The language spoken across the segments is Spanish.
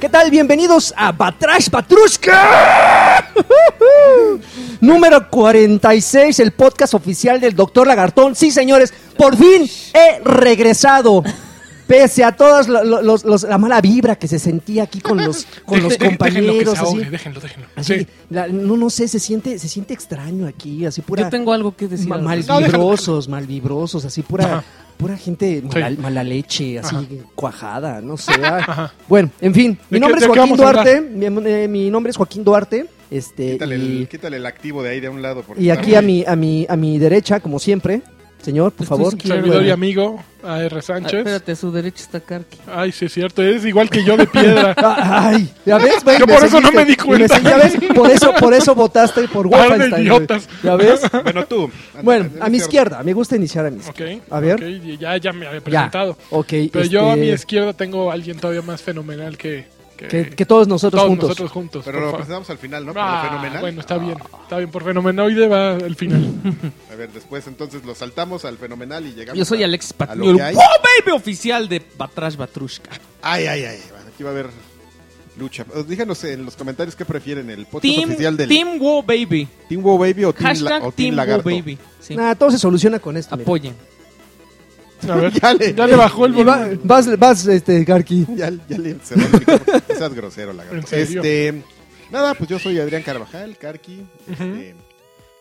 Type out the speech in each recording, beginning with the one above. ¿qué tal? Bienvenidos a Batrash Batrushka. Número 46, el podcast oficial del Doctor Lagartón. Sí, señores, por fin he regresado. Pese a toda la mala vibra que se sentía aquí con los, con Deje- los deje- Déjenlo, que compañeros. se ahogue, así. déjenlo, déjenlo. Así, Sí. la- no, no sé, se siente, se siente extraño aquí, así pura... Yo tengo algo que decir. Ma- al respecto. déjalo, malvibrosos, malvibrosos, así pura, Ajá. pura gente mala, Sí. mala leche, así Ajá. cuajada, no sé. ah. Bueno, en fin, mi qué- nombre es de qué Joaquín vamos a Duarte, mi, eh, mi nombre es Joaquín Duarte, este, Quítale, y, el, quítale el activo de ahí de un lado. porque y está aquí a muy- mi, a mi, a mi derecha, como siempre, señor, por Pues Estoy favor. izquierdo. Servidor Bueno, y amigo, AR Ah, Sánchez. espérate, a su derecha está Karki. Ay, sí, es cierto, es igual que yo de piedra. ah, Ay, ya ves, güey, Yo me por eso no seguiste, me di y cuenta. segui- ya ves, por eso, por eso votaste por Par de Wolfenstein. güey. idiotas. Ya ves. Bueno, tú. Bueno, Antes- a mi antes- izquierda, me gusta iniciar a mi Ok. izquierda. a ver, ok, y ya, ya me había presentado. ya. Ok, Pero yo a este, mi izquierda tengo a alguien todavía más fenomenal que, que, que, que todos nosotros todos juntos. nosotros juntos. Pero por lo fa- presentamos al final, ¿no? Por Ah, lo fenomenal. Bueno, está bien. Está bien, por fenomenoide va al final. A ver, después entonces lo saltamos al fenomenal y llegamos. Yo soy a- Alex a lo Patnur, que hay. ¡Wow, baby! Oficial de Batrash Batrushka. Ay, ay, ay. Bueno, aquí va a haber lucha. Eh, Díganos en los comentarios qué prefieren, el podcast Team, oficial del Team, Team Wow Baby. Wow Baby o Team, La- Hashtag o team Team Wow Lagarto. Baby. Sí. Nada, todo se soluciona con esto. mira. Apoyen. A ver, Ya le- ya le bajó el Y va- volumen. vas, vas, este, Garki. Ya, ya le cerró el micrófono. No seas grosero, Lagarto. ¿En serio? Este, nada, pues yo soy Adrián Carvajal, Carqui. este,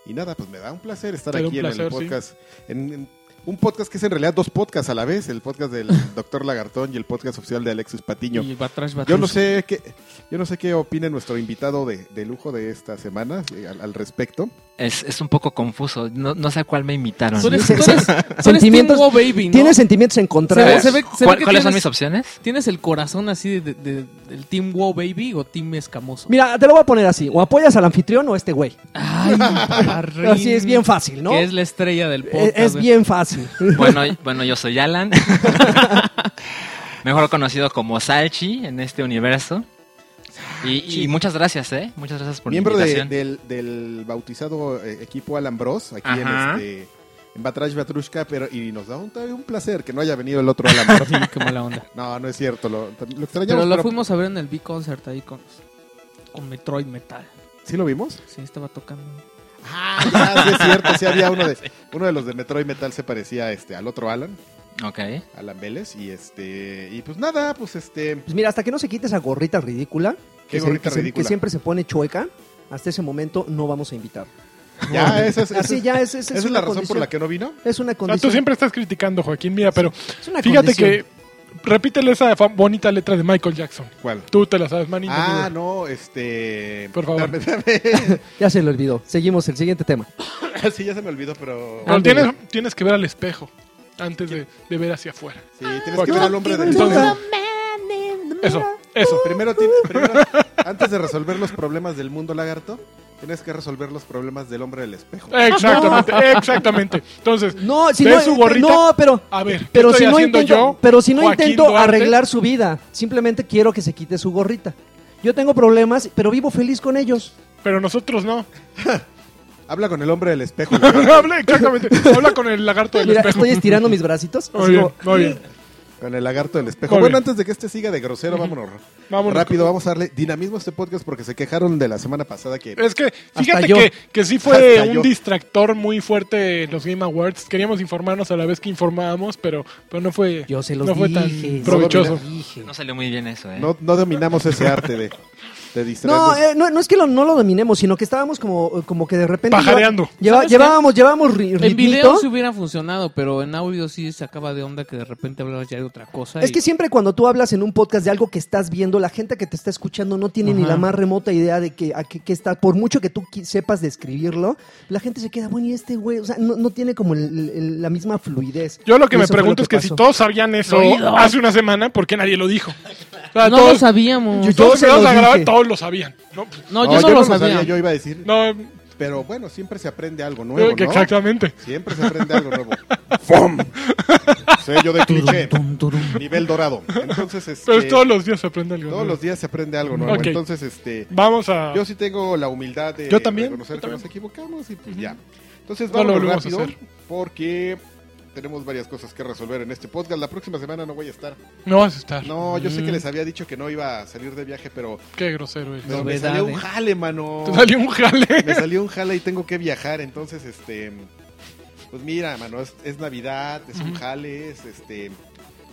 y nada, pues me da un placer estar Te da aquí un en el placer, sí. podcast. en- en un podcast que es en realidad dos podcasts a la vez, el podcast del Doctor Lagartón y el podcast oficial de Alexis Patiño. Y Batrash Batrushka. Yo no sé qué, yo no sé qué opine nuestro invitado de, de lujo de esta semana eh, al, al respecto. Es, es un poco confuso. No, no sé a cuál me imitaron. Tú eres, tú Sí, sí, eres, sí. tú eres Sentimientos- Team Wow este Baby, ¿no? Tiene sentimientos A ver, encontrados. Se ve- se ve ¿cuál- que ¿Cuáles son tienes- mis opciones? ¿Tienes el corazón así de, de- de- del Team Wow Baby o Team Escamoso? Mira, te lo voy a poner así. O apoyas al anfitrión o a este güey. Ay, parrín. Así es bien fácil, ¿no? Que es la estrella del Eh, podcast. es güey. bien fácil. Pues Bueno, y- bueno, yo soy Alan. Mejor conocido como Salchi en este universo. Y, y muchas gracias, ¿eh? Muchas gracias por Miembro la de- invitación. del, del bautizado eh, equipo Alan Bros, aquí Ajá. en este en Batrash Batrushka, pero y nos da un, un placer que no haya venido el otro Alan Bros. Sí, qué mala onda. No, no es cierto, lo, lo Pero extrañamos, lo pero- fuimos a ver en el B-Concert ahí con, con Metroid Metal. ¿Sí lo vimos? Sí, estaba tocando. Ah, ya, sí es cierto, sí había uno de uno de los de Metroid Metal se parecía este al otro Alan, Ok. Alan Vélez y este y pues nada, pues este Pues mira, hasta que no se quite esa gorrita ridícula. Qué se- gorrita que se- ridícula. que siempre se pone chueca. Hasta ese momento no vamos a invitar. ya esa es, esa Así es- ya es, es, esa es una la razón condición. por la que no vino. Es una Ah, tú condición. siempre estás criticando, Joaquín. Mira, pero Es una fíjate condición. que repítele esa fa- bonita letra de Michael Jackson. ¿Cuál? Tú te la sabes, manito. Ah, duro. no, este. Por favor. Dame, dame. Ya se le olvidó. Seguimos el siguiente tema. Ah, sí, ya se me olvidó, pero. Pero Ándale. tienes, tienes que ver al espejo antes de, de ver hacia afuera. Sí, tienes que Joaquín. ver al hombre del. Entonces- Entonces, Eso, eso. primero, tiene- primero, antes de resolver los problemas del mundo lagarto, tienes que resolver los problemas del hombre del espejo. Exactamente, exactamente. Entonces, No, si ¿Ves no, eh, su gorrita? no, pero, A ver, ¿qué pero estoy si no haciendo intento, yo, pero si no Joaquín intento Duarte? arreglar su vida, simplemente quiero que se quite su gorrita. Yo tengo problemas, pero vivo feliz con ellos. pero nosotros no. Habla con el hombre del espejo. Habla, exactamente. Habla con el lagarto del Mira, espejo. estoy estirando mis bracitos. Muy así bien, como- muy bien. Con el lagarto del espejo. Muy bueno, bien. antes de que este siga de grosero, vámonos. Vámonos. Rápido, vamos a darle dinamismo a este podcast porque se quejaron de la semana pasada que. Es que, Hasta fíjate yo. que, que sí fue Hasta un yo. distractor muy fuerte en los Game Awards. Queríamos informarnos a la vez que informábamos, pero, pero no fue, Yo se los no fue dije. tan se los provechoso. dije. No salió muy bien eso, ¿eh? No, no dominamos ese arte de, de distraernos. No, eh, no, no es que lo- no lo dominemos, sino que estábamos como, como que de repente... lleva- Pajareando. lleva- ¿Sabes llevábamos, llevábamos ri- En ritmito. video sí hubiera funcionado, pero en audio sí se acaba de onda que de repente hablabas ya de otra cosa. Es y- que siempre cuando tú hablas en un podcast de algo que estás viendo, la gente que te está escuchando no tiene ni Ajá. la más remota idea de que, a qué- qué está. Por mucho que tú qui- sepas describirlo, la gente se queda, bueno, y este güey, o sea, no, no tiene como el- el- la misma fluidez. Yo lo que Y me eso fue pregunto es que si pasó. todos sabían eso Oído. hace una semana, ¿por qué nadie lo dijo? O sea, no lo todos, sabíamos. Yo- todos se empezaron los a grabar, dije. todos lo sabían. No, pues, no, yo no, lo sabía. Yo iba a decir. no, Pero bueno, siempre se aprende algo nuevo, que ¿no? exactamente. Siempre se aprende algo nuevo. ¡Fum! Sello de cliché. Nivel dorado. Entonces, este, Pero todos los días se aprende algo. todos nuevo. los días se aprende algo nuevo. Ok. Entonces, este, Vamos a. yo sí tengo la humildad de Yo también, reconocer yo que también. nos equivocamos y pues ya. Entonces, No lo vámonos volvemos a rápido hacer. porque tenemos varias cosas que resolver en este podcast. La próxima semana no voy a estar. No vas a estar. No, yo sé que Mm. les había dicho que no iba a salir de viaje, pero Qué grosero eres. pero me Novedades. salió un jale, mano. Te salió un jale. Me salió un jale y tengo que viajar, entonces, este... Pues mira, mano, es, es Navidad, es un Ujú. jale, es este...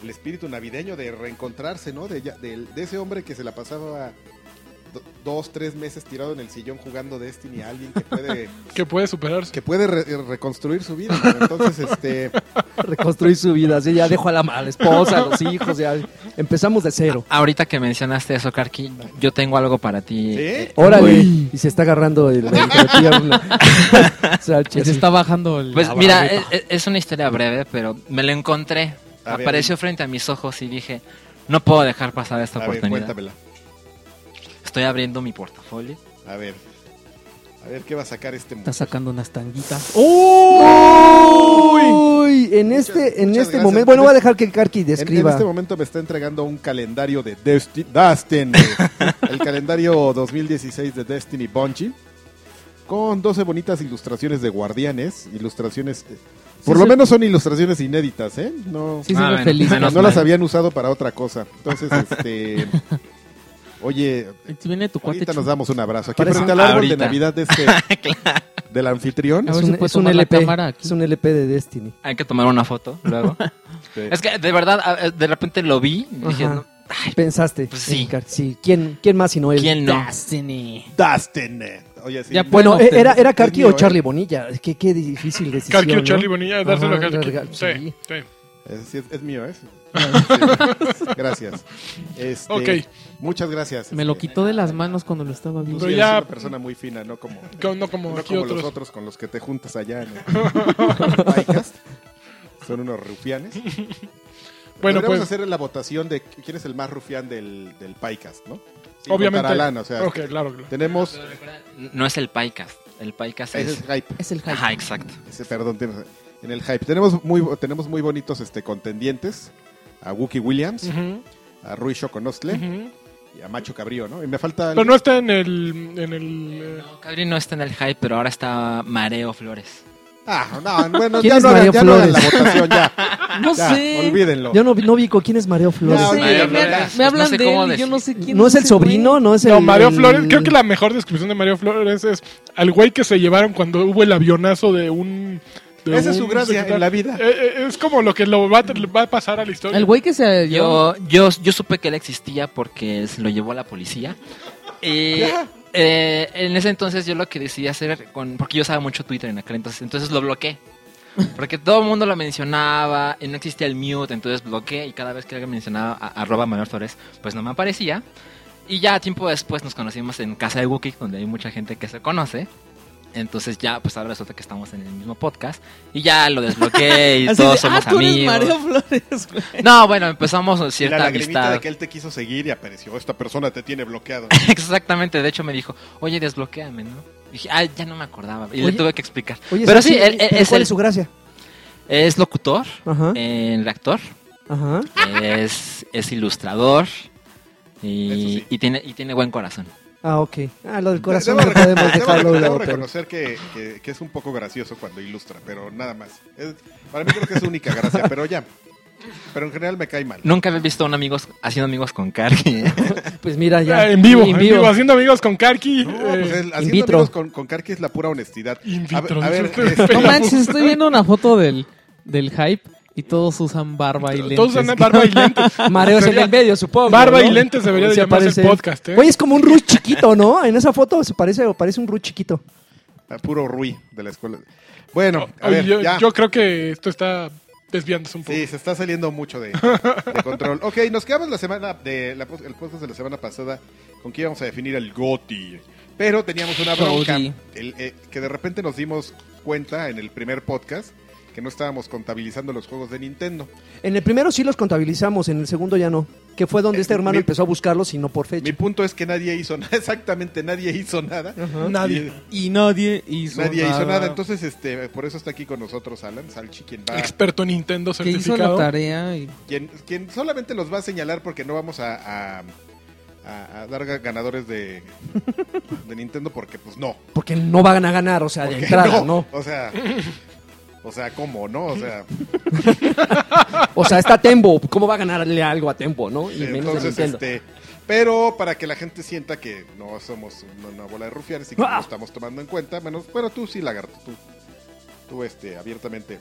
El espíritu navideño de reencontrarse, ¿no? De, ya- del- de ese hombre que se la pasaba do- dos, tres meses tirado en el sillón jugando Destiny a alguien que puede, Que puede superarse. que puede re- reconstruir su vida. mano. Entonces, este... Reconstruir su vida, así ya dejo a la, a la esposa, a los hijos, ya empezamos de cero. Ahorita que mencionaste eso, Karki, yo tengo algo para ti. ¿Sí? Órale, y se está agarrando el, el- la pierna. Salchi, Se así. está bajando el. Pues Ah, mira, bravo. es, es- es una historia breve, pero me lo encontré. A ver, Apareció frente a mis ojos y dije, no puedo dejar pasar esta A ver, oportunidad. cuéntamela. Estoy abriendo mi portafolio. A ver. A ver qué va a sacar este Está mundo. sacando unas tanguitas. ¡Uy! En Muchas- este, en muchas este gracias. momento, bueno, voy a dejar que Karki En, en describa. este momento me está entregando un calendario de Desti- Destiny. el calendario 2016 de Destiny Bungie. Con 12 bonitas ilustraciones de guardianes. Ilustraciones. eh, Por Sí, lo sí. menos son ilustraciones inéditas, ¿eh? No, Sí, sí, Ah, me bueno, feliz. menos no las mal. habían usado para otra cosa. Entonces, este. Oye, Si Viene tu cuate. ahorita chulo. nos damos un abrazo. Aquí Parece- frente al árbol de Ahorita. Navidad de este, del anfitrión. A Es ver si un, puedes es un tomar la LP, cámara aquí. es un LP de Destiny. Hay que tomar una foto luego. Este, es que de verdad, a- de repente lo vi y dije, Ajá. "No, Pensaste. pues sí. en Karki, sí. ¿Quién, ¿Quién más sino él? ¿quién no? Destiny. Destiny. eh. Oye, sí. Ya me- Bueno, Bueno, eh, pues, era, era es Karki mío, o ¿eh? Charlie Bonilla. Qué, qué difícil decisión. Karki o ¿no? Charlie Bonilla, Ajá, dárselo a Karki. regal- Sí, sí. sí. Es, sí, es- es mío, ¿eh? Sí. Gracias. Este, Ok. Muchas gracias. Me lo este, quitó de las manos cuando lo estaba Tú viendo. sí Pero eres ya- una persona muy fina, no como, Como- No como no aquí como otros. los otros con los que te juntas allá en el podcast. Son unos rufianes. Bueno, Deberíamos pues. hacer la votación de quién es el más rufián del, del podcast, ¿no? Sin Obviamente. contar a Alan, o sea, Ok, claro. claro. tenemos... No es el Pycast. El Pycast Ese es es. el hype. Es el hype. Ajá, exacto. Ese, perdón, tienes- en el hype. Tenemos muy, tenemos muy bonitos este, contendientes. A Wookie Williams, Ujú, a Rui Choconostle ujú. y a Macho Cabrío, ¿no? Y me falta... Pero no está en el. En el eh, No, Cabri no está en el hype, pero ahora está Mareo Flores. Ah, no, bueno, ¿Quién ya, es no hagan, Mario ya no hagan la Flores? votación, ya. No ya, sé. Olvídenlo. Yo no, vi- no vi con quién es Mario Flores. No No sé, Mario me, Flores. pues me No hablan sé de él y cómo yo decir. no sé quién ¿No es el ese sobrino? güey. ¿No es el No, Mario Flores, creo que la mejor descripción de Mario Flores es al güey que se llevaron cuando hubo el avionazo de un. de Esa es un su gracia secretario. en la vida. Eh, eh, es como lo que lo va, a tra- va a pasar a la historia. El güey que se llevó. Yo, yo, yo supe que él existía porque se lo llevó a la policía. Y eh, en ese entonces yo lo que decidí hacer, con, porque yo usaba mucho Twitter en aquel entonces, entonces lo bloqueé. Porque todo el mundo lo mencionaba y no existía el mute, entonces bloqueé y cada vez que alguien mencionaba a- arroba Manuel Flores, pues no me aparecía. Y ya tiempo después nos conocimos en casa de Wookiee, donde hay mucha gente que se conoce. Entonces ya, pues ahora resulta que estamos en el mismo podcast y ya lo desbloqueé y Así de, todos somos ah, tú eres amigos. Mario Flores, güey. No, bueno, empezamos Y cierta la lagrimita amistad. de que él te quiso seguir y apareció. Esta persona te tiene bloqueado. Exactamente, de hecho me dijo, oye, desbloqueame, ¿no? Dije, ah, ya no me acordaba. Y le Oye. tuve que explicar. Oye, Pero ¿sabes sí, quién- él- él pero es ¿Cuál el- es su gracia? Es locutor, Ajá. eh, el actor, Ajá. es, es ilustrador y, Eso sí. y tiene, y tiene buen corazón. Ah, ok. Ah, lo del corazón Debo no podemos reconocer- dejarlo a un debo lado, pero- reconocer que, que- que es un poco gracioso cuando ilustra, pero nada más. Es- para mí creo que es su única gracia, pero ya. Pero en general me cae mal. Nunca había visto a un amigo haciendo amigos con ¿eh? Karki. Pues mira, ya. Ah, en, vivo, en vivo, haciendo amigos con Karki. No, eh, pues el- haciendo vitro. amigos con, con Karki es la pura honestidad. In A vitro, ver, a ver, dice usted. este, No manches, estoy viendo una foto del, del hype y todos usan barba y lentes. todos andan barba y lentes. Mareo es en Sería- el medio, supongo. Barba ¿no? y lentes debería de Se llamarse aparece. el podcast, ¿eh? Oye, es como un Ruiz chiquito, ¿no? En esa foto se parece, parece un Ruiz chiquito. a puro Rui de la escuela. Bueno, a Oye, ver, yo, ya. yo creo que esto está desviándose un poco. Sí, se está saliendo mucho de, de control. Ok, nos quedamos la semana de la, pos- el podcast de la semana pasada con que íbamos a definir el GOTI. Pero teníamos una bronca Goti. el, eh, que de repente nos dimos cuenta en el primer podcast que no estábamos contabilizando los juegos de Nintendo. En el primero sí los contabilizamos, en el segundo ya no. Que fue donde Eh, este hermano mi- empezó a buscarlos y no por Mi fecha. punto es que nadie hizo nada, exactamente nadie hizo nada. Nadie. Y nadie hizo Nadie nada. hizo nada, entonces este por eso está aquí con nosotros Alan Salchi, quien va, Experto en Nintendo Que hizo la certificado. tarea y... pues, quien, quien solamente los va a señalar porque no vamos a, a- a- a dar ga- ganadores de, de Nintendo porque pues no. Porque no van a ganar, o sea, de Porque entrada, ¿no? O sea, O sea, ¿cómo, no? O sea, O sea, está Tembo. ¿Cómo va a ganarle algo a Tembo, no? Y menos a entonces, Nintendo. este. Pero para que la gente sienta que no somos una, una bola de rufianes y que no ¡Ah! lo estamos tomando en cuenta, menos, bueno, tú sí, lagarto, tú, tú, este, abiertamente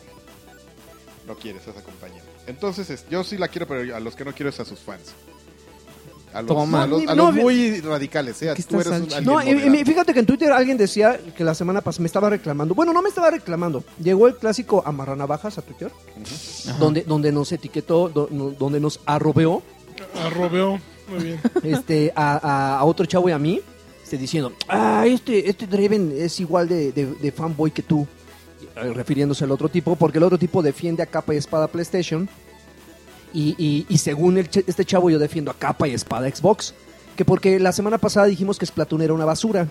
no quieres esa compañía. Entonces, es- yo sí la quiero, pero a los que no quiero es a sus fans. A los, Toma. a los, a No, los no, muy radicales, ¿eh? Aquí Tú está eres un, Salchi. alguien No, y- y, moderado. fíjate que en Twitter alguien decía que la semana pasada me estaba reclamando. Bueno, no me estaba reclamando. Llegó el clásico amarranavajas a Twitter, donde, donde nos etiquetó, do- no- donde nos arrobeó Arrobeo. Ah, Muy bien. este, a, a- a otro chavo y a mí, este, diciendo, ah, este, este Draven es igual de, de- de fanboy que tú, eh, refiriéndose al otro tipo, porque el otro tipo defiende a capa y espada PlayStation, y, y- y según el ch- este chavo yo defiendo a capa y espada Xbox, que porque la semana pasada dijimos que Splatoon era una basura.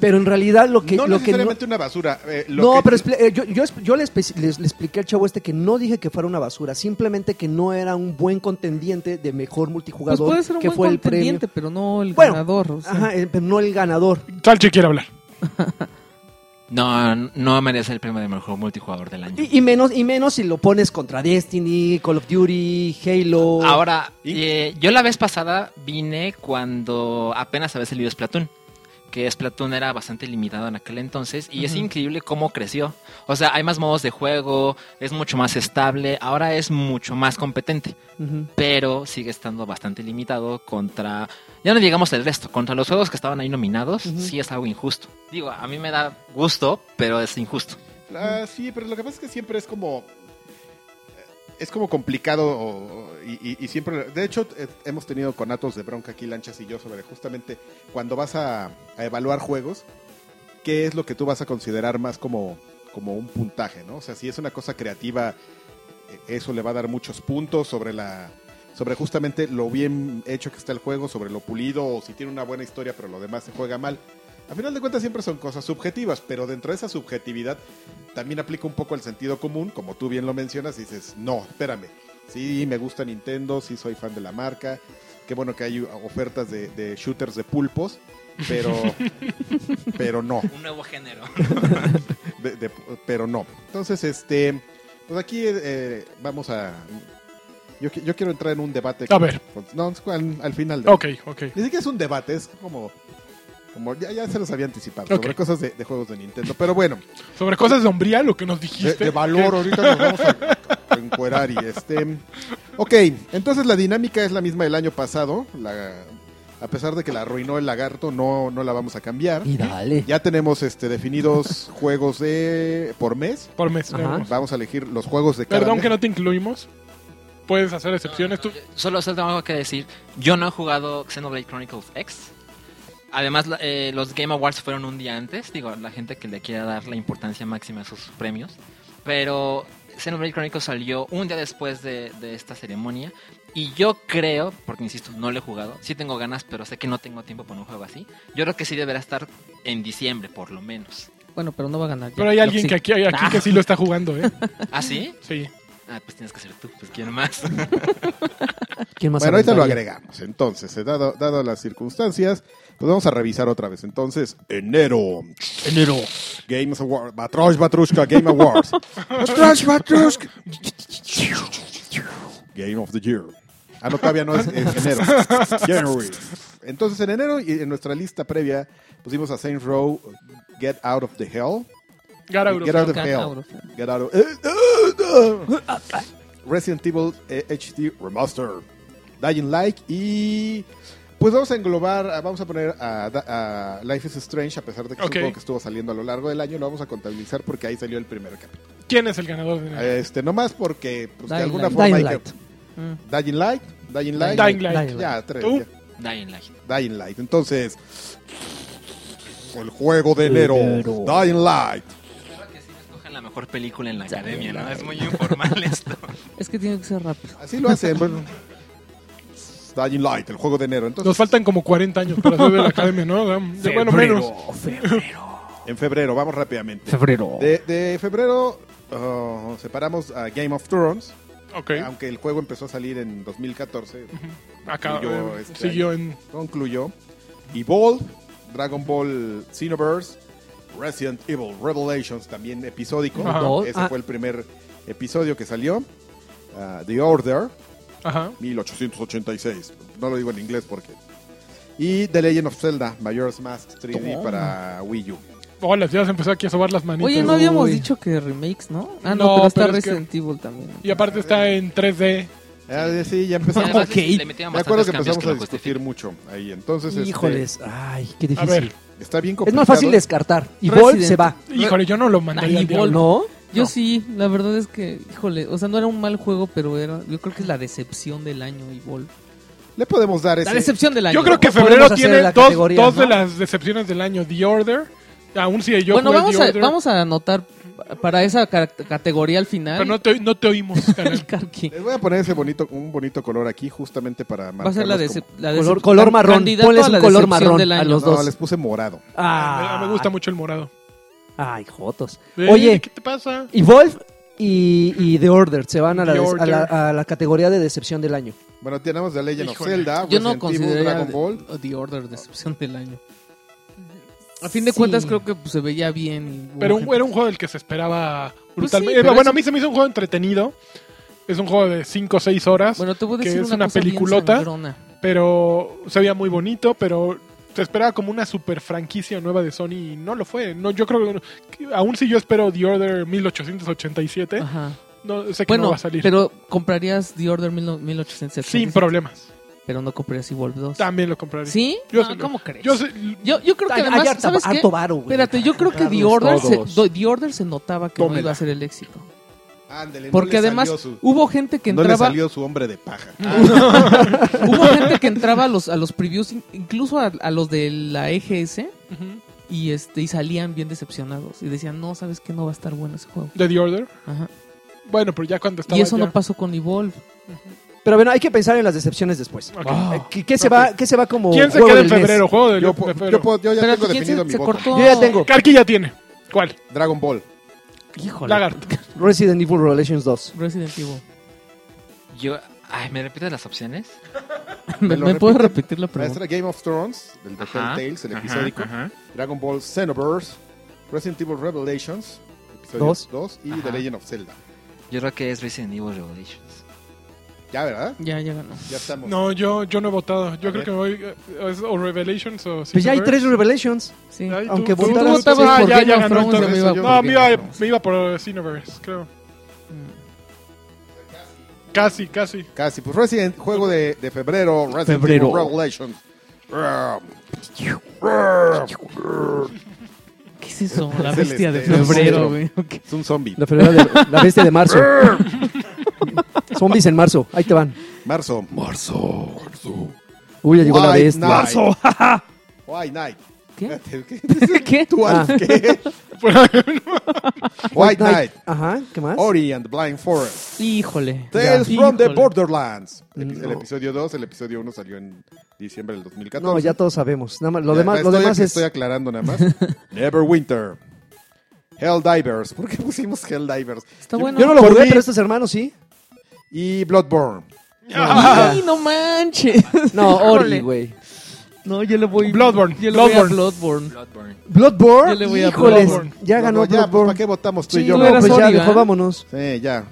Pero en realidad lo que... Mm. no lo que no- necesariamente una basura. eh, lo no, que- pero expli- eh, yo, yo, esp- yo le, espe- les- le expliqué al chavo este que no dije que fuera una basura, simplemente que no era un buen contendiente de mejor Pues multijugador puede ser un que buen fue el premio. contendiente, pues, pero no el Bueno, ganador. o sea. Ajá, eh, pero no el ganador. Salchi quiere hablar. No, no merece el premio de mejor multijugador del año. Y, y menos y menos si lo pones contra Destiny, Call of Duty, Halo. Ahora, ¿Y? eh, yo la vez pasada vine cuando apenas había salido Splatoon. Que Splatoon era bastante limitado en aquel entonces. Y es Ujú. increíble cómo creció. O sea, hay más modos de juego, es mucho más estable, ahora es mucho más competente. Ujú. Pero sigue estando bastante limitado contra. Ya no digamos el resto, contra los juegos que estaban ahí nominados, Ujú. sí es algo injusto. Digo, a mí me da gusto, pero es injusto. Ah, sí, pero lo que pasa es que siempre es como. Es como complicado o- o- y, y- y siempre. De hecho, eh, hemos tenido conatos de bronca aquí, Lanchas y yo, sobre justamente cuando vas a, a evaluar juegos, qué es lo que tú vas a considerar más como, como un puntaje, ¿no? O sea, si es una cosa creativa, eh, eso le va a dar muchos puntos sobre la. Sobre justamente lo bien hecho que está el juego, sobre lo pulido, o si tiene una buena historia, pero lo demás se juega mal. A final de cuentas siempre son cosas subjetivas, pero dentro de esa subjetividad también aplica un poco el sentido común, como tú bien lo mencionas, y dices, no, espérame, sí me gusta Nintendo, sí soy fan de la marca, qué bueno que hay uh, ofertas de, de shooters de pulpos, pero, pero no, Un nuevo género. de- de- pero no. Entonces, este, pues aquí eh, vamos a... Yo, qui- yo quiero entrar en un debate. A ver. con- no, es al, al final. del- Ok, ok. ni siquiera es un debate, es como... como ya, ya se los había anticipado, Ok. sobre cosas de, de juegos de Nintendo. Pero bueno, Sobre cosas de hombría, lo que nos de, dijiste. de valor, ahorita nos vamos a, a encuerar y este... Ok, entonces la dinámica es la misma del año pasado. La, a pesar de que la arruinó el lagarto, no, no la vamos a cambiar. Y dale. Ya tenemos este, definidos juegos de por mes. Por mes. Ajá. nada más. Vamos a elegir los juegos de cada ¿Ah? Perdón mes. que no te incluimos. Puedes hacer excepciones. Tú, Solo, solo tengo algo que decir. Yo no he jugado Xenoblade Chronicles X. Además, la- eh, los Game Awards fueron un día antes. Digo, la gente que le quiera dar la importancia máxima a sus premios. Pero Xenoblade Chronicles salió un día después de, de esta ceremonia. Y yo creo, porque insisto, no lo he jugado. Sí tengo ganas, pero sé que no tengo tiempo para un juego así. Yo creo que sí deberá estar en diciembre, por lo menos. Bueno, pero no va a ganar. ya. Pero hay Yo alguien sí. que aquí, aquí que sí lo está jugando, ¿eh? ¿Ah, sí? Sí. Ah, pues tienes que ser tú. Pues quiero más. ¿Quién más Bueno, ahorita lo aventaría? agregamos. Entonces, eh, dado, dado las circunstancias, pues vamos a revisar otra vez. Entonces, enero. Enero. Games Awards. Batrosh Batrushka Game Awards. Batrosh Batrushka. Game of the Year. Ah, no, todavía no es, es enero. January. Entonces, en enero, y en nuestra lista previa, pusimos a Saints Row Get Out of the Hell. Garauros. Get Out of Get Hell. out of hell. Get Out of- Eh, eh, eh. Resident Evil eh, HD Remaster. Dying Like y... Pues vamos a englobar, ah, vamos a poner a, Da- a Life is Strange, a pesar de que Ok. es un juego que estuvo saliendo a lo largo del año, lo vamos a contabilizar porque ahí salió el primer capítulo. ¿Quién es el ganador de enero? Este, nomás porque pues, de Dying alguna Light. forma Dying hay Light. Mm. que... Dying Light, Dying Light, Dying Light. Dying Light. ya, tres, ¿Tú? ya. Dying Light. Dying Light. Entonces, el juego de enero, Enero. Dying Light. Espero que sí me escojan la mejor película en la academia, ¿no? Es muy informal esto. Es que tiene que ser rápido. Así lo hacen, bueno. Dying Light, el juego de enero. Entonces, Nos faltan como 40 años para hacer de la academia, ¿no? De- Bueno, menos. en febrero, vamos rápidamente. Febrero. De, de febrero uh, separamos a Game of Thrones, Ok. aunque el juego empezó a salir en 2014, Acá Yo, eh, este, siguió en. concluyó. Y Ball, Dragon Ball Xenoverse, Resident Evil Revelations, también episódico. Ajá. Dos. Ese Ah. fue el primer episodio que salió. Ah, The Order, Ajá. 1886. No lo digo en inglés porque. Y The Legend of Zelda, Majora's Mask 3D Toma. para Wii U. Hola, ya se empezó aquí a sobar las manitas. Oye, no habíamos Uy. dicho que remakes, ¿no? Ah, no, No, pero está pero es que- Resident Evil también. Y aparte está en 3D. Ah, sí, ya Y empezamos. además Ok. le metían Me acuerdo que bastantes empezamos cambios que a lo discutir justifican. mucho ahí. Entonces, este, Híjoles, ay, qué A difícil. ver, está bien es complicado. más fácil descartar. Y Resident- Vol se va. híjole, yo no lo mandaría Ay, al diablo. ¿No? Yo No. sí, la verdad es que, híjole, o sea, no era un mal juego, pero era, yo creo que es la decepción del año, Evil. Le podemos dar La ese. decepción del año. Yo creo que Podemos febrero hacer tiene la dos, categoría, dos de ¿no? las decepciones del año. The Order. Aún si yo bueno, jugué vamos The a, Order, vamos a anotar para esa ca- categoría al final. Pero no te, no te oímos, el canal. Karki. Les voy a poner ese bonito, un bonito color aquí justamente para marcar. Va a ser la, decep- la decep- Color- color marrón, candidato ponles a la un color decepción marrón del a año. los No, dos. les puse morado. Ah, Me gusta mucho el morado. Ay, Jotos. Eh, Oye, ¿qué te pasa? Evolve y, y The Order se van a la, The des- a la- Order. a la categoría de decepción del año. Bueno, tenemos The Legend Híjole. of Zelda, Yo no Resident Evil, considero Dragon Ball. The Order decepción del año. A fin de Sí. cuentas creo que pues, se veía bien. y- Pero un- era un juego del que se esperaba brutalmente. Pues sí, pero Eh, bueno, es- a mí se me hizo un juego entretenido. Es un juego de 5 o 6 horas, Bueno, te voy a que decir es una, una cosa bien peliculota. sangrona. pero se veía muy bonito, pero se esperaba como una super franquicia nueva de Sony y no lo fue. No, yo creo que, aún si yo espero The Order 1887, Ajá. no sé ¿eh? que Ah. Bueno, no va a salir. pero comprarías The Order 1870. sin problemas. Pero no comprarías Evolve 2. También lo compraría. ¿Sí? Yo No, sí lo- ¿Cómo crees? Yo sé- Yo, yo creo que Hay- hay además, harta- ¿sabes qué? harto varo, güey. Espérate, yo creo que The Comprarlos Order, se, todos. do- The Order se notaba que no Tómela. iba a ser el éxito. Ándele, no Porque le además salió su- hubo gente que no le entraba, salió su hombre de paja. hubo gente que entraba a los, a los previews, in- incluso a, a los de la E EGS, Ujú. y este y salían bien decepcionados. Y decían, no, ¿sabes qué? No va a estar bueno ese juego. de The Order. Ajá. Bueno, pero ya cuando estaba Y eso ya- no pasó con Evolve. Pero bueno, hay que pensar en las decepciones después. Ok. Eh, Ah. ¿Qué, qué se va, ¿Qué se va como ¿Quién se juego queda en del mes? febrero? Juego del- Yo, de po- febrero. yo po- yo ya Pero tengo ¿quién definido se, mi se voto. cortó? Yo ya tengo. Karki ya tiene. ¿Cuál? Dragon Ball. Híjole. Lagarto. Resident Evil Revelations 2. Resident Evil. Yo, ay, ¿me repites las opciones? ¿Me, lo me puedes repiten? repetir la pregunta? Maestra Game of Thrones, el de Ajá, Telltales, el ajá, episódico. ajá. Dragon Ball Xenoverse, Resident Evil Revelations, episodio Dos. 2 y The Ajá. Legend of Zelda. Yo creo que es Resident Evil Revelations. Ya, ¿verdad? Ya, ya ganó. Ya estamos. No, yo, yo no he votado. Yo creo A ver. que me voy. eh, es o Revelations o. Pues ya hay Silververse. tres Revelations. Sí. Ay, Aunque tú- tú- votaras- tú votabas Ah, por ya, Game ya of ganó, Thrones. entonces yo me iba No, por me Game of iba, Thrones. me iba por Cineverse, creo. Mm. Casi, casi. Casi. Pues Resident, juego de, de febrero, Resident Febrero. Evil Revelations. ¿Qué es eso? La Es el bestia de este, es febrero, otro. güey. Ok. Es un zombie. La, febrero de, la bestia de marzo. Zombies en marzo. Ahí te van. Marzo. Uy, ya llegó la White bestia. Knight. White Knight. ¿Qué? ¿Qué? ¿Qué? ¿Tú, Alf, Ah. qué? White Knight. Ajá, ¿qué más? Ori and the Blind Forest. Híjole. Tales Ya. from the Híjole. Borderlands. Epi- No. El episodio 2, el episodio 1 salió en diciembre del 2014. No, ya todos sabemos. Nada más- lo Ya, demás, lo estoy- demás es. Estoy aclarando nada más. Neverwinter. Helldivers. ¿Por qué pusimos Helldivers? Está bueno. Yo no lo Por jugué, mí- pero estos hermanos sí. Y Bloodborne. ¡Ay, no manches! No, Ori, Híjole. güey. No, yo le voy. Bloodborne, Yo le voy a Bloodborne. Bloodborne. Bloodborne. Bloodborne. Yo le voy a Híjoles, Bloodborne. ya No, ganó no, ya, pues, ¿para Bloodborne. qué votamos tú Sí, y yo? no No, era ¿eh? pues pues, ya, Sony, mejor ¿verdad? vámonos. sí, ya.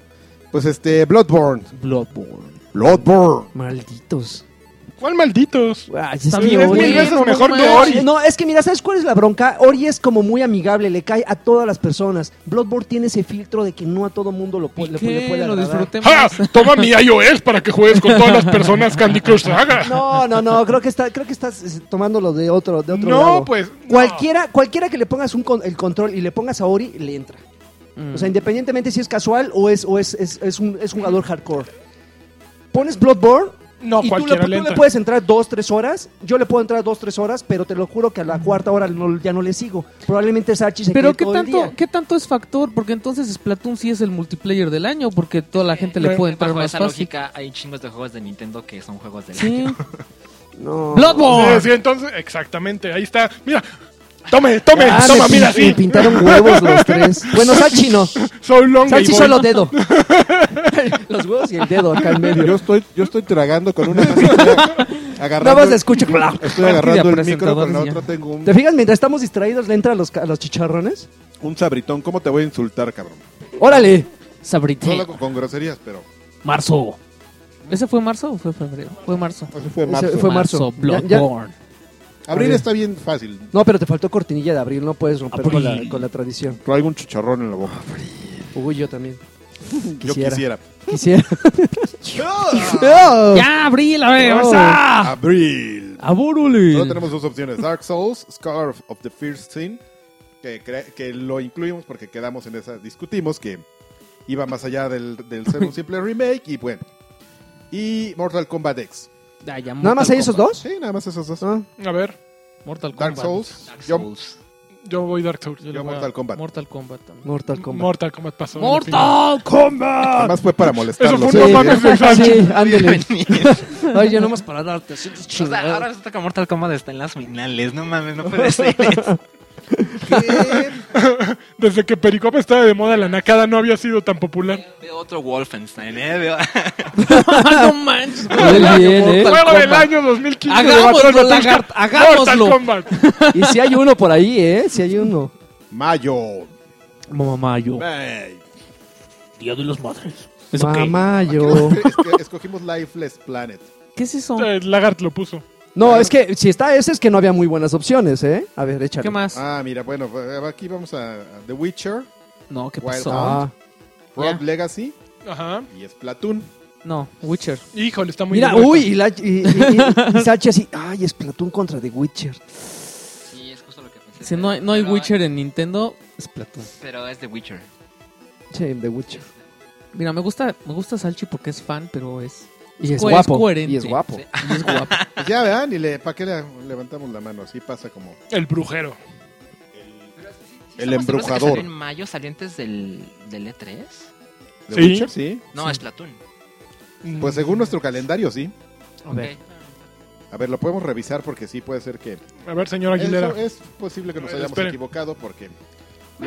Pues este, Bloodborne. Bloodborne. Bloodborne. Malditos. ¿Cuál malditos? Ay, es Está que mil bien Ori- bueno, veces no mejor que manches. Ori. No, es que mira, ¿sabes cuál es la bronca? Ori es como muy amigable, le cae a todas las personas. Bloodborne tiene ese filtro de que no a todo mundo lo pu- ¿Y le, qué? le puede lo agradar. disfrutemos. ¡Ja! Toma mi iOS para que juegues con todas las personas Candy Crush Saga. No, no, no, creo que está, creo que estás eh, tomándolo de otro, de otro No, lado. pues, no. Cualquiera, cualquiera que le pongas un con- el control y le pongas a Ori, le entra. Mm. O sea, independientemente si es casual o es, o es, es, es un es jugador hardcore. Pones Bloodborne No, y tú, le, cualquiera tú le le entra. puedes entrar dos, tres horas. Yo le puedo entrar dos, tres horas, pero te lo juro que a la cuarta hora no- ya no le sigo. Probablemente Sarchi se Pero quede ¿qué todo el tanto, día. ¿qué tanto es factor? Porque entonces Splatoon sí es el multiplayer del año, porque toda la gente le Pero puede entrar Bajo más esa fácil. lógica, hay chingos de juegos de Nintendo que son juegos de Sí. No. ¡Bloodborne! Sí, sí, entonces, exactamente, ahí está. Mira, tome, tome, Ah, Eh, toma, me mira, pin- me sí. pintaron huevos los tres. Bueno, Sachi no. Soy long Sachi Game Boy. solo dedo. Los huevos y el dedo acá en Yo medio. estoy, yo estoy tragando con una mano. estoy ag- Nada agarrando más el- escucha. bla. Estoy agarrando el micro, presentador, con la ya. otra tengo un, ¿Te fijas? Mientras estamos distraídos, le entra a los, a los chicharrones. un sabritón. ¿Cómo te voy a insultar, cabrón? ¡Órale! Sabrité. Solo con, con groserías, pero. Marzo. ¿Ese fue marzo o fue febrero? Fue marzo. Eso fue Ese marzo. fue marzo. Ya- ya- Bloodborne. Abril Abril. está bien fácil. No, pero te faltó cortinilla de abril. No puedes romper con la, Abril. con la tradición. Traigo un chicharrón en la boca. Ah, Uy, yo también. pues Yo quisiera. Quisiera. ¡Ya, abril! ¡A ver, Oh. marzo! Abril. Solo ¡Abúrule! tenemos dos opciones: Dark Souls, Scarf of the First Sin. Que, cre- que lo incluimos porque quedamos en esa. Discutimos que iba más allá del, del ser un simple remake y bueno. Y Mortal Kombat X. Ah, ya, ¿Nada más Mortal hay esos Kombat. dos? Sí, nada más esos dos. Ah, A ver, Mortal Dark Kombat. Souls. Dark Yo- Souls. yo voy Dark Souls. Yo, le voy a- Mortal Kombat. Mortal Kombat también. Mortal Kombat. Mortal Kombat pasó. en la final. ¡Mortal Kombat! Además fue para molestarlos. Eso sí, fue un no mames de Sancho. sí, ándele. Bienvenido. Ay, ya nomás para darte. así, O sea, ahora resulta que Mortal Kombat está en las finales. No mames, no puede ser. Desde que Pericopa estaba de moda, la nacada no había sido tan popular. Veo otro Wolfenstein, ¿eh? Veo- ¡No manches! Él viene, ¿eh? Juego del año 2015. de Hagámoslo, Batman Battle Lagart- Cat. hagámoslo. Mortal Kombat. Y si hay uno por ahí, ¿eh? Si hay uno. Mayo. Mamá, yo. May. Día de los madres. Mamá, yo. Es que escogimos Lifeless Planet. ¿Qué es eso? Eh, Lagart lo puso. No, es que si está ese es que no había muy buenas opciones, ¿eh? A ver, échale. ¿Qué más? Ah, mira, bueno, aquí vamos a a The Witcher, No, ¿qué Wild pasó? Ah. Rogue Legacy Ajá. y Splatoon. No, Witcher. Híjole, está muy Mira, duro uy, esto. y, la, y, y- y- y Sachi así, ay, Splatoon contra The Witcher. Sí, es justo lo que pensé. Si no hay, no hay Pero- Witcher en Nintendo, es Platón. Pero es The Witcher. Che, The Witcher. Mira, me gusta, me gusta Salchi porque es fan, pero es, Y Pues, es co- guapo. coherente. y es guapo. Sí. Y es guapo. Pues ya vean, y le, ¿para qué le levantamos la mano? Así pasa como El brujero. el ¿Estamos seguros que embrujador. salió en mayo, salientes del, del E3? The Sí. Witcher, sí. No, es Platón. Mm. Pues según nuestro calendario, sí. A ver. A ver, lo podemos revisar porque sí puede ser que. A ver, señor Aguilera. Eso es posible que nos A ver, hayamos esperen. equivocado porque. Yo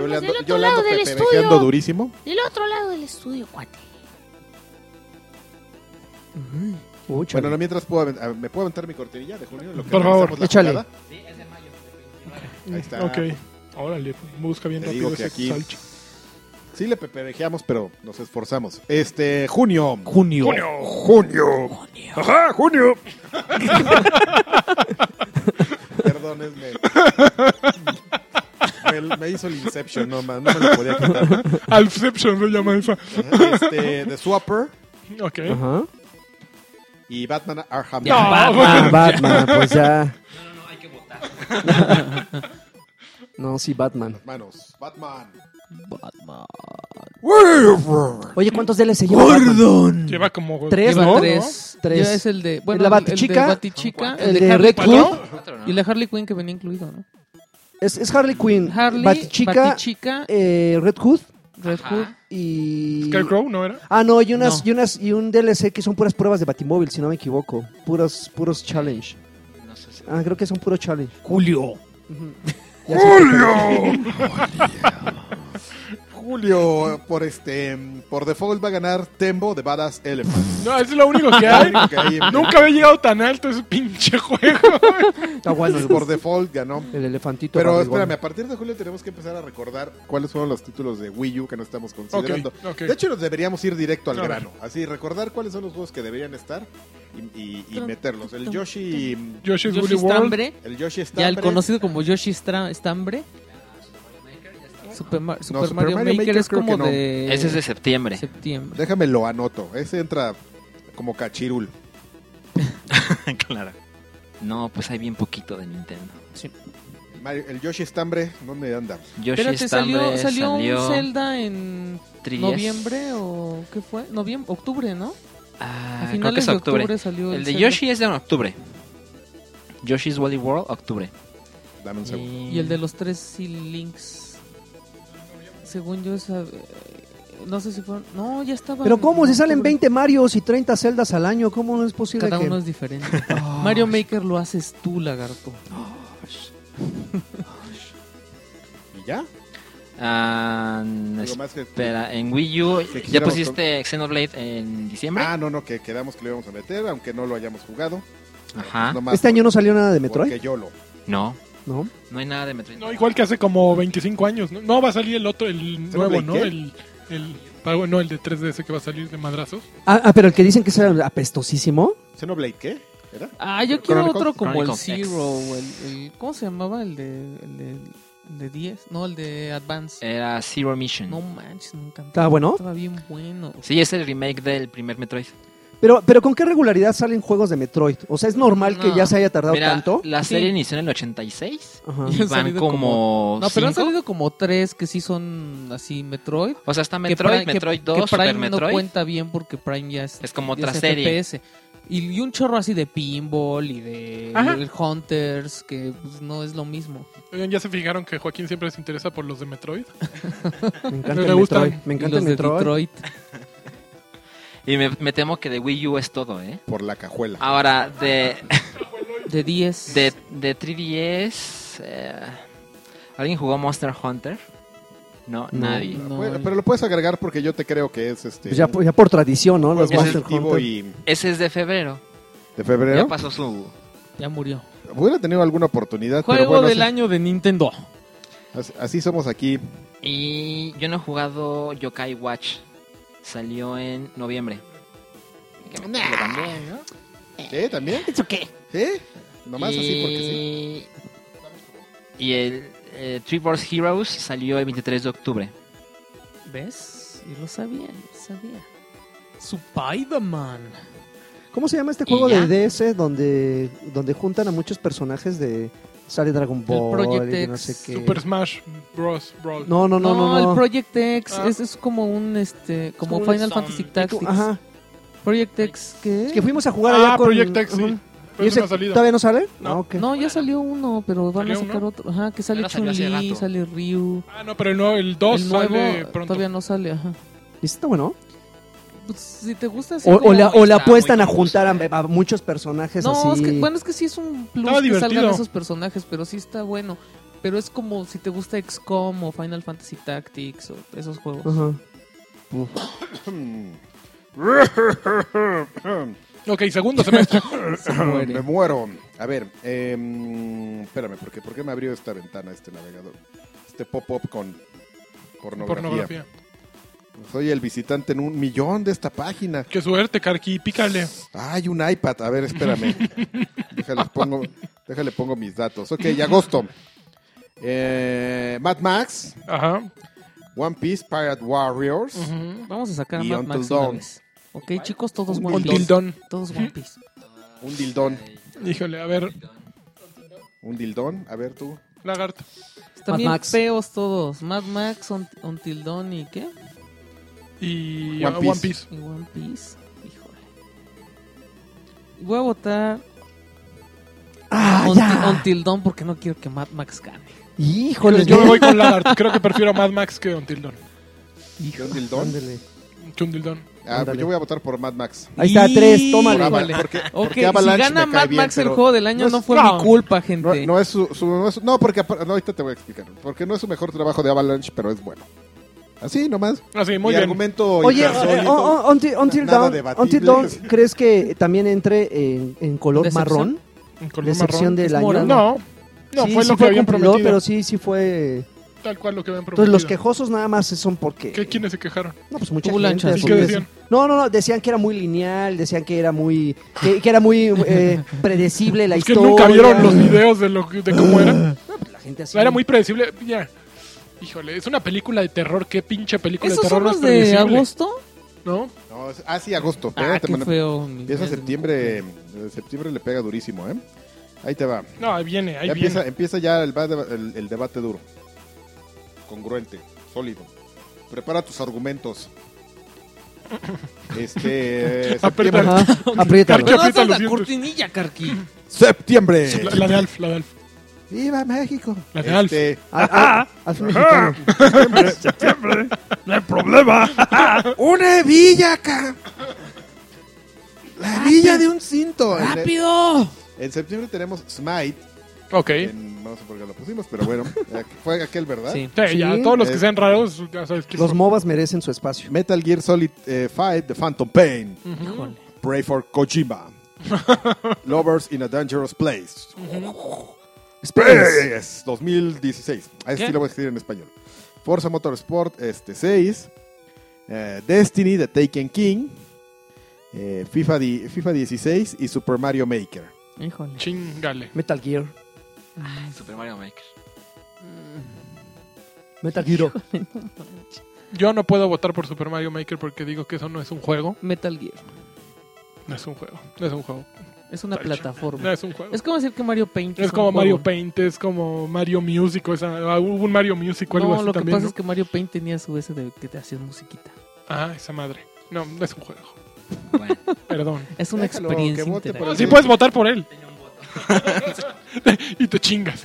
Vamos, le ando, del otro yo le ando lado del peperejeando estudio. durísimo. Del otro lado del estudio, cuate. Uy, Bueno, no, chale. mientras puedo, avent- ah, me puedo aventar mi cortinilla de junio. Lo que Por revisamos favor. la Échale. jugada? Ahí está. Ok. Órale, busca bien Te rápido digo que ese aquí- salchi. Sí, le peperejeamos, pero nos esforzamos. Este, junio. Junio. Junio. Junio. Ajá, junio. Perdónenme. Me, me hizo el Inception, no, ma- no me lo podía quitar. Alception se llama esa. Este, The Swapper Ok. Ajá. y Batman Arkham. No, Ah, Batman, pues ya. No, sí, Batman. Hermanos, Batman. Batman. Oye, ¿cuántos DLC lleva Batman? Lleva como Tres, ¿no? Lleva ¿no? tres. Tres. Ya es el de. Bueno, la el- Batichica, El de Batichica. el el de Harley Red Quinn, Hood, Cuatro, ¿no? Y el de Harley Quinn que venía incluido, ¿no? Es, es Harley Quinn, Harley, Batichica, Batichica, eh, Red Hood Red Ajá. Hood. y... Scarecrow, ¿no era? Ah, no, y unas, No. y unas, y un DLC que son puras pruebas de Batimóvil, si no me equivoco. Puros, puros challenge. No sé si... Ah, creo que son puros challenge. Julio. Ya sé. Julio, por este, por default va a ganar Tembo de Badass Elephant. No, es lo único que hay. Lo que hay en- Nunca había llegado tan alto ese pinche juego. Está bueno el, Por default ganó. el elefantito. Pero barrigón. espérame, a partir de julio tenemos que empezar a recordar cuáles fueron los títulos de Wii U que no estamos considerando. ok. De hecho, nos deberíamos ir directo al A ver. grano. Así, recordar cuáles son los juegos que deberían estar y, y- y meterlos. El Yoshi. Yoshi's Woolly Yoshi World. Stambre. El Yoshi está. Ya el conocido como Yoshi Stra- Stambre. Super, Mar- Super Super Mario, Mario Maker, Maker es creo que como no. de. Ese es de septiembre. septiembre. Déjame lo anoto. Ese entra como cachirul. claro. No, pues hay bien poquito de Nintendo. Mario- el Yoshi Estambre, ¿dónde anda? Yoshi Espérate, salió, Stambre salió un salió Zelda en 3DS. noviembre o qué fue? Noviembre, octubre, ¿no? Ah, A creo que finales es octubre. de octubre salió El de Zelda. Yoshi es de octubre. Yoshi's Woolly World, octubre. Dame Eh, un segundo. y el de los tres sí, links. Según yo esa eh, no sé si fueron, no, ya estaba. Pero en ¿cómo? Si salen octubre. 20 Marios y 30 celdas al año, ¿cómo no es posible cada que...? uno es diferente. Ah, Mario Maker lo haces tú, lagarto. ¿Y ya? Ah, no, Digo, más que- espera, en Wii U. Que ¿Ya quisiéramos pusiste Xenoblade en diciembre? Ah, no, no, que quedamos que lo íbamos a meter, aunque no lo hayamos jugado. Ajá. No más Este año no salió nada de Metroid, Porque yo lo. No, ¿no? no hay nada de Metroid. No, igual que hace como 25 años, ¿no? No, va a salir el otro, el nuevo, Xenoblade ¿no? qué? El, el, ah, bueno, el de 3DS que va a salir de madrazos. Ah, ah, pero el que dicen que es apestosísimo. ¿Xenoblade qué? ¿Era? Ah, yo quiero Chronicles- otro como el Chronicles Zero. X. El, el- ¿Cómo se llamaba? El de, el de, el de 10. No, el de Advance. Era Zero Mission. No manches, me encantó. ¿Estaba bueno? Estaba bien bueno. Sí, es el remake del primer Metroid. Pero, pero ¿con qué regularidad salen juegos de Metroid? O sea, ¿es normal que No. ya se haya tardado Mira, tanto? la Sí. serie inició en el 86 Ajá. y Han van salido como. No, pero han cinco. salido como tres que sí son así Metroid. O sea, está Que Metroid, Pri- que- Metroid que 2, Super Prime no Metroid. cuenta bien porque Prime ya es, Es como ya otra es serie. FPS. Y, y un chorro así de pinball y de Ajá. Hunters, que pues, no es lo mismo. Oigan, ¿ya se fijaron que Joaquín siempre se interesa por los de Metroid? Me encanta Me el gustan. Metroid. Me y encanta los el de Metroid. Detroit. Y me, me temo que de Wii U es todo, ¿eh? Por la cajuela. Ahora, de, De 10. de, de 3DS. eh, ¿Alguien jugó Monster Hunter? No, No. nadie. No, eh. Bueno, el- pero lo puedes agregar porque yo te creo que es este. Pues ya, ya por tradición, ¿no? un Los juego Monster activo Hunter. y Ese es de febrero. de Ya febrero. pasó su. Ya murió. Hubiera tenido alguna oportunidad, Juego pero bueno, del así, año de Nintendo. así- así somos aquí. Y yo no he jugado Yokai Watch. Salió en noviembre. Que me chingue también, ¿no? ¿Eh? ¿También? ¿Eso qué? ¿Eh? Nomás así porque sí. Y el eh, Three Wars Heroes salió el 23 de octubre. ¿Ves? Yo lo sabía, yo lo sabía. Spider-Man. ¿Cómo se llama este Y juego ya. de DS donde, donde juntan a muchos personajes de... Sale Dragon Ball Project y no X, sé qué. Super Smash Bros. Brawl. No, no, no, no. no. el Project X Ah. es, es como un este como Es como un Final son- Fantasy y tú- Tú- Tactics. Ajá. Project X ¿qué? Es que fuimos a jugar allá Ah, con... Project X, sí. Ajá. Pero ¿Y ese ese no ha salido. todavía no sale? No. Ah, ok. No, ya salió uno, pero van a ¿Salió sacar uno? otro. Ajá, que sale Ya salió hace Chun-Li, rato. sale Ryu. Ah, no, pero el, nuevo, el 2 el nuevo sale pronto. todavía no sale, ajá. ¿Y está bueno? Pues, si te gusta así O, como- o, la- o le está apuestan muy a juntar confuso, a, a muchos personajes No, así. es que, bueno, es que sí es un plus Estaba que salgan divertido. esos personajes, pero sí está bueno. Pero es como si te gusta XCOM o Final Fantasy Tactics o esos juegos. Ajá. Ok, segundo semestre. Se muere. me muero. A ver, em, espérame, ¿por qué, ¿por qué me abrió esta ventana este navegador? Este pop-up con pornografía. pornografía. Soy el visitante en un millón de esta página. Qué suerte, Karki. Pícale. Hay un iPad. A ver, espérame. déjale, pongo, déjale, pongo mis datos. Ok, y agosto. Eh, Mad Max, Ajá. One Piece, Pirate Warriors. Ujú. Vamos a sacar a Y Mad Until Max una Dawn. vez. Ok, chicos, todos One Until Piece. Dawn. Todos One Piece. Un dildón. Híjole, a ver, Un dildón. A ver tú. lagarto. Están Mad bien Max. feos todos. Mad Max, Un- Until Dawn y ¿qué? Y One ah, Piece. One Piece. Y One Piece. Híjole. Voy a votar ¡Ah, Until, ya! Until Dawn porque no quiero que Mad Max gane. ¡Híjole! Yo me voy con lagarto. Creo que prefiero a Mad Max que Until Dawn. Un dildón. Ándale. Chundil Dawn. Ah, pues Ándale. yo voy a votar por Mad Max. Ahí está, Y- tres, tómale. Bravo. Porque, Híjole. porque, Ok, porque si Avalanche gana me cae Mad bien, Max el pero juego del año, no no, es- fue no. mi culpa, No, gente. no es su, su- no, es- no, porque apar- no, ahorita te voy a explicar. Porque no es su mejor trabajo de Avalanche, pero es bueno. Así nomás. Así, Mi Ah, muy bien. argumento Oye, eh, insólito. oh, oh, Until, Until Nada Dawn, debatible. Until Dawn, ¿crees que también entre en, en color ¿Decepción? marrón? En color Decepción marrón. del Es año. morado. No, no, Sí, fue sí lo que habían cumplidor, prometido. pero sí, sí fue... Tal cual lo que habían prometido. Entonces los quejosos nada más son porque... ¿Qué, ¿Quiénes se quejaron? No, pues mucha Tuvo lanchas. gente. ¿Y Sí, qué porque- decían? No, no, no, decían que era muy lineal, decían que era muy... Que, que era muy eh, predecible la Es que historia. nunca vieron los videos de, lo, que- de cómo era. La gente así... Era muy predecible. Ya. Híjole, es una película de terror. ¿Qué pinche película de ¿Esos terror son no es los de predecible? agosto? ¿no? No, es- ah, sí, agosto. Ah, Espérate, qué mano. feo. mi Empieza mes de septiembre. eh, Septiembre le pega durísimo, ¿eh? Ahí te va. No, ahí viene, ahí ya viene. empieza, empieza ya el, va- el- el debate duro. Congruente, sólido. Prepara tus argumentos. Este. eh, Aprieta. septiembre. Ajá, apriétalo. Carcha. aprieta Pero no haces los la dientes. cortinilla, Carqui. Septiembre. eh, La, la de Alf, la de Alf. ¡Viva México! Ah, La de Alf. Este, Al- al- al mexicano. No hay problema. Una villa acá. La villa de un cinto. En, ¡Rápido! en septiembre tenemos Smite. Ok. eh, en- no no sé por qué lo pusimos, pero bueno, eh, fue aquel, ¿verdad? Sí. Sí, Sí. ya, todos los que Eh, sean raros, ya sabes que Los MOBAs merecen su espacio. Metal Gear Solid 5, The Phantom Pain, Pray for Kojima, Lovers in a Dangerous Place, Space. PES 2016. A ¿Qué? este sí lo voy a escribir en español. Forza Motorsport este, 6. eh, Destiny The Taken King. eh, FIFA, di- FIFA 16 y Super Mario Maker. Híjole. Chingale. Metal Gear. Ay, Super Mario Maker. Metal Gear. Yo no puedo votar por Super Mario Maker porque digo que eso no es un juego. Metal Gear. No es un juego. No es un juego. Es una Está hecho. No plataforma. es un juego. Es como decir que Mario Paint. Es un como juego. Mario Paint, es como Mario Music, o esa, ah, hubo un Mario Music o algo No, así lo que también. pasa ¿no? es que Mario Paint tenía su ese de que te hacías musiquita. Ah, esa madre. No, no es un juego. Bueno, Perdón. Es una Déjalo, experiencia que vote por No, interactiva. el- sí puedes votar por él. y te chingas.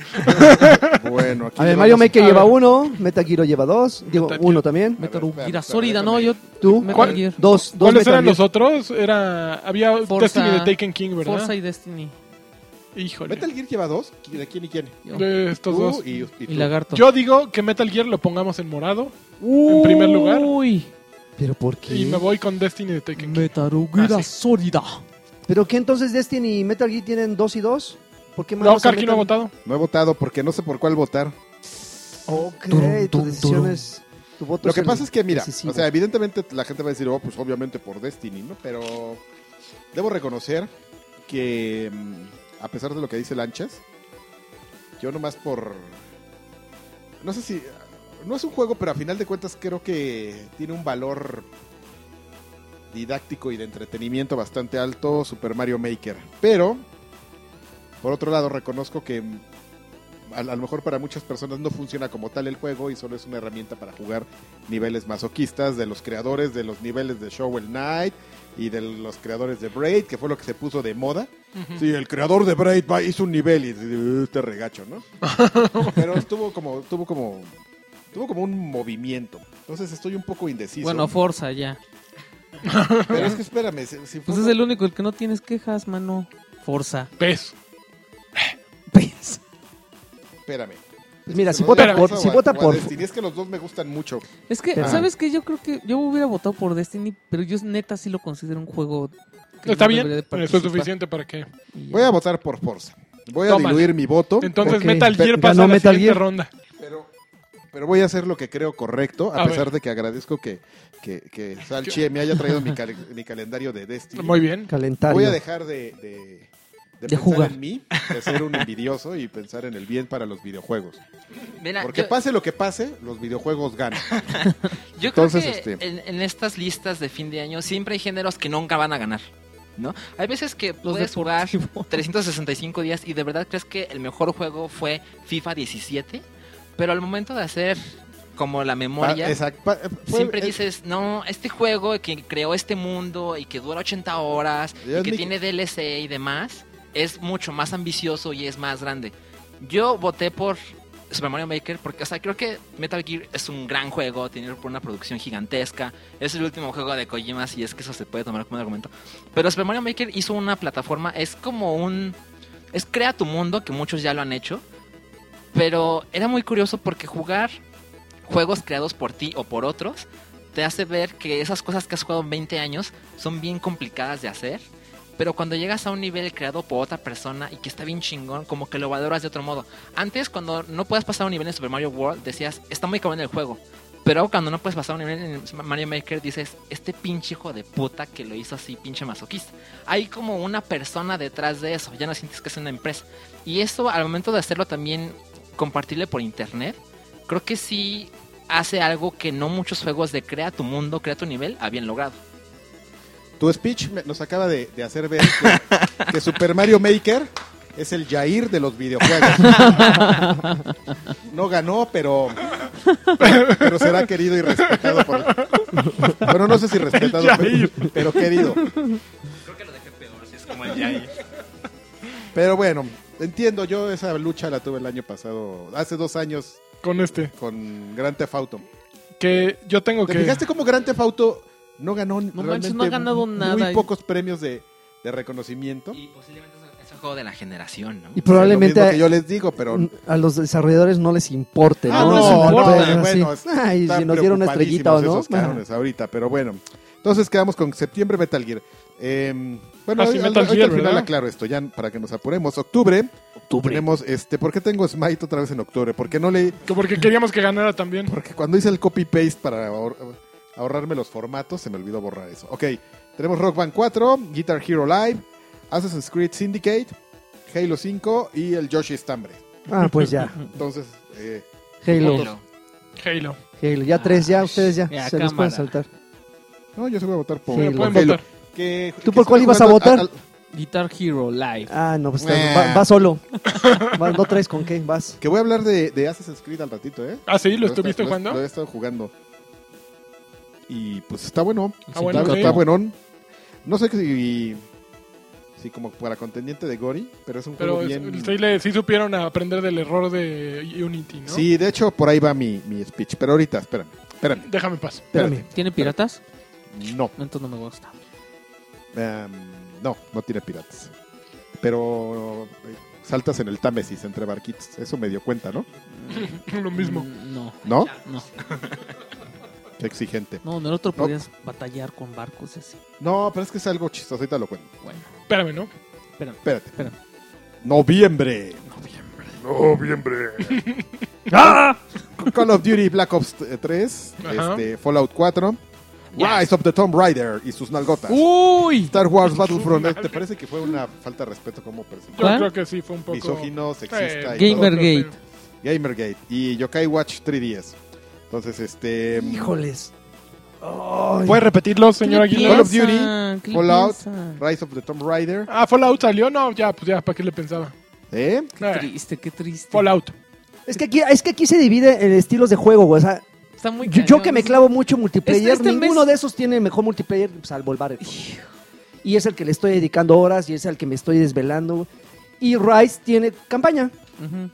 Bueno, aquí A ver, llevamos- Mario Maker A lleva ver. uno, Metal Gear lleva dos, digo Metal Gear. uno también. Metal A ver, espera, Gear espera, Solid, déjame no, yo. ir. Tú, Metal ¿Cuál- Gear. dos, dos ¿Cuáles Metal eran Gear. los otros? Era había Forza- Destiny de Taken King, ¿verdad? Forza y Destiny. Híjole. Metal Gear lleva dos. ¿De quién y quién? Yo. De estos Tú dos. y, y tú. Uh, Y Lagarto. Yo digo que Metal Gear lo pongamos en morado en primer lugar. Uy. Pero ¿por qué? y me voy con Destiny de Taken King. Metaruguida Ah, sí. sólida. ¿Pero qué entonces Destiny y Metal Gear tienen dos y dos? ¿Por qué No, mandas a Karki no ha Metal- votado. No he votado porque no sé por cuál votar. Ok, Turum, tu turum, decisión turum. es... Tu voto Lo que el pasa es que, mira, decisivo. o sea, evidentemente la gente va a decir, oh, pues obviamente por Destiny, ¿no? Pero debo reconocer que, mm, a pesar de lo que dice Lanchas, yo nomás por... No sé si... No es un juego, pero a final de cuentas creo que tiene un valor didáctico y de entretenimiento bastante alto Super Mario Maker. Pero, por otro lado, reconozco que mm, a, a lo mejor para muchas personas no funciona como tal el juego y solo es una herramienta para jugar niveles masoquistas de los creadores de los niveles de Shovel Knight y de los creadores de Braid, que fue lo que se puso de moda. Sí, el creador de Braid va- hizo un nivel y "Uh, este regacho, ¿no? Pero estuvo como, tuvo como, tuvo como un movimiento. Entonces estoy un poco indeciso. Bueno, Forza ya. pero es que espérame, si, si fue Pues es una- el único el que no tienes quejas, mano. Forza. Pez. Pens. espérame. Pues mira, Se si lo vota digo a por... Forza Si o a- vota o a por... Destiny, es que los dos me gustan mucho. Es que, Ah. ¿sabes qué? Yo creo que yo hubiera votado por Destiny, pero yo neta sí lo considero un juego. que Está no bien. debería Eso de es participar. suficiente para que. Y ya. Voy a votar por Forza. Voy a Tómala. diluir mi voto. Entonces Ok. Metal Gear Ganó pasa a la Metal siguiente Gear. ronda. Pero, pero voy a hacer lo que creo correcto, a, A pesar ver. de que agradezco que, que, que Salchi me haya traído mi, cal- mi calendario de Destiny. Muy bien. Calentario. Voy a dejar de, de, de pensar jugar. en mí, de ser un envidioso y pensar en el bien para los videojuegos. mira, Porque yo- pase lo que pase, los videojuegos ganan. Yo Entonces, creo que este- en, en estas listas de fin de año siempre hay géneros que nunca van a ganar, ¿no? Hay veces que Los puedes jugar deportivos. 365 días y de verdad crees que el mejor juego fue FIFA 17, pero al momento de hacer como la memoria, Pa- exact- pa- fue- siempre eh, dices, no, este juego que creó este mundo y que dura 80 horas Ya y que ni- tiene DLC y demás, es mucho más ambicioso y es más grande. Yo voté por Super Mario Maker porque, o sea, creo que Metal Gear es un gran juego, tiene una producción gigantesca, es el último juego de Kojima, si es que eso se puede tomar como un argumento. Pero Super Mario Maker hizo una plataforma, es como un... Es Crea tu mundo, que muchos ya lo han hecho, pero era muy curioso porque jugar juegos creados por ti o por otros te hace ver que esas cosas que has jugado en 20 años son bien complicadas de hacer, pero cuando llegas a un nivel creado por otra persona y que está bien chingón, como que lo valoras de otro modo. Antes, cuando no puedes pasar un nivel en Super Mario World, decías, está muy cabrón el juego. Pero ahora cuando no puedes pasar un nivel en Mario Maker, dices, este pinche hijo de puta que lo hizo así, pinche masoquista. Hay como una persona detrás de eso, ya no sientes que es una empresa. Y eso, al momento de hacerlo también, compartirle por internet, creo que sí hace algo que no muchos juegos de crea tu mundo, crea tu nivel, habían logrado. Tu speech me- nos acaba de, de hacer ver que, que Super Mario Maker es el Jair de los videojuegos. No ganó, pero, pero será querido y respetado. Por, bueno, no sé si respetado, pero, pero querido. Creo que lo dejé peor, si es como el Yair. Pero bueno, entiendo, yo esa lucha la tuve el año pasado, hace dos años Con este. con Gran Theft Auto. Que yo tengo ¿Te que. fijaste cómo Gran Theft Auto no ganó manches, realmente no ha ganado muy nada. pocos premios de, de reconocimiento? posiblemente eso, Es un juego de la generación, ¿no? Y probablemente Es lo mismo que yo les digo, pero Mm, a los desarrolladores no les importe, Ah, ¿no? no, Así, no, pero no, así, bueno, están ay, si nos dieron una estrellita o no. preocupadísimos esos cabrones ahorita, pero bueno. Entonces quedamos con septiembre Metal Gear. Eh, bueno, Ah, sí, ahorita- Metal ahorita Gear, al final ¿verdad? aclaro esto, ya para que nos apuremos. Octubre, Octubre. tenemos este, ¿por qué tengo Smite otra vez en octubre? Porque no leí, Que Porque queríamos que ganara también. porque cuando hice el copy paste para ahor- ahorrarme los formatos, se me olvidó borrar eso. Ok, tenemos Rock Band 4, Guitar Hero Live, Assassin's Creed Syndicate, Halo 5 y el Yoshi Stambre. Ah, pues ya. Entonces, eh, Halo. Halo. Halo. Ya tres, ya ustedes ya. Ya, se los pueden cámara. saltar. no, yo se voy a votar por Sí, Bueno, lo- pueden Halo. votar. que- ¿Tú que por cuál estoy ibas a jugando votar? al- Guitar Hero Live. Ah, no, pues Nah. va, va solo. Va, no traes con qué, vas. que voy a hablar de, de Assassin's Creed al ratito, ¿eh? Ah, sí, Lo lo he estuviste estado- lo he- Lo jugando. he estado jugando. Y pues está bueno. Ah, bueno, está, sí. está buenón. No sé si, si como para contendiente de Gori, pero es un Pero juego es- bien... sí, le- sí supieron aprender del error de Unity, ¿no? Sí, de hecho, por ahí va mi, mi speech. Pero ahorita, espérame, espérame. Déjame en paz. Espérame. ¿Tiene piratas? No, No, Entonces no me gusta. em, no, no tiene piratas. Pero eh, saltas en el Támesis entre barquitos. Eso me dio cuenta, ¿no? Lo mismo. Mm, No, ¿No? no. Qué exigente. No, en el otro No. podías batallar con barcos y así. No, pero es que es algo chistoso. Ahorita lo cuento. Bueno, Espérame, ¿no? Espérate. Espérame. Noviembre. ¡Ah! Call of Duty Black Ops 3, Ajá. este, Fallout 4, Rise of the Tomb Raider y sus nalgotas. ¡Uy! Star Wars Battlefront, Sus ¿te parece que fue una falta de respeto como persona? Yo ¿Cuál? creo que sí, fue un poco... Misógino, Eh, sexista y todo. Gamer. Gamergate. Gamergate y Yokai Watch 3DS. Entonces, este... Híjoles. Ay. ¿Puedes repetirlo, señor ¿Qué le Aguilar? Call of piensan? Duty, ¿Qué le Fallout, piensan? Rise of the Tomb Raider, Ah, Fallout salió. No, ya, pues ya, ¿para qué le pensaba? ¿eh? Qué Eh, triste, qué triste. Fallout. Es que aquí, es que aquí se divide en estilos de juego, güey. O sea, Está muy yo, yo cañón. que me clavo mucho multiplayer, Este- este mes- ninguno de esos tiene mejor multiplayer pues, salvo el Battlefront. Hijo, Y es el que le estoy dedicando horas y es el que me estoy desvelando. güey. Y Rise tiene campaña. ujú.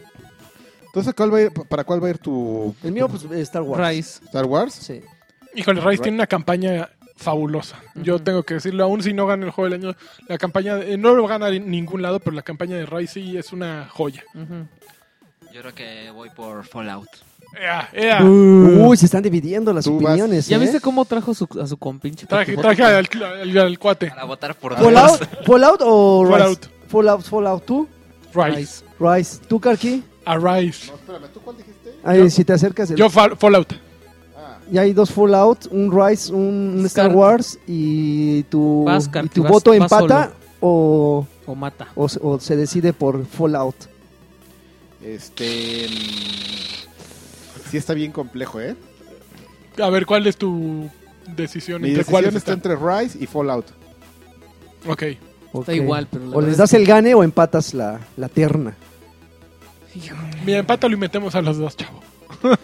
Entonces, ¿cuál va a ir- ¿para cuál va a ir tu El mío, pues, Star Wars. Rise. Star Wars? Sí. Híjole, Rise Ra- tiene una campaña fabulosa. Yo Ujú. tengo que decirlo, aún si no gana el juego del año, la campaña, de- eh, no lo gana en ningún lado, pero la campaña de Rise sí es una joya. ujú. Yo creo que voy por Fallout. Ea, ea. Uy, se están dividiendo las Tú vas- opiniones. ¿Ya ¿eh? viste cómo trajo su- a su compinche? Traje, Pato? traje al, al- al cuate. Para votar por ¿Fallout, Fallout o Rise? Fallout. Fallout, Fallout, tú. Rise. Rise. Rise. ¿Tú, Karki? A Rise. No, espérame, ¿tú cuál dijiste? Ahí, Yo- si te acercas. el- Yo Fa- Fallout. Ah, Ya hay dos Fallout, un Rise, un, un Star Scar- Wars y tu, Vas, Karki, y tu vas- voto vas empata solo. o, O mata. o se- o se decide por Fallout. este... mm, Sí está bien complejo, ¿eh? A ver, ¿cuál es tu decisión? Mi ¿Entre decisión cuáles está está? entre Rise y Fallout. Ok. Ok. Está igual, pero O la verdad les es das que- el gane o empatas la, la terna. Mira, empátalo y metemos a los dos, chavo.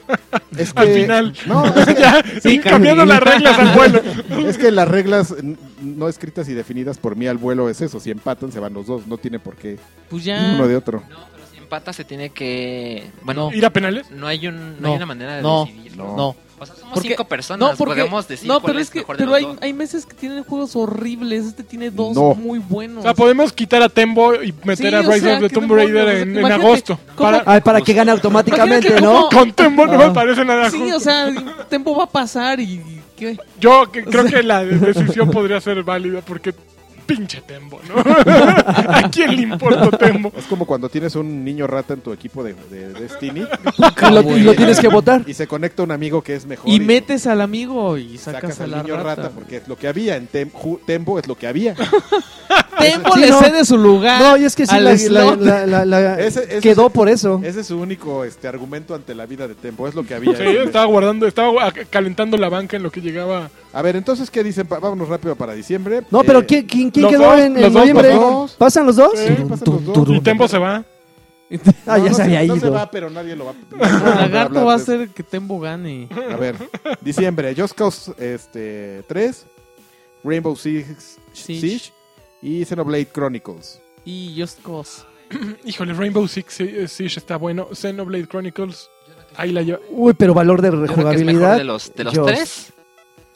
Es que, Al final. No, es que, ya, Sí, cambiando Carmen. las reglas al vuelo. es que las reglas n- no escritas y definidas por mí al vuelo es eso. Si empatan, se van los dos. No tiene por qué Pues Ah. ya. uno de otro. No, pero si empata se tiene que... Bueno, ¿Ir a penales? no hay, un, no No, hay una manera de no, decidirlo. No. No, O sea, somos Porque- cinco personas, porque- podemos decir no, cuál pero es es que mejor de pero los hay, dos. hay meses que tienen juegos horribles. Este tiene dos No. muy buenos. O sea, podemos quitar a Tembo y meter Sí, a o Rise sea, of the ¿qué Tomb demonios? Raider O sea, en, en imagínate, agosto. ¿cómo- Ah, Para- Ay, pues, para que gane automáticamente, Imagínate ¿no? cómo- con Tembo no Ah. me parece nada Sí, justo. o sea, Tempo va a pasar y. ¿Qué? Yo que- creo que la decisión podría ser válida porque pinche Tembo, ¿no? ¿A quién le importa Tembo? Es como cuando tienes un niño rata en tu equipo de, de Destiny Ah, Y lo, y lo tienes que votar. y se conecta un amigo que es mejor. Y metes al amigo y sacas, sacas a al la niño rata. rata. porque es lo que había. En Tem- Ju- Tembo es lo que había. Tempo Sí, le no. cede su lugar. No, y es que sí, Ah, al la, la- slot. la- la- la- Ese- ese- quedó por eso. Ese es eh, su único este, argumento ante la vida de Tembo. Es lo que había. Sí, estaba guardando, estaba calentando la banca en lo que llegaba. A ver, entonces, ¿qué dicen? Pa- Vámonos rápido para diciembre. No, Eh, pero ¿quién, quién, quién los quedó dos, en, en los dos, noviembre? los dos. ¿Pasan los dos? Sí, pasan los dos. Y Tembo se va. Ah, no, ya no se había no se ido. va, pero nadie lo va nadie va a... Lagarto hablar va a de eso. hacer que Tempo gane. A ver, diciembre, Just Cause este, 3, Rainbow Six Siege, Siege. y Xenoblade Chronicles. Y Just Cause. Híjole, Rainbow Six eh, Siege está bueno. Xenoblade Chronicles, ahí la lleva. Uy, pero valor de Yo creo que es mejor rejugabilidad. de los, de los Yo- tres.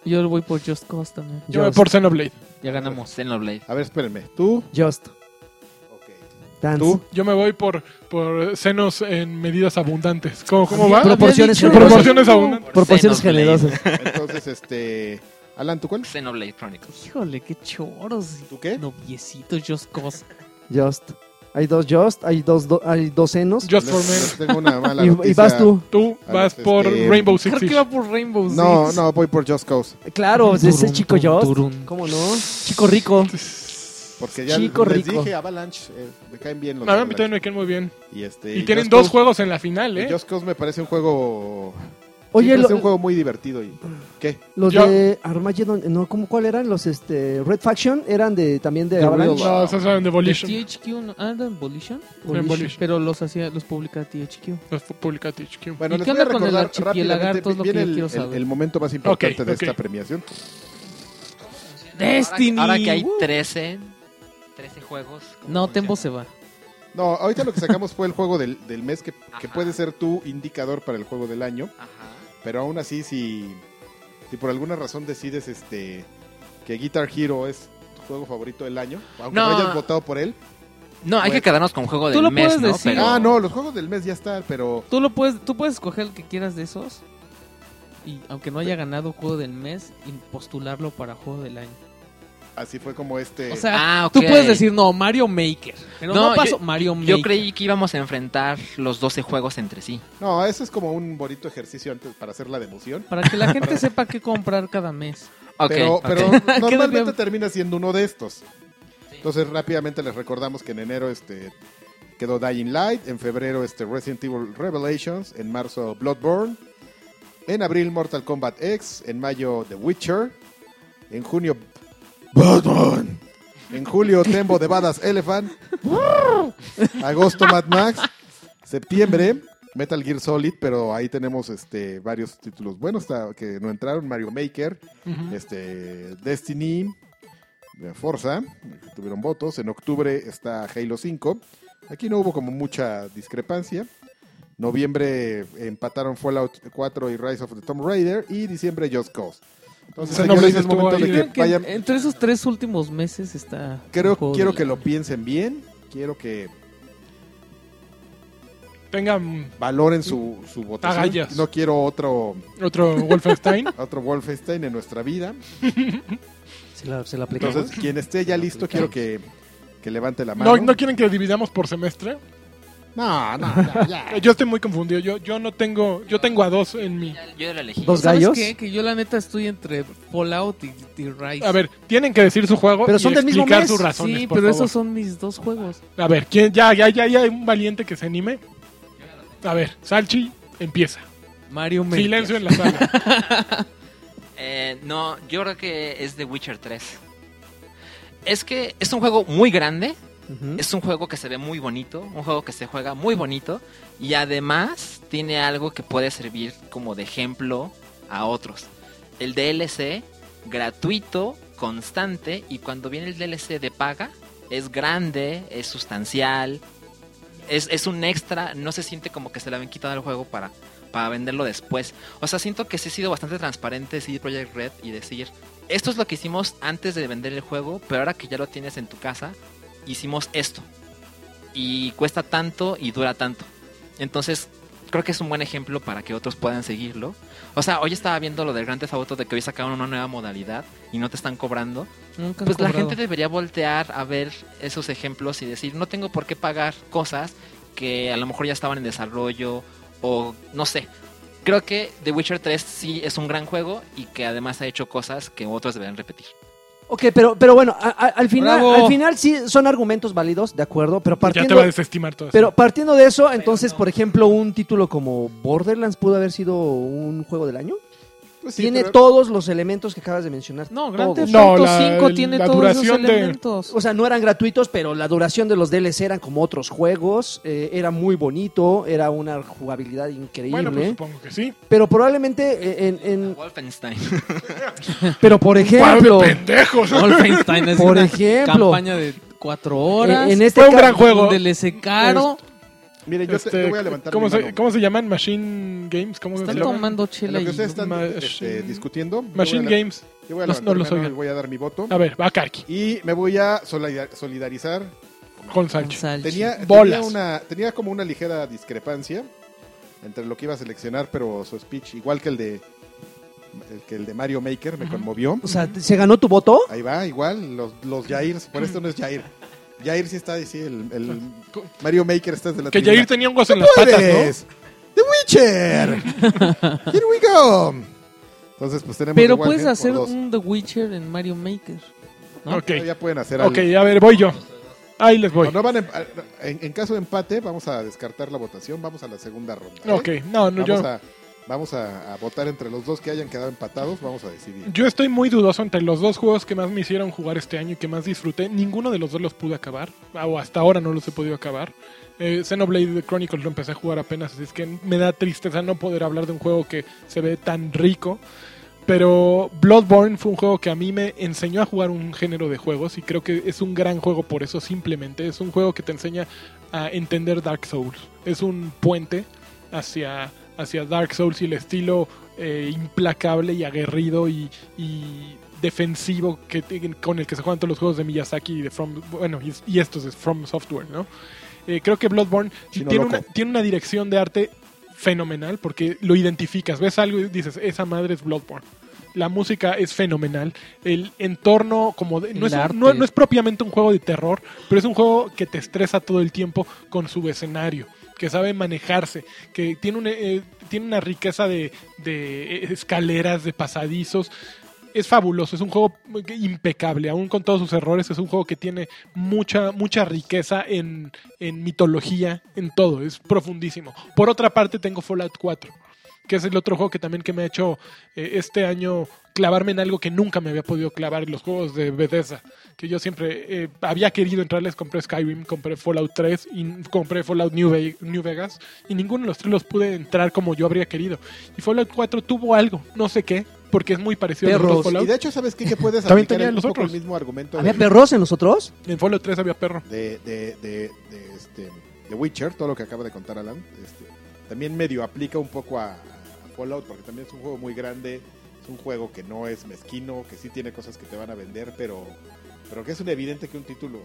Yo voy por Just Cause también. Yo voy Just. por Xenoblade. Ya ganamos. Xenoblade. A ver, espérenme, tú. Just. Ok. Dance. ¿Tú? Yo me voy por, por senos en medidas abundantes. ¿Cómo, cómo va? Propor- Proporciones Había dicho- Proporciones abundantes. Proporciones Xenoblade. generosas. Entonces, este. Alan, ¿tú cuál? Xenoblade Chronicles. Híjole, qué choros. ¿Tú qué? Noviecitos, choscos. Just. Hay dos Just, hay dos, do- hay dos senos. Just for Les- Men. les Tengo una mala Y, y noticia. vas tú. Tú Ah, vas este, por Rainbow Six Creo que Siege. iba por Rainbow No, Six. no, voy por Just Cause. Claro, Turun, ese chico turun, Just. turun. ¿Cómo no? Chico rico. Porque ya Chico les rico. dije Avalanche, eh, me caen bien los No, a mí Avalanche. también me quedan muy bien. Y, este, Y tienen Just dos Cause- juegos en la final, y ¿eh? Just Cause me parece un juego. Oye, es lo- un juego muy divertido. Y... ¿Qué? los yo- de Armageddon, no, ¿cómo cuál eran? Los este Red Faction eran de también de The Avalanche. Real- No, esos eran de De Volition. THQ no, ah, eran Volition, Eran Volition. pero los hacía, los publica THQ. Los publica THQ. Bueno, ¿Y les qué voy a onda con el recordar archipielagarto? rápidamente, Es lo viene que yo el, quiero el- saber. el momento más importante Ok, de ok. esta premiación. Destiny. Ahora, que hay Uh. 13, 13 juegos. ¿cómo No, funciona? Tembo se va. No, ahorita lo que sacamos fue el juego del, del mes, que, que Ajá. puede ser tu indicador para el juego del año. Ajá. Pero aún así, si, si por alguna razón decides este que Guitar Hero es tu juego favorito del año, aunque no, No. hayas votado por él. No, hay Bueno. que quedarnos con juego Pues, Tú del lo mes, puedes ¿no? decir. Pero- Ah, no, los juegos del mes ya están, pero Tú lo puedes, tú puedes escoger el que quieras de esos. Y aunque no haya ganado juego del mes, y postularlo para juego del año. así fue como este. O sea, Ah, ok. tú puedes decir no, Mario Maker. Pero no, No, pasó yo- Mario Maker. Yo creí que íbamos a enfrentar los 12 juegos entre sí. no, eso es como un bonito ejercicio antes para hacer la democión. Para que la gente sepa qué comprar cada mes. Ok, pero ok. pero normalmente debíamos? termina siendo uno de estos. Entonces rápidamente les recordamos que en enero este quedó Dying Light, en febrero este Resident Evil Revelations, en marzo Bloodborne, en abril Mortal Kombat X, en mayo The Witcher, en junio Batman, en julio Tembo de Badass Elephant, agosto Mad Max, septiembre Metal Gear Solid, pero ahí tenemos este varios títulos buenos ta- que no entraron, Mario Maker, Ujú. este Destiny, eh, Forza, que tuvieron votos. En octubre está Halo 5. Aquí no hubo como mucha discrepancia. Noviembre empataron Fallout 4 y Rise of the Tomb Raider y diciembre Just Cause. O Entonces, sea, señores, noviembre es estuvo momento ahí, de ¿eh? Creo que que vayan- entre esos tres últimos meses está. Creo, juego quiero del que lo año. piensen bien. Quiero que Tengan valoren su, su votación. Agallas. No quiero otro, otro Wolfenstein. otro Wolfenstein en nuestra vida. Se la, se la aplicamos. Entonces, quien esté ya listo, quiero que, que levante la mano. ¿No, ¿No quieren que dividamos por semestre? no, no, no, ya. Eh, Yo estoy muy confundido. Yo, yo no tengo. Yo tengo a dos en mi. Ya- Yo ya lo elegí. Dos ¿Sabes gallos. qué? Que yo la neta estoy entre Fallout y, y Rise. A ver, tienen que decir su juego Pero y son del mismo explicar mes. sus razones, sí, por pero favor. esos son mis dos juegos. A ver, ¿quién? Ya, ya, ya, ya hay un valiente que se anime. A ver, Salchi, empieza. Mario Maker. Silencio en la sala. Eh, no, yo creo que es The Witcher 3. Es que es un juego muy grande, Ujú. es un juego que se ve muy bonito, un juego que se juega muy bonito y además tiene algo que puede servir como de ejemplo a otros. El DLC gratuito, constante y cuando viene el DLC de paga es grande, es sustancial, es, es un extra, no se siente como que se le habían quitado el juego para, para venderlo después. O sea, siento que sí he sido bastante transparente de CD Projekt Red y decir, esto es lo que hicimos antes de vender el juego, pero ahora que ya lo tienes en tu casa, hicimos esto. Y cuesta tanto y dura tanto. Entonces, creo que es un buen ejemplo para que otros puedan seguirlo. O sea, hoy estaba viendo lo del Grand Theft Auto de que hoy sacaron una nueva modalidad y no te están cobrando. Nunca han Pues la cobrado. gente debería voltear a ver esos ejemplos y decir, no tengo por qué pagar cosas que a lo mejor ya estaban en desarrollo o no sé. Creo que The Witcher 3 sí es un gran juego y que además ha hecho cosas que otros deberían repetir. Ok, pero, pero bueno, a- a- al, final, Bravo. al final sí son argumentos válidos, de acuerdo, pero ya te va a partiendo, desestimar todo pero partiendo de eso, entonces, no. por ejemplo, un título como Borderlands pudo haber sido un juego del año. Pues sí, Tiene pero- todos los elementos que acabas de mencionar. No, Grand todos. Theft No, Auto la- 5 tiene la todos duración esos de- elementos. O sea, no eran gratuitos, pero la duración de los DLC eran como otros juegos. eh, era muy bonito, era una jugabilidad increíble. Bueno, pues supongo que sí. Pero probablemente eh, en, Mm. en- Wolfenstein. Pero por ejemplo... ¡Guau, de pendejos! Wolfenstein es Por una ejemplo. campaña de cuatro horas. En, en este Fue un ca- gran juego. Un DLC caro. Miren, Eh, yo, te- Este, yo voy a levantar ¿cómo, mi se, mano. ¿Cómo se llaman? Machine Games. ¿Cómo Están se llaman? tomando En lo chela que y... ustedes están Ma- este, discutiendo, yo voy a Machine lev- Games. Yo voy a Los- levantar no mi los mano oigan. y voy a dar mi voto. A ver, va Karki. Y me voy a solidar- solidarizar con Sancho. Salchi. Tenía, tenía, Bolas. una, tenía como una ligera discrepancia entre lo que iba a seleccionar, pero su speech, igual que el de, el, que el de Mario Maker, me conmovió. O sea, ¿se ganó tu voto? Ahí va, igual, los, los Jairs. Por esto no es Jair. Jair sí está, sí, el, el Mario Maker está de la Ah, Que tribuna. Jair tenía hongos en las patas, ¿no? ¡Puedes! ¡The Witcher! ¡Here we go! Entonces, pues tenemos Pero igual puedes bien por hacer dos. un The Witcher en Mario Maker. ¿no? Ok, Ya pueden hacer algo. ok, a ver, voy yo. Ahí les voy. No, no van a emp- en, en caso de empate, vamos a descartar la votación. Vamos a la segunda ronda. ¿eh? Ok, no, no, vamos yo, a, vamos a, a votar entre los dos que hayan quedado empatados. Vamos a decidir. yo estoy muy dudoso entre los dos juegos que más me hicieron jugar este año y que más disfruté. Ninguno de los dos los pude acabar, o hasta ahora no los he podido acabar. Eh, Xenoblade Chronicles lo empecé a jugar apenas, así es que me da tristeza no poder hablar de un juego que se ve tan rico. Pero Bloodborne fue un juego que a mí me enseñó a jugar un género de juegos y creo que es un gran juego por eso simplemente. Es un juego que te enseña a entender Dark Souls. Es un puente hacia, hacia Dark Souls y el estilo eh, implacable y aguerrido y, y defensivo que, te- con el que se juegan todos los juegos de Miyazaki y de From, bueno, y, y estos de From Software, ¿no? Eh, creo que Bloodborne Chino tiene loco. una, tiene una dirección de arte fenomenal porque lo identificas, ves algo y dices, esa madre es Bloodborne. La música es fenomenal. El entorno, como de- no, El es, arte. no- no es propiamente un juego de terror, pero es un juego que te estresa todo el tiempo con su escenario, que sabe manejarse, que tiene una, eh, tiene una riqueza de, de escaleras, de pasadizos. Es fabuloso, es un juego impecable, aún con todos sus errores, es un juego que tiene mucha, mucha riqueza en, en mitología, en todo, es profundísimo. Por otra parte, tengo Fallout 4, que es el otro juego que también que me ha hecho eh, este año clavarme en algo que nunca me había podido clavar en los juegos de Bethesda, que yo siempre eh, había querido entrarles, compré Skyrim, compré Fallout 3 y n- compré Fallout New, Ve- New Vegas y ninguno de los tres los pude entrar como yo habría querido. Y Fallout 4 tuvo algo, no sé qué, porque es muy parecido a los Perros. otros Y de Fallout. hecho, ¿sabes qué? Que puedes También aplicar tenía el, los un poco otros. el mismo argumento ¿Había de- perros en nosotros? En Fallout 3 había perro. de, de, de, de, este, de Witcher, todo lo que acaba de contar Alan, este, también medio aplica un poco a, a Fallout, porque también es un juego muy grande, es un juego que no es mezquino, que sí tiene cosas que te van a vender, pero, pero que es un evidente que un título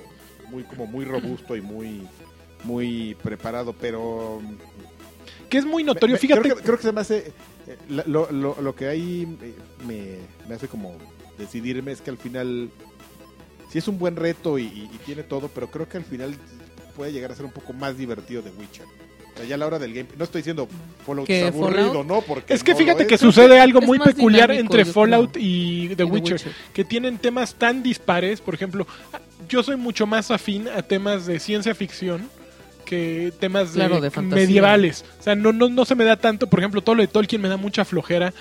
muy, como muy robusto y muy, muy preparado, pero... Que es muy me- notorio, me- fíjate. Creo que, creo que se me hace... eh, la- Lo, lo, lo que ahí eh, me, me hace como decidirme es que al final... Sí es un buen reto y, y- y tiene todo, pero creo que al final puede llegar a ser un poco más divertido de Witcher. O sea, ya a la hora del game, no estoy diciendo Fallout Que es aburrido, Fallout- ¿no? Porque Es que no fíjate lo que es. sucede algo Es muy más peculiar dinámico, entre yo creo. Fallout y The The Witcher, que tienen temas tan dispares. Por ejemplo, yo soy mucho más afín a temas de ciencia ficción que temas de Claro, de fantasía. medievales. O sea, no, no, no se me da tanto. Por ejemplo, todo lo de Tolkien me da mucha flojera.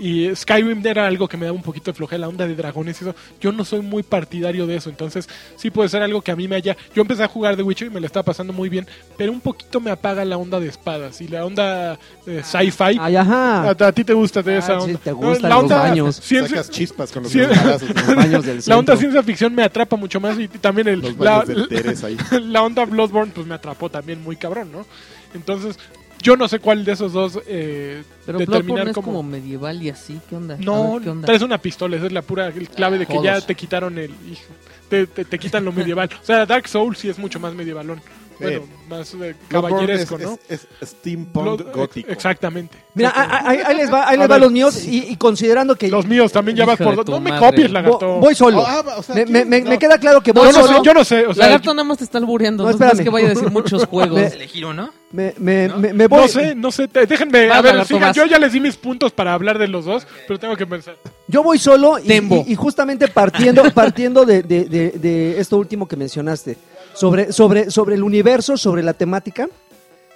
Y Skyrim era algo que me daba un poquito de flojera, la onda de dragones y eso. Yo no soy muy partidario de eso, entonces sí puede ser algo que a mí me haya... Yo empecé a jugar The Witcher y me lo estaba pasando muy bien, pero un poquito me apaga la onda de espadas y la onda eh, sci-fi. Ay, ajá. A, a ti te gusta de esa Ah, sí, onda. te No, gustan la los onda baños. ciencia- Sacas chispas con los Cien- balazos, Los baños del la onda centro. ciencia ficción me atrapa mucho más y también el, los la, baños de Teresa ahí. la onda Bloodborne pues me atrapó también muy cabrón, ¿no? Entonces, yo no sé cuál de esos dos eh, Pero determinar Bloodborne es como... como medieval y así. ¿Qué onda? A No, ver, ¿qué onda? traes una pistola, esa es la pura clave de que ya Jodos. te quitaron el... hijo, Te, te- te quitan lo medieval. O sea, Dark Souls sí es mucho más medievalón. Bueno, más eh, caballeresco, ¿no? Es, es steampunk Blood- gótico. Exactamente. Mira, ah, ah, ahí, ahí les va, ahí les A va ver. los míos y, y considerando que Los míos también ya vas Hijo por... de dos. tu No me madre. copies, vo- lagarto. voy solo. Ah, ah, o sea, me, aquí- me- me- no. me queda claro que voy yo, no sé, solo. yo no sé, o sea, Lagarto nada más te está albureando. No, No, es espérame. que vaya a decir muchos juegos. Me- Elegir uno. me, me- ¿No? me- me voy. No sé, no sé. te- Déjenme. Vas, a ver, Lagarto, sigan, vas. yo ya les di mis puntos para hablar de los dos, pero tengo que pensar. Yo voy solo y, Tembo. y- y justamente partiendo, partiendo de, de- de- de esto último que mencionaste, sobre, sobre, sobre el universo, sobre la temática.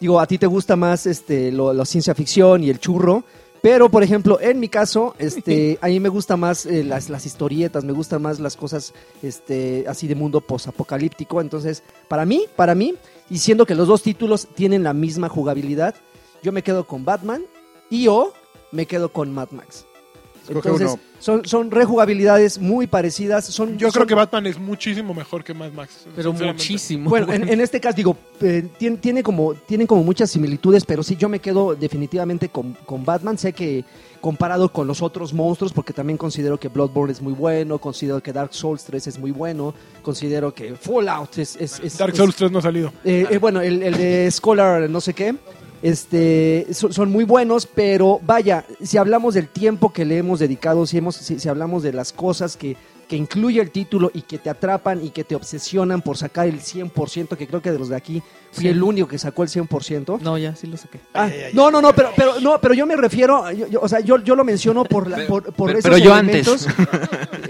Digo, a ti te gusta más este, lo- la ciencia ficción y el churro, pero por ejemplo, en mi caso, este, a mí me gusta más eh, las, las historietas, me gustan más las cosas este, así de mundo posapocalíptico. Entonces, para mí, para mí, y siendo que los dos títulos tienen la misma jugabilidad, yo me quedo con Batman y o me quedo con Mad Max. Escoge Entonces, uno. son, son rejugabilidades muy parecidas. Son, Yo creo son- que Batman es muchísimo mejor que Mad Max. Pero sinceramente. muchísimo. Bueno, en, en este caso, digo, eh, tiene, tiene como, tienen como muchas similitudes, pero sí, yo me quedo definitivamente con, con Batman. Sé que comparado con los otros monstruos, porque también considero que Bloodborne es muy bueno, considero que Dark Souls 3 es muy bueno, considero que Fallout es... es- es- Dark es- Souls 3 no ha salido. eh, eh, bueno, el, el de Scholar, no sé qué. Este, so- son muy buenos, pero vaya, si hablamos del tiempo que le hemos dedicado, si, hemos, si, si hablamos de las cosas que, que incluye el título y que te atrapan y que te obsesionan por sacar el 100%, que creo que de los de aquí fui Sí. el único que sacó el 100%. No, ya, sí lo saqué. Ah, no, no, no, pero, pero, no, pero yo me refiero, yo- yo- o sea, yo, yo lo menciono por, la, por, por pero- esos pero yo elementos.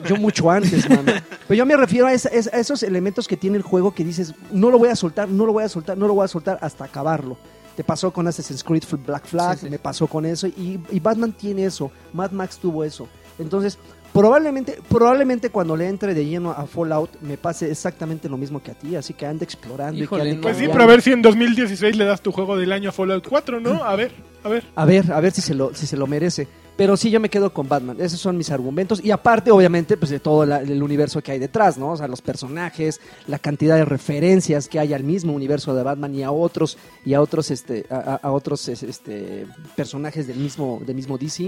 Yo mucho antes, mano. Pero yo me refiero a, esa- es- a esos elementos que tiene el juego que dices, no lo voy a soltar, no lo voy a soltar, no lo voy a soltar hasta acabarlo. Te pasó con Assassin's Creed Fl- Black Flag, Sí, sí. me pasó con eso, y, y Batman tiene eso, Mad Max tuvo eso. Entonces, probablemente, probablemente cuando le entre de lleno a Fallout, me pase exactamente lo mismo que a ti, así que anda explorando Híjole, y que ande no. Pues sí, cambiando. pero a ver si en 2016 le das tu juego del año a Fallout 4, ¿no? A ver, a ver. A ver, a ver si se lo, si se lo merece. Pero sí, yo me quedo con Batman. Esos son mis argumentos. Y aparte, obviamente, pues de todo la- el universo que hay detrás, ¿no? O sea, los personajes, la cantidad de referencias que hay al mismo universo de Batman y a otros, y a otros, este, a, a- a otros es- este, personajes del mismo, del mismo DC.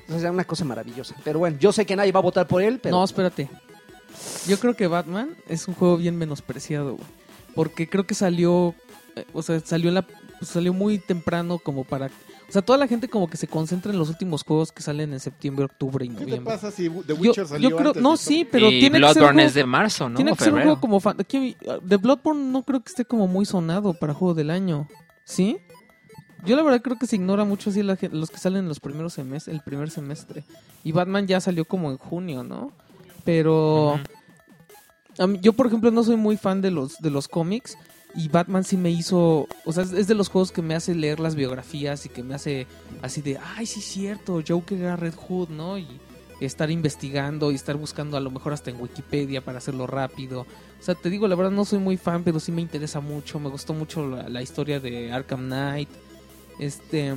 Entonces, era una cosa maravillosa. Pero bueno, yo sé que nadie va a votar por él, pero. No, espérate. Yo creo que Batman es un juego bien menospreciado, güey. Porque creo que salió, eh, o sea, salió en la, pues, salió muy temprano como para, o sea, toda la gente como que se concentra en los últimos juegos que salen en septiembre, octubre y ¿Qué te noviembre. pasa si The Yo, Witcher salió yo creo, antes no, de- sí, pero y tiene que ser un Bloodborne juego- es de marzo, ¿no? Tiene O que ser un febrero. juego como fan. aquí, uh, de Bloodborne no creo que esté como muy sonado para juego del año. ¿Sí? Yo la verdad creo que se ignora mucho así la gen- los que salen en los primeros semestres, el primer semestre. Y Batman ya salió como en junio, ¿no? Pero a mí- yo por ejemplo no soy muy fan de los de los cómics y Batman sí me hizo, o sea, es- es de los juegos que me hace leer las biografías y que me hace así de, ay, sí es cierto, Joker era Red Hood, ¿no? Y estar investigando y estar buscando a lo mejor hasta en Wikipedia para hacerlo rápido. O sea, te digo, la verdad no soy muy fan, pero sí me interesa mucho, me gustó mucho la, la historia de Arkham Knight. Este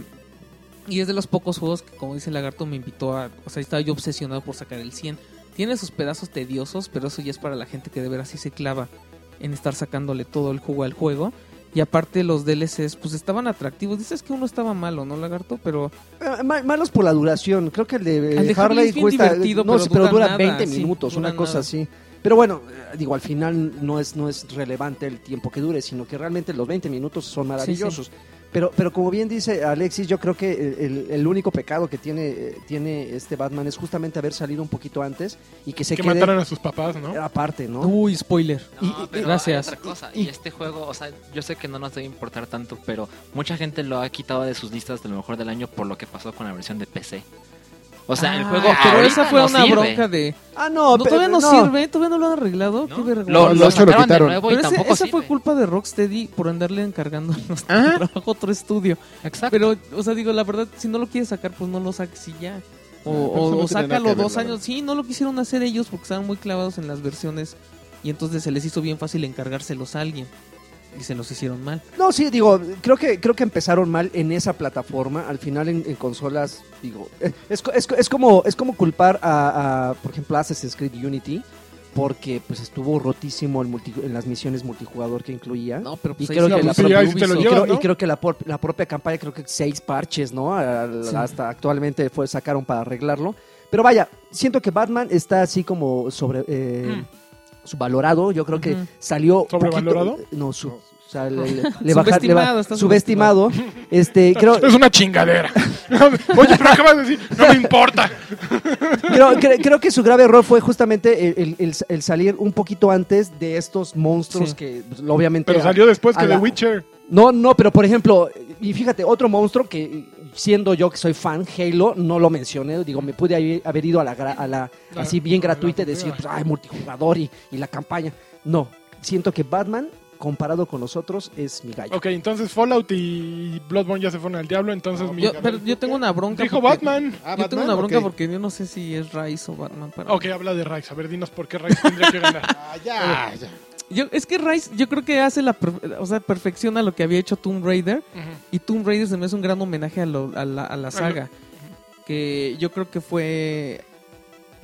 y es de los pocos juegos que como dice Lagarto me invitó a, o sea, estaba yo obsesionado por sacar el 100. Tiene sus pedazos tediosos, pero eso ya es para la gente que de veras sí se clava en estar sacándole todo el jugo al juego. Y aparte los DLCs, pues estaban atractivos. Dices que uno estaba malo, ¿no, Lagarto? Pero Eh, ma- Malos por la duración. Creo que el de, eh, El de Harley Harley es bien cuesta. divertido, no, pero sí, pero dura dura nada, 20 sí, minutos, dura una cosa nada. así. Pero bueno, eh, digo, al final no es, no es relevante el tiempo que dure, sino que realmente los 20 minutos son maravillosos. Pero, pero como bien dice Alexis, yo creo que el, el- el único pecado que tiene, eh, tiene este Batman es justamente haber salido un poquito antes y que se que quede mataran a sus papás, ¿no? aparte, ¿no? uy, spoiler. No, Y- y- pero gracias. hay otra cosa, Y- Y este juego, o sea, yo sé que no nos debe importar tanto, pero mucha gente lo ha quitado de sus listas de lo mejor del año por lo que pasó con la versión de PC. O sea, el Ah, juego. pero ahorita esa fue no una sirve. bronca de Ah, no, no, pero- todavía no, no. sirve, todavía no lo han arreglado. ¿no? Qué vergüenza. Lo, No, lo lo sacaron de quitaron. nuevo y Pero ese- tampoco esa fue sirve. culpa de Rocksteady por andarle encargando a nuestro Ajá. trabajo otro estudio. Exacto. Pero, o sea, digo, la verdad, si no lo quieres sacar, pues no lo saques y ya. O, No, pero o- eso no o tiene nada que sácalo ver, dos la verdad. años. Sí, no lo quisieron hacer ellos porque estaban muy clavados en las versiones y entonces se les hizo bien fácil encargárselos a alguien. Y se los hicieron mal. No, sí, digo, creo que creo que empezaron mal en esa plataforma. Al final en, en consolas, digo, eh, es, co- es co- es como es como culpar a, a, por ejemplo, Assassin's Creed Unity porque pues estuvo rotísimo el multi- en las misiones multijugador que incluía. No, pero pues pues Y ahí creo sí que la la- propia sí, ahí sí te lo Y llevas, creo, ¿no? y creo que la, por- la propia campaña, creo que seis parches, ¿no? Al- Sí. Hasta actualmente fue, sacaron para arreglarlo. Pero vaya, siento que Batman está así como sobre eh, subvalorado. Yo creo que Ujú. salió. poquito- ¿Sobrevalorado? no, su- No. o sea, le, le- le baja- le Subestimado, ba- está subestimado. Este, creo, Es una chingadera. Oye, pero acabas de decir, no me importa. creo, cre- creo que su grave error fue justamente el, el- el- el salir un poquito antes de estos monstruos Sí. que pues, obviamente. Pero a- salió después a que The la- Witcher. No, no, pero por ejemplo, y fíjate, otro monstruo que siendo yo que soy fan, Halo, no lo mencioné, digo, me pude haber- haber ido a la, gra- a la La- así bien la gratuita y decir, cultura. pues, ay, multijugador y, y la campaña. No, siento que Batman, comparado con nosotros, es mi gallo. Ok, entonces Fallout y Bloodborne ya se fueron al diablo, entonces No, mi... Yo, pero yo tengo una bronca. Dijo porque- Batman. Ah, yo tengo Batman, una bronca ok. porque yo no sé si es Rice o Batman. Para mí. Ok, habla de Rice. A ver, dinos por qué Rice tendría que ganar. Ah, ya, Eh, ya. Yo, es que Rice, yo creo que hace la. per- o sea, perfecciona lo que había hecho Tomb Raider. Ujú. Y Tomb Raider se me hace un gran homenaje a, lo- a la, a la saga. que yo creo que fue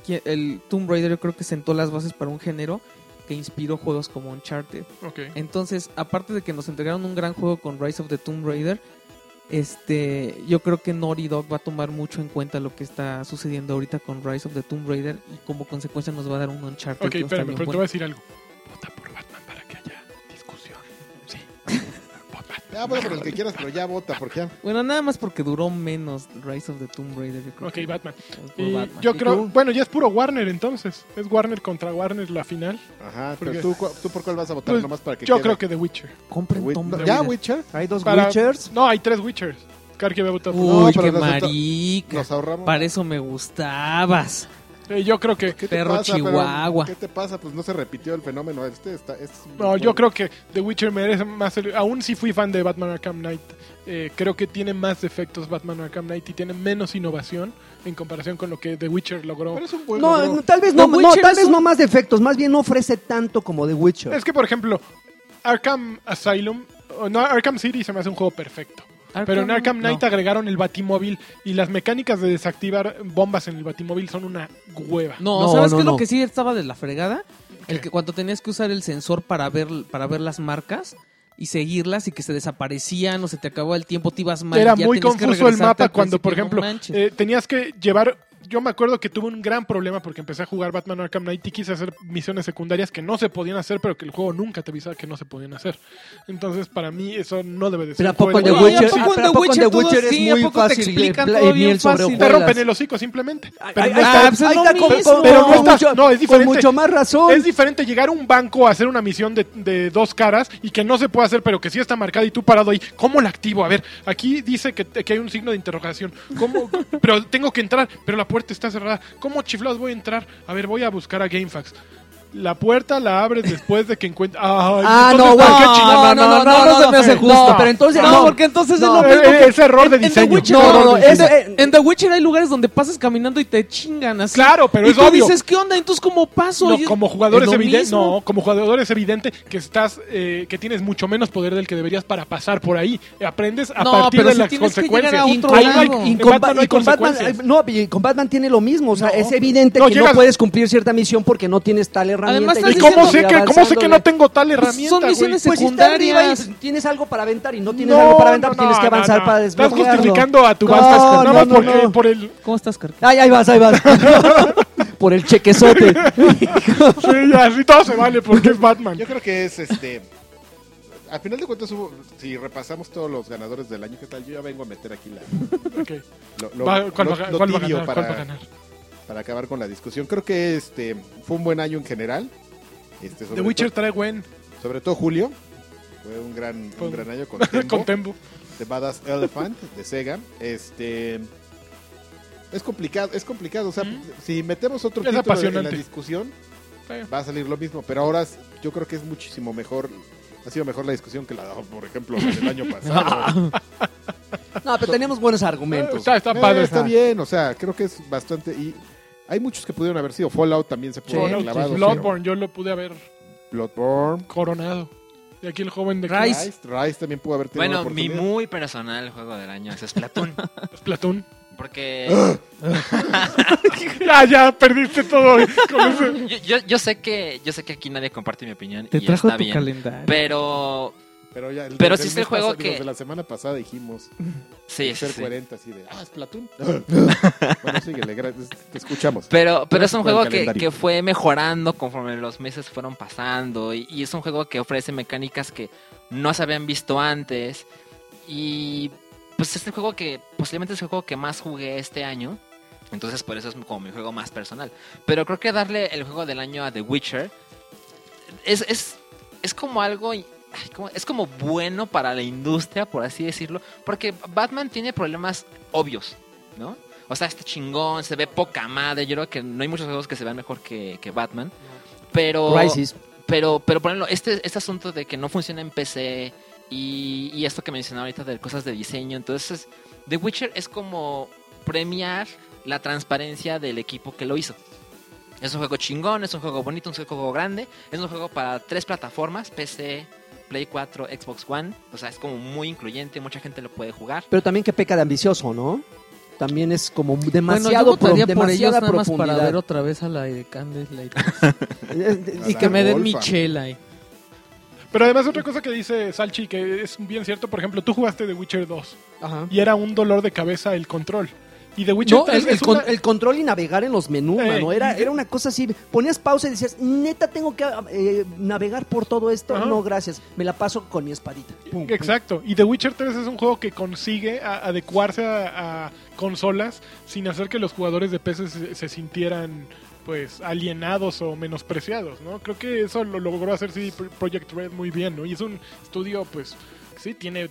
que el Tomb Raider yo creo que sentó las bases para un género que inspiró juegos como Uncharted. Ok. Entonces, aparte de que nos entregaron un gran juego con Rise of the Tomb Raider, este, yo creo que Naughty Dog va a tomar mucho en cuenta lo que está sucediendo ahorita con Rise of the Tomb Raider y como consecuencia nos va a dar un Uncharted. Ok, que va a estar espérame, bien pero te voy bueno. a decir algo. Vota por Batman para que haya discusión. Sí. Por Batman. Ya vota Ah, por el que quieras, pero ya vota, porque ya. Bueno, nada más porque duró menos Rise of the Tomb Raider, yo creo. Ok, que- Batman. por Y Batman. yo ¿Y creo, tú? bueno, ya es puro Warner entonces. Es Warner contra Warner la final. Ajá, ¿Por pero qué? tú, cu- tú por cuál vas a votar, Pues, nomás para que Yo quede. creo que The Witcher. Compren Wi- Tomb no, Raider. ¿Ya Witcher? Hay dos Para- Witchers. No, hay tres Witchers. Claro que voy a votar por- No, Uy, pero qué resulta- marica. Nos ahorramos. Para eso me gustabas. Eh, yo creo que. ¿Qué Perro Pero, chihuahua. ¿Qué te pasa? Pues no se repitió el fenómeno. Este está. este es un No, yo juego. creo que The Witcher merece más. el- aún si fui fan de Batman Arkham Knight, eh, creo que tiene más defectos Batman Arkham Knight y tiene menos innovación en comparación con lo que The Witcher logró. Pero es un buen No, logro. no, tal vez No, no, no, Witcher tal es vez un- no más defectos, más bien no ofrece tanto como The Witcher. Es que, por ejemplo, Arkham Asylum. o No, Arkham City se me hace un juego perfecto. Pero en Arkham Knight no. agregaron el batimóvil y las mecánicas de desactivar bombas en el batimóvil son una hueva. No, No, ¿sabes no, qué es lo no. que sí estaba de la fregada? El ¿Qué? que cuando tenías que usar el sensor para ver, para ver las marcas y seguirlas y que se desaparecían o se te acababa el tiempo, te ibas mal. y Era ya muy tenías que confuso el regresarte mapa al cuando, por principio, ejemplo, no manches. eh, tenías que llevar... Yo me acuerdo que tuve un gran problema porque empecé a jugar Batman Arkham Knight y quise hacer misiones secundarias que no se podían hacer, pero que el juego nunca te avisaba que no se podían hacer. Entonces, para mí, eso no debe de ser. Pero a un juego poco en de- The Oye, Witcher, ¿a poco ah, en pero The a poco en Witcher The todo Whisper así? es ¿A muy poco te fácil de explican pla- todo miel bien sobre fácil? Te hojuelas. rompen el hocico simplemente. Pero no ay, ah, está- ay, pues es ahí lo está con- mismo. con- pero no con está- mucho- no, es diferente. Con mucho más razón. Es diferente llegar a un banco a hacer una misión de, de dos caras y que no se puede hacer, pero que sí está marcada y tú parado ahí. ¿Cómo la activo? A ver, aquí dice que, que hay un signo de interrogación. ¿Cómo? pero tengo que entrar, pero la puerta está cerrada. ¿Cómo chiflados voy a entrar? A ver, voy a buscar a GameFAQs. La puerta la abres después de que encuentra. Ah, no, ¿por bueno, qué no, chingados? no, no, no, no se me hace no, justo. no. pero entonces, No, no, porque entonces no, es lo Eh, mismo. eh, es error de En- en The diseño. Witcher- No, Error no, no, de es- diseño. eh, En The Witcher hay lugares donde pasas caminando y te chingan así. Claro, pero y es tú obvio. dices, ¿qué onda? Entonces, como paso? No, Y es- como jugador es, es lo evidente. mismo. No, como jugador es evidente que estás, eh, que tienes mucho menos poder del que deberías para pasar por ahí. Aprendes a No, partir pero de si las tienes que consecuencias. llegar a otro Ahí Ahí no hay- lado. en y con, Batman no hay y con Batman, consecuencias. eh, no, y con Batman tiene lo mismo, o sea, No. es evidente No, que llegas- no puedes cumplir cierta misión porque no tienes tal herramienta. Además, ¿Y estás cómo sé, diciendo- que, cómo sé que no tengo tal herramienta? son güey? misiones pues si está arriba y secundarias? tienes algo para aventar y no tienes algo para aventar, pues tienes que avanzar no. para Estás desbloquearlo. justificando a tu No, basta nada no, más no, porque- no. por el... ¿Cómo estás, Carca? Ay, ahí vas, ahí vas. Por el chequezote. Sí, ya, así todo se vale porque es Batman. Yo creo que es este. Al final de cuentas, hubo- si repasamos todos los ganadores del año, ¿qué tal? Yo ya vengo a meter aquí la. Ok. lo- lo- Va- ¿Cuál lo- va a- lo cuál va a tibio ganar? para, ¿Cuál va a ganar? para acabar con la discusión. Creo que este fue un buen año en general. Este, sobre The Witcher to- trae buen sobre todo Julio. Fue un gran, un gran año con con Tembo. Tembo. The Badass Elephant de Sega. Este es complicado, es complicado, o sea, Mm. si metemos otro Es título en- en la apasionante. discusión Sí. va a salir lo mismo, pero ahora es- yo creo que es muchísimo mejor ha sido mejor la discusión que la, por ejemplo, la del año pasado. No, pero tenemos buenos argumentos. Está, Ah, está Eh, padre. está bien, o sea, creo que es bastante y hay muchos que pudieron haber sido Fallout también se pudo Sí, haber sí, clavado, Bloodborne, yo lo pude haber pero- Bloodborne, coronado. Y aquí el joven de Rice. Rise, Rise también pudo haber tenido Bueno, una mi oportunidad. muy personal juego del año es Splatoon. pues, Platón. Porque Ya, ya, perdiste todo. Con ese- yo, yo, yo sé que yo sé que aquí nadie comparte mi opinión Te y trajo está tu bien. calendario. Pero pero ya el Pero del sí es el mes juego pasado- digo, que- de la semana pasada dijimos sí, sí, ser sí. coherente así de, ah, es Platón. bueno, síguele, gracias, te escuchamos. Pero, pero es un Con el juego que, calendario. que fue mejorando conforme los meses fueron pasando. Y, y es un juego que ofrece mecánicas que no se habían visto antes. Y pues es el juego que posiblemente es el juego que más jugué este año. Entonces por eso es como mi juego más personal. Pero creo que darle el juego del año a The Witcher es, es, es como algo... ay, como- es como bueno para la industria, por así decirlo. Porque Batman tiene problemas obvios, ¿no? O sea, está chingón, se ve poca madre. Yo creo que no hay muchos juegos que se vean mejor que, que Batman. Pero, Crisis. pero, pero por ejemplo, este, este asunto de que no funciona en PC y, y esto que mencionaba ahorita de cosas de diseño. Entonces, The Witcher es como premiar la transparencia del equipo que lo hizo. Es un juego chingón, es un juego bonito, es un juego grande. Es un juego para tres plataformas, PC, Play 4, Xbox One. O sea, es como muy incluyente, mucha gente lo puede jugar. Pero también que peca de ambicioso, ¿no? también es como Bueno, demasiado yo votaría pro- por ellos demasiada nada más para ver profundidad. Eh, otra vez a la de Candlelight. Es- y es- A que la me den mi golfa. chela. eh. Pero además otra cosa que dice Salchi, que es bien cierto, por ejemplo, tú jugaste The Witcher 2 Ajá. y era un dolor de cabeza el control. Y The Witcher No, 3 el, el es con- una- el control y navegar en los menús, Eh, mano. Era, y- era una cosa así. Ponías pausa y decías, neta, tengo que eh, navegar por todo esto. Ajá. No, gracias. Me la paso con mi espadita. Pum, pum. Exacto, y The Witcher 3 es un juego que consigue a- adecuarse a, a consolas sin hacer que los jugadores de PC se, se sintieran pues alienados o menospreciados, ¿no? Creo que eso lo logró hacer sí Pr- Project Red muy bien, ¿no? Y es un estudio pues sí tiene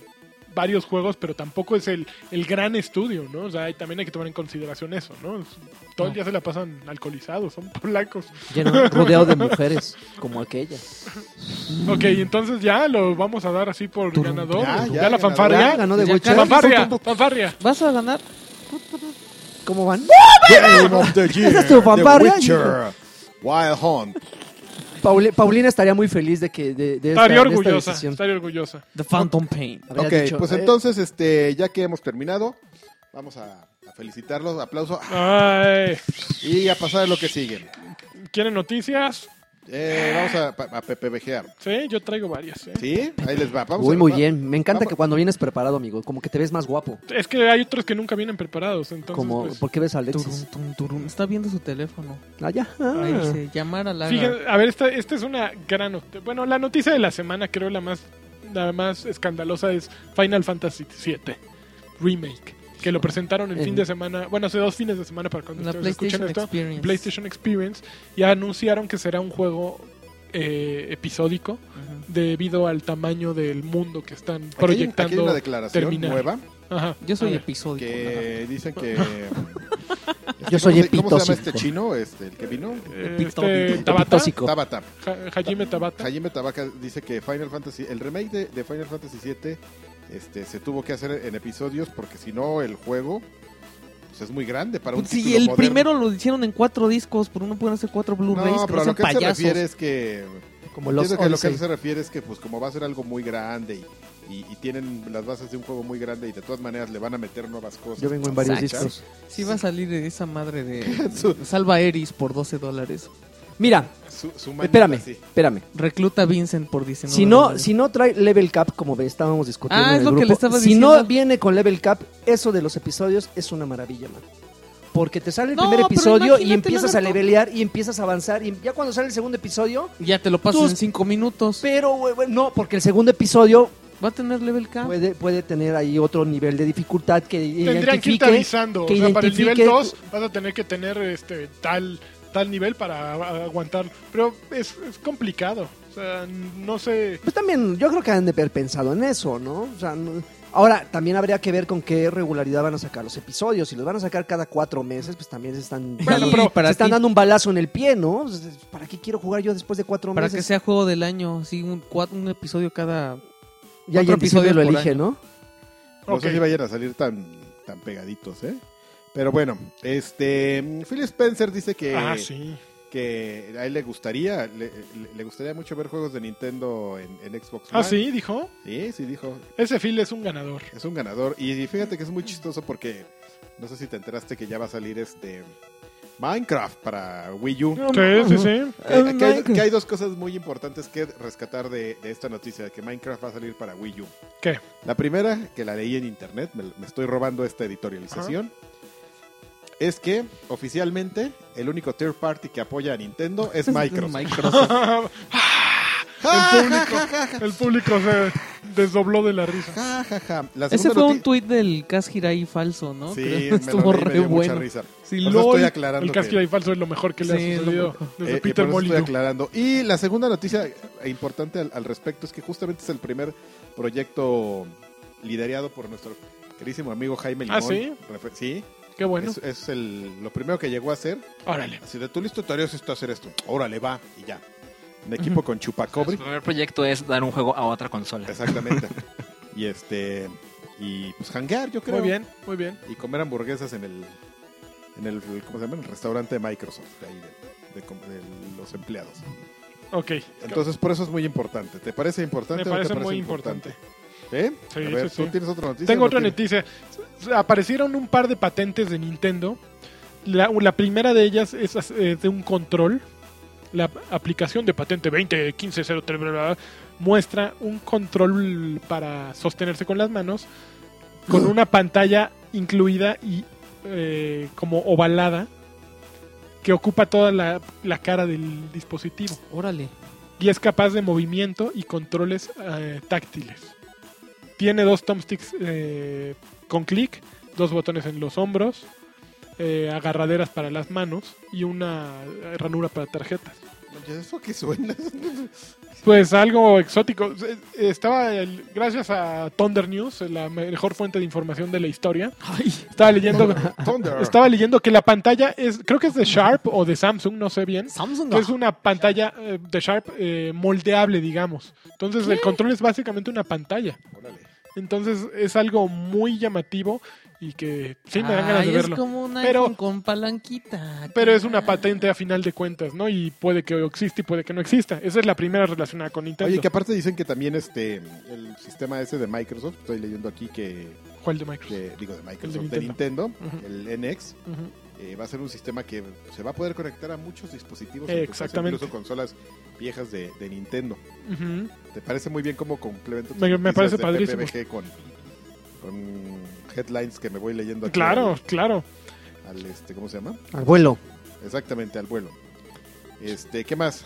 varios juegos, pero tampoco es el, el gran estudio, ¿no? O sea, y también hay que tomar en consideración eso, ¿no? Es- Todo el No. día se la pasan alcoholizados, son polacos. Lleno- rodeado de mujeres como aquella. Ok, entonces ya lo vamos a dar así por Turum, ganador. ya, Ya, ya, la ganador. fanfarria. Ya ganó de Ya Witcher. ganó. Fanfarria, fanfarria. ¿Vas a ganar? ¿Cómo van? Game of the Year, Esa es tu The fanfarria. Witcher, Wild Hunt. Pauli- Paulina estaría muy feliz de que de, de esta, Estaría de esta orgullosa, decisión. estaría orgullosa. The Phantom Pain. Habría Ok, dicho, pues eh, entonces, este, ya que hemos terminado, vamos a, a felicitarlos, aplauso Ay, y a pasar a lo que sigue. ¿Quieren noticias? Eh, vamos a, pa- a pepejear. Sí, yo traigo varias. ¿eh? ¿Sí? Ahí les va. Vamos Uy, a- muy va- bien. Me encanta vamos- que cuando vienes preparado, amigo, como que te ves más guapo. Es que hay otros que nunca vienen preparados, entonces. Como, pues, ¿Por qué ves a Alexis? Ah, Turun, turun, turun. Está viendo su teléfono. Allá. Ahí dice, llamar a la... fíjense, a ver, esta, esta es una gran. not- Bueno, la noticia de la semana, creo la más, la más escandalosa es Final Fantasy VII Remake. Que lo presentaron el En- fin de semana, bueno, hace dos fines de semana para cuando La ustedes escuchen PlayStation esto. Experience. PlayStation Experience. Y anunciaron que será un juego eh, episódico Ajá. debido al tamaño del mundo que están Aquí hay- proyectando. Aquí hay una declaración terminar. nueva Ajá, Eh, Yo a soy ver. episódico. ajá. que dicen que. Yo soy ¿Cómo se- ¿Cómo se llama epitóxico. este chino? Este, el que vino. Eh, Epito- este, Epito- Tabata, Tóxico. Tabata. Ja- Hajime Tabata. Jaime Tabaca dice que Final Fantasy, el remake de, de Final Fantasy VII, este, se tuvo que hacer en episodios porque si no el juego pues, es muy grande para un Pues sí, título el moderno. primero lo hicieron en cuatro discos, pero no pueden hacer cuatro Blu-rays, No, que no pero a lo sean que él se payasos. refiere es que Como Entiendo los que lo que él Odyssey. se refiere es que pues como va a ser algo muy grande y, y- y tienen las bases de un juego muy grande y de todas maneras le van a meter nuevas cosas. Yo vengo en varios Exacto. discos. Sí va a salir de esa madre de... Su, Salva a Eris por 12 dólares. Mira, su, su manita espérame, así. espérame. Recluta a Vincent por 19 Si no, dólares. si no trae level cap, como estábamos discutiendo. Ah, en es el lo que grupo, le estaba si diciendo. no viene con level cap, eso de los episodios es una maravilla, mano. Porque te sale el No, primer pero episodio y imagínate, empiezas a Alberto. levelear y empiezas a avanzar. Y ya cuando sale el segundo episodio, Ya te lo paso Tus- en 5 minutos. pero güey, güey, no, porque el segundo episodio Va a tener level cap. Pues, puede, puede tener ahí otro nivel de dificultad que Tendrían que irte identifique. avisando. que o sea, para el nivel identifique- 2 vas a tener que tener este tal tal nivel para a- aguantar. Pero es, es complicado. O sea, no sé. Pues también, yo creo que han de haber pensado en eso, ¿no? O sea, no- ahora también habría que ver con qué regularidad van a sacar los episodios. Si los van a sacar cada cuatro meses, pues también se están, Bueno, se pero para están ti- dando un balazo en el pie, ¿no? Pues, ¿Para qué quiero jugar yo después de cuatro Para que meses? sea juego del año, así un, cua- un episodio cada... ya cuatro en diciembre episodios lo por elige, año. ¿no? No sé Ok. si vayan a salir tan, tan pegaditos, ¿eh? Pero bueno, este Phil Spencer dice que, ah, sí. que a él le gustaría, le, le- le gustaría mucho ver juegos de Nintendo en, en Xbox Ah, One. sí, dijo. Sí, sí dijo. Ese Phil es un ganador. Es un ganador. Y fíjate que es muy chistoso porque no sé si te enteraste que ya va a salir este Minecraft para Wii U. Eh, Sí, sí, sí. Que hay, que hay- Minecraft. que hay dos cosas muy importantes que rescatar de, de esta noticia, de que Minecraft va a salir para Wii U. ¿Qué? La primera, que la leí en internet, me, me estoy robando esta editorialización, es que oficialmente el único third party que apoya a Nintendo es Microsoft. ¡Ah! Microsoft. El público, el público se desdobló de la risa. Ja, ja, ja. La Ese segunda fue un noti- tuit del Kaz Hirai falso, ¿no? Sí, Creo. me lo leí, me dio mucha risa. Sí, Por eso LOL. estoy aclarando El que- casquillo ahí falso es lo mejor que le Sí, ha es lo sucedido mejor. desde Eh, eh, Peter por eso estoy Molyneux. aclarando. Y la segunda noticia eh, importante al, al respecto es que justamente es el primer proyecto liderado por nuestro querísimo amigo Jaime Limón. Ah, ¿sí? Refe- sí. Qué bueno. Es, es el, lo primero que llegó a hacer. Órale. Así de, tú listo, te harías esto, hacer esto. Órale, va, y ya. Un equipo con Su chupacobre. primer proyecto es dar un juego a otra consola. Exactamente. y este... Y pues hanguear, yo creo. Muy bien, muy bien. Y comer hamburguesas en el... En el, ¿cómo se llama? En el restaurante de Microsoft, de ahí de- de com- de los empleados. Ok. Entonces, por eso es muy importante. ¿Te parece importante? me o no te parece muy importante. ¿Eh? Sí, a ver, sí, ¿tú sí. tienes otra noticia? Tengo ¿No otra tienes? noticia. S- Aparecieron un par de patentes de Nintendo. La, la primera de ellas es as- eh, de un control. La aplicación de patente 201503 bla, bla, bla, muestra un control para sostenerse con las manos con una pantalla incluida y eh, como ovalada que ocupa toda la- la cara del dispositivo Órale. y es capaz de movimiento y controles eh, táctiles. Tiene dos thumbsticks eh, con clic, dos botones en los hombros, eh, agarraderas para las manos y una eh, ranura para tarjetas. Oye, ¿Eso qué suena? Pues algo exótico. Eh, Estaba, el- gracias a Thunder News, la mejor fuente de información de la historia, estaba leyendo, Thunder. estaba leyendo que la pantalla es, creo que es de Sharp o de Samsung, no sé bien. Samsung. que Pues, es una pantalla eh, de Sharp eh, moldeable, digamos. Entonces el control es básicamente una pantalla. Órale. Entonces es algo muy llamativo y que sí me dan ganas de Ay, verlo. Es como un Pero- iPhone con palanquita. Pero es una patente patente a final de cuentas, ¿no? Y puede que exista y puede que no exista. Esa es la primera relacionada con Nintendo. Oye, que aparte dicen que también este el sistema ese de Microsoft, estoy leyendo aquí que, ¿Cuál de Microsoft? que- digo de Microsoft, El de de Nintendo, Ujú. el NX, Ujú. eh, va a ser un sistema que se va a poder conectar a muchos dispositivos, Eh, incluso- exactamente. incluso consolas viejas de, de Nintendo. Ujú. ¿Te parece muy bien cómo complemento? tus Me- me noticias parece de padrísimo. PPBG con, con headlines que me voy leyendo aquí. Claro, claro. Al, al, este, ¿Cómo se llama? Abuelo. Exactamente, al vuelo. Este, ¿Qué más?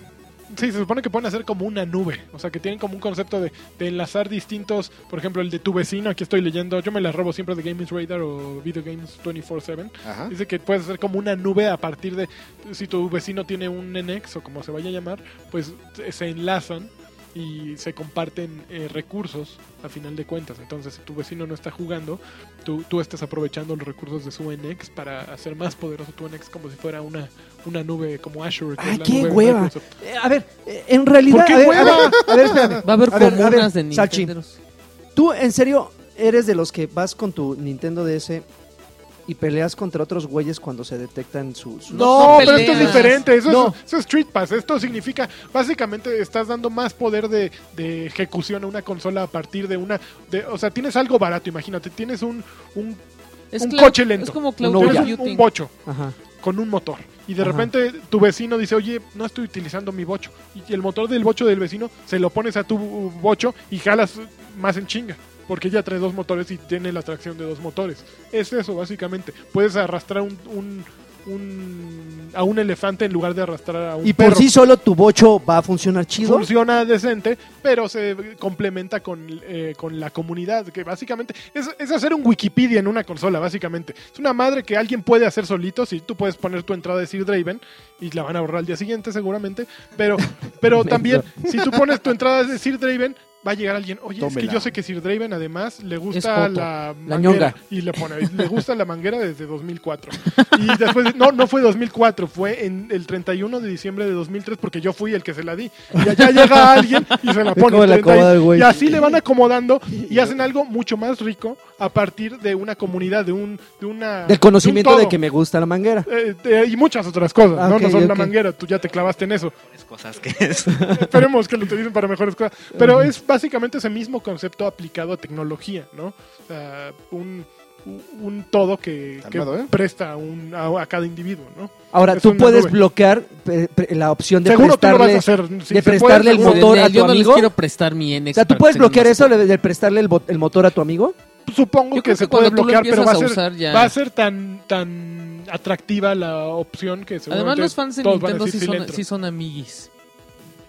Sí, se supone que pueden hacer como una nube. O sea, que tienen como un concepto de, de enlazar distintos. Por ejemplo, el de tu vecino. Aquí estoy leyendo. Yo me las robo siempre de Games Radar o Video Games 24-7. Ajá. Dice que puedes hacer como una nube a partir de si tu vecino tiene un NX o como se vaya a llamar, pues se- se enlazan y se comparten eh, recursos a final de cuentas. Entonces, si tu vecino no está jugando, tú, tú estás aprovechando los recursos de su NX para hacer más poderoso tu NX como si fuera una, una nube como Azure. que Ay, es la qué nube de hueva. Microsoft. Eh, a ver, eh, en realidad. ¿Por qué a ver, a hueva? ver, a ver, espérame. Va a haber A ver, a comunas ver, de Salchi. Nintendo. ¿Tú en serio eres de los que vas con tu Nintendo DS y peleas contra otros güeyes cuando se detectan sus... sus- No, No pero esto es peleas. diferente. Eso, No. es, eso es Street Pass. Esto significa, básicamente, estás dando más poder de, de ejecución a una consola a partir de una. De, o sea, tienes algo barato, imagínate. Tienes un, un, Es Un cloud- coche lento. Es como Un Cloud Ouya. tienes un- Computing. un bocho Ajá. con un motor. Y de Ajá. repente tu vecino dice, oye, no estoy utilizando mi bocho. Y el motor del bocho del vecino se lo pones a tu bocho y jalas más en chinga. Porque ya trae dos motores y tiene la tracción de dos motores. Es eso, básicamente. Puedes arrastrar un, un- un- a un elefante en lugar de arrastrar a un Y por perro. sí solo tu bocho va a funcionar chido. Funciona decente, pero se complementa con, eh, con la comunidad, que básicamente es, es hacer un Wikipedia en una consola, básicamente. Es una madre que alguien puede hacer solito, si tú puedes poner tu entrada de decir Draven y la van a borrar al día siguiente seguramente, pero, pero también si tú pones tu entrada de decir Draven... Va a llegar alguien, oye, es Tómela. que yo sé que Sir Draven además le gusta joto, la la manguera. ñonga. y le pone, le gusta la manguera desde 2004. Y después, no, no fue 2004, fue en el 31 de diciembre de 2003 porque yo fui el que se la di. Y allá llega alguien y se la Ve pone. cómo la 30 y- acomoda el güey. y así le van acomodando y hacen algo mucho más rico a partir de una comunidad, de un de una Del conocimiento un de todo. que me gusta la manguera. Eh, eh, y muchas otras cosas, Ah, ¿no? ok, no son la ok. manguera, tú ya te clavaste en eso. Mejores cosas que es. Esperemos que lo utilicen para mejores cosas. Pero es básicamente ese mismo concepto aplicado a tecnología, ¿no? O sea, un, un todo que, que Calmado, ¿eh? presta a, un- a- a cada individuo, ¿no? Ahora, Es tú una puedes nube. bloquear pre- pre- la opción de Seguro tú lo vas prestarle... a hacer. si de se puede, prestarle el seguro. motor. a Yo tu no les amigo? quiero prestar mi NX. O sea, ¿tú para puedes que tengan bloquear más eso de, de prestarle el, bot- el motor a tu amigo? Supongo que Yo creo se que puede cuando tú lo bloquear, pero va a, empiezas a ser, usar ya- va a ser tan, tan atractiva la opción que seguramente Además, los fans de todos van a Nintendo decir, sí "Sí le son, entro". sí son amiguis.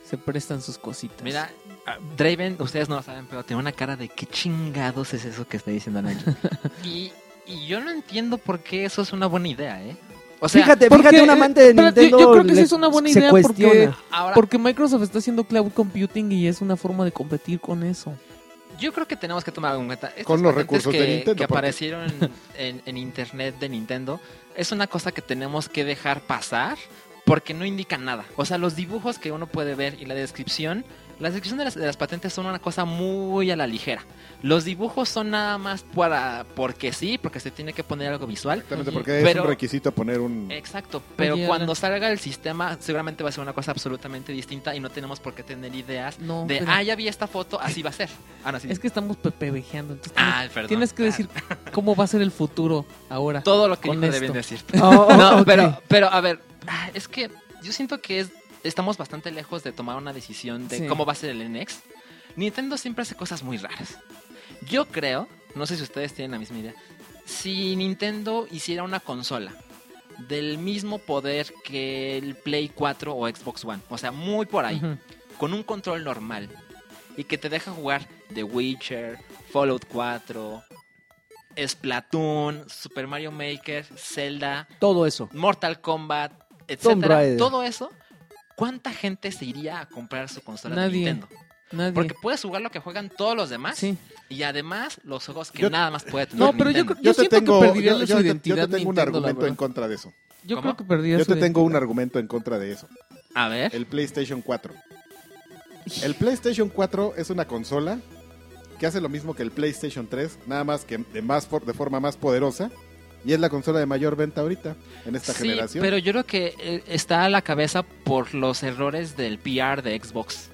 Se prestan sus cositas. Mira, ah, Draven, ustedes no lo saben, pero tiene una cara de qué chingados es eso que está diciendo Nacho. y, y yo no entiendo por qué eso es una buena idea, ¿eh? O sea, fíjate, porque, fíjate, un eh, amante de espérate, yo- Nintendo yo creo que sí le- es una buena se idea cuestiona. porque- ahora, Porque Microsoft está haciendo cloud computing y es una forma de competir con eso. yo creo que tenemos que tomar en cuenta. estas Con los patentes recursos que, de Nintendo, que porque- aparecieron en, en internet de Nintendo, es una cosa que tenemos que dejar pasar porque no indican nada. O sea, los dibujos que uno puede ver y la descripción, la descripción de las, de las patentes son una cosa muy a la ligera. Los dibujos son nada más para porque sí, porque se tiene que poner algo visual. Exactamente, Ujú. porque es Pero- un requisito poner un... Exacto, pero Oye, cuando Alan. salga el sistema seguramente va a ser una cosa absolutamente distinta y no tenemos por qué tener ideas No, de, pero- ah, ya vi esta foto, así va a ser. Ah, no, así. Es que estamos pepevejeando. Entonces tienes, Ah, perdón. tienes que Ah, decir cómo va a ser el futuro ahora. todo lo que con dijo deben esto. decir. Ah, Oh, No, ok. pero, pero a ver, ah, es que yo siento que es- estamos bastante lejos de tomar una decisión de Sí. cómo va a ser el NX. Nintendo siempre hace cosas muy raras. Yo creo, no sé si ustedes tienen la misma idea, si Nintendo hiciera una consola del mismo poder que el Play 4 o Xbox One, o sea, muy por ahí, Ujú. con un control normal y que te deja jugar The Witcher, Fallout 4, Splatoon, Super Mario Maker, Zelda, Todo eso. Mortal Kombat, Tomb etcétera, Raider. todo eso, ¿cuánta gente se iría a comprar su consola de Nadie. Nintendo? Nadie. Porque puedes jugar lo que juegan todos los demás Sí. y además los juegos que Yo- nada más puede tener No, pero yo, Nintendo. creo- yo te siento tengo, que perdería yo- su yo te- yo te identidad. tengo un Nintendo, la argumento en verdad. contra de eso. Yo ¿Cómo? creo que perdería Yo su te tengo un identidad. argumento en contra de eso. A ver, El PlayStation 4. El PlayStation 4 es una consola que hace lo mismo que el PlayStation 3, nada más que de, más for- de forma más poderosa. Y es la consola de mayor venta ahorita en esta sí, generación. pero yo creo que eh, está a la cabeza por los errores del PR de Xbox,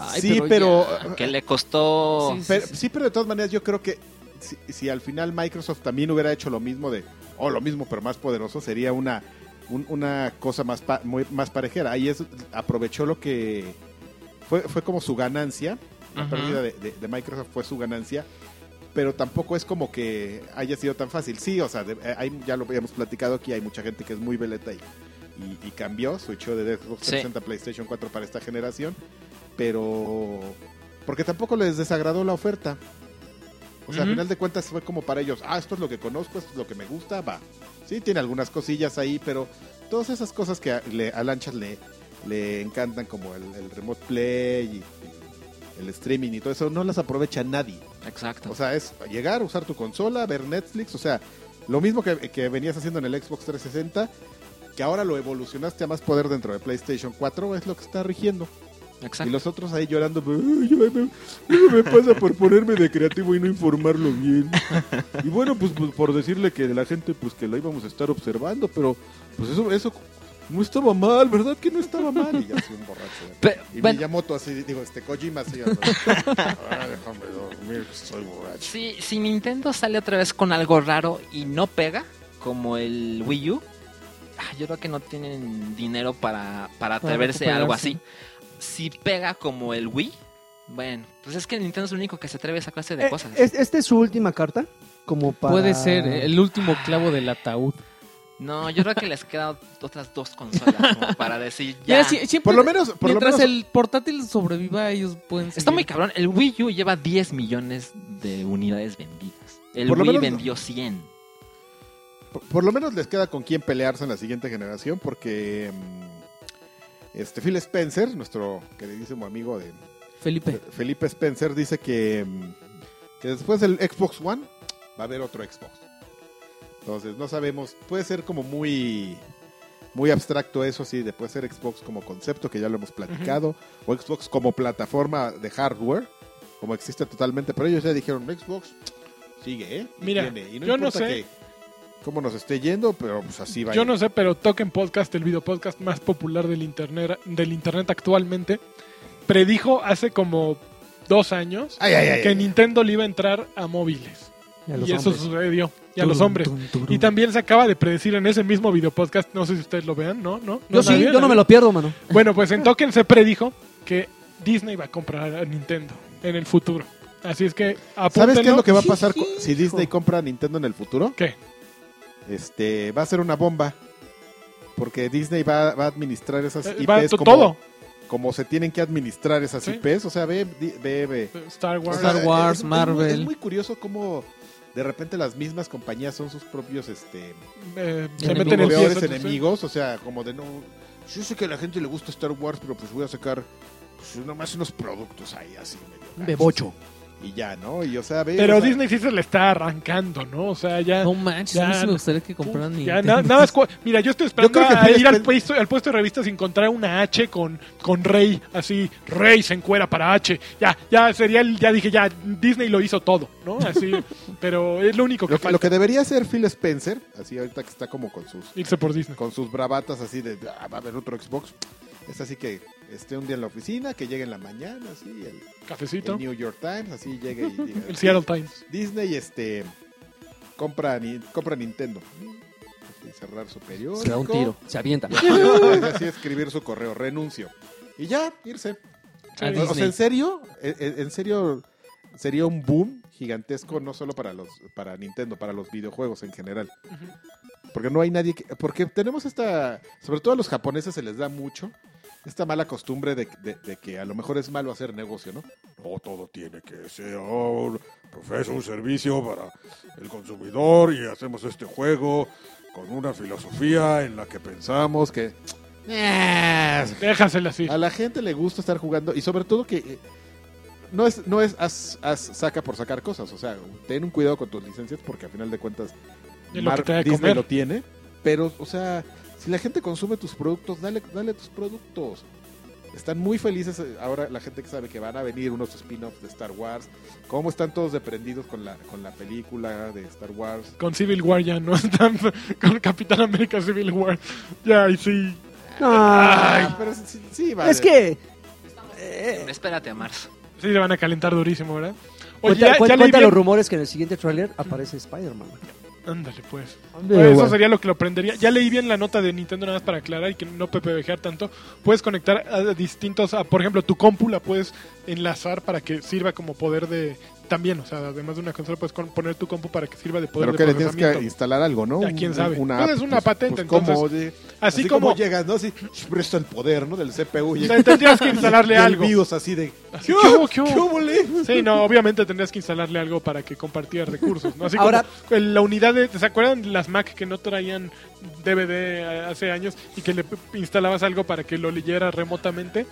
Ay, sí, pero. pero pero- que le costó... Sí, Sí, pero, de todas maneras, yo creo que si, si al final Microsoft también hubiera hecho lo mismo de. O lo mismo, pero más poderoso, sería una, un- una cosa más, pa- muy- más parejera. Ahí es, aprovechó lo que. Fue, fue como su ganancia la Ujú. pérdida de, de- de Microsoft fue su ganancia, pero tampoco es como que haya sido tan fácil. Sí, o sea, de- eh, hay- ya lo habíamos platicado aquí, hay mucha gente que es muy veleta y, y, y cambió, switchó de Xbox Sí. 360 a PlayStation 4 para esta generación, pero... Porque tampoco les desagradó la oferta. O sea, Ujú. al final de cuentas fue como para ellos, ah, esto es lo que conozco, esto es lo que me gusta, va. Sí, tiene algunas cosillas ahí, pero todas esas cosas que a, le, a Lanchas le, le encantan, como el, el remote play y el streaming y todo eso, no las aprovecha nadie. Exacto. O sea, es llegar, usar tu consola, ver Netflix, o sea, lo mismo que, que venías haciendo en el Xbox 360, que ahora lo evolucionaste a más poder dentro de PlayStation 4, es lo que está rigiendo. Exacto. Y los otros ahí llorando, "Ay, yo me, yo me pasa por ponerme de creativo y no informarlo bien. Y bueno, pues, pues, por decirle que la gente, pues que la íbamos a estar observando, pero pues eso, eso no estaba mal, ¿verdad que no estaba mal? Y ya así un borracho. ¿verdad? Pe- Y bueno, Miyamoto así, digo, este Kojima así. ¿verdad? Ah, déjame dormir, que soy borracho. si, si Nintendo sale otra vez con algo raro y no pega, como el Wii U, ah, yo creo que no tienen dinero para, para atreverse a algo así. recuperarse. Si pega como el Wii, bueno, pues es que Nintendo es el único que se atreve a esa clase de Eh, cosas. ¿es- ¿Esta es su última carta? Como para... Puede ser eh, el último clavo del ataúd. No, yo creo que les quedan otras dos consolas como para decir ya. Ya, sí, siempre- Por lo menos, por lo mientras menos, el portátil sobreviva, ellos pueden Está seguir. muy cabrón. El Wii U lleva 10 millones de unidades vendidas. El Por lo Wii menos- vendió 100. por, por lo menos les queda con quién pelearse en la siguiente generación, porque mm, este Phil Spencer, nuestro queridísimo amigo de Felipe. Felipe Spencer dice que, mm, que después del Xbox One va a haber otro Xbox. Entonces, no sabemos. Puede ser como muy, muy abstracto eso, sí. De puede ser Xbox como concepto, que ya lo hemos platicado. O Xbox como plataforma de hardware, como existe totalmente. Pero ellos ya dijeron, Xbox sigue, ¿eh? Y Mira, tiene, y yo no importa sé. que- cómo nos esté yendo, pero pues así va. a Yo ir. no sé, pero Token Podcast, el video podcast más popular del internet, del internet actualmente, predijo hace como dos años Ay, ay, ay, que ay. Nintendo le iba a entrar a móviles. Y a Y, los eso hombres. sucedió. Y a los Turum, hombres. tum, turum. Y también se acaba de predecir en ese mismo video podcast, no sé si ustedes lo vean, ¿no? ¿No? Yo sí, ¿Nadie? yo no me ¿Nadie? lo pierdo, mano. Bueno, pues en Token se predijo que Disney va a comprar a Nintendo en el futuro. Así es que apúntenlo. ¿Sabes qué es lo que va a pasar cu- si Disney compra a Nintendo en el futuro? ¿Qué? este va a ser una bomba porque Disney va, va a administrar esas Eh, IPs va to- como, todo. como se tienen que administrar esas Sí. IPs, o sea, ve, di- ve, ve. Star O Wars. sea, Star Wars, es- es muy- Marvel. Es muy, curioso cómo de repente las mismas compañías son sus propios este eh, se Enemigos. meten en peores pies, entonces- enemigos, o sea, como de no yo sé que a la gente le gusta Star Wars, pero pues voy a sacar pues, nomás unos productos ahí así medio Bebocho. y ya, ¿no? Y o sea, ve, Pero o sea, Disney sí se le está arrancando, ¿no? O sea, ya. No manches, a mí Ya, sí no. me gustaría que compraran Uf, mi. ya, na- nada más cu- Mira, yo estoy esperando Yo creo que a tienes ir al pen- puesto, al puesto de revistas y encontrar una H con, con Rey, así, Rey se encuera para H. Ya, ya sería el, ya dije, ya, Disney lo hizo todo, ¿no? Así, pero es lo único que lo, que, lo falta. que debería hacer Phil Spencer, así ahorita que está como con sus Irse por Disney. con sus bravatas así de "Ah, va a haber otro Xbox. Es así que esté un día en la oficina, que llegue en la mañana, así el, Cafecito. el El, New York Times, así llegue y diga Seattle Times. Disney este compra ni- compra Nintendo. Y cerrar su periódico. Se da un tiro, se avienta. Es así escribir su correo, renuncio. Y ya, irse. A O- O sea, Disney. en serio, ¿En- en en serio sería un boom gigantesco no solo para los para Nintendo, para los videojuegos en general. Porque no hay nadie que, porque tenemos esta, sobre todo a los japoneses se les da mucho esta mala costumbre de, de- de que a lo mejor es malo hacer negocio, ¿no? No todo tiene que ser un- ofrece un servicio para el consumidor y hacemos este juego con una filosofía en la que pensamos. Vamos que Ah. Déjasela así. a la gente le gusta estar jugando y sobre todo que eh, no es no es haz- haz saca por sacar cosas, o sea, ten un cuidado con tus licencias porque a final de cuentas De lo que Mar- te da de Disney comer. lo tiene, pero, o sea, si la gente consume tus productos, dale, dale tus productos. Están muy felices eh, ahora la gente que sabe que van a venir unos spin-offs de Star Wars. ¿Cómo están todos deprendidos con la, con la película de Star Wars? Con Civil War ya no están. Con Capitán América Civil War. Ya, y sí. Ah, pero sí, sí, vale. es que. Espérate a marzo. Sí, se van a calentar durísimo, ¿verdad? Oye, Cuenta, ya, cuen- ya leí cuenta bien- los rumores que en el siguiente tráiler aparece Spider-Man. Ándale, pues. Ándale, Pues, eso güey. sería lo que lo prendería. Ya leí bien la nota de Nintendo nada más para aclarar y que no pepevejear tanto. Puedes conectar a distintos, a, por ejemplo, tu compu la puedes enlazar para que sirva como poder de también, o sea, además de una consola puedes con- poner tu compu para que sirva de poder Pero que de le tienes que procesamiento. instalar algo, ¿no? Ya, Un- quién sabe. Una Pues app, es una patente, ¿cómo? entonces. Oye, Así, como, llegas, ¿no? Así, presto el poder, ¿no? Del CPU. o sea, tendrías que instalarle y el algo. BIOS así de... Así, ¿qué hubo, qué hubo? ¿Qué hubo, le? Sí, no, obviamente tendrías que instalarle algo para que compartiera recursos, ¿no? Así Ahora- como en la unidad de, ¿se acuerdan las Mac que no traían DVD eh, hace años y que le p- instalabas algo para que lo leyera remotamente?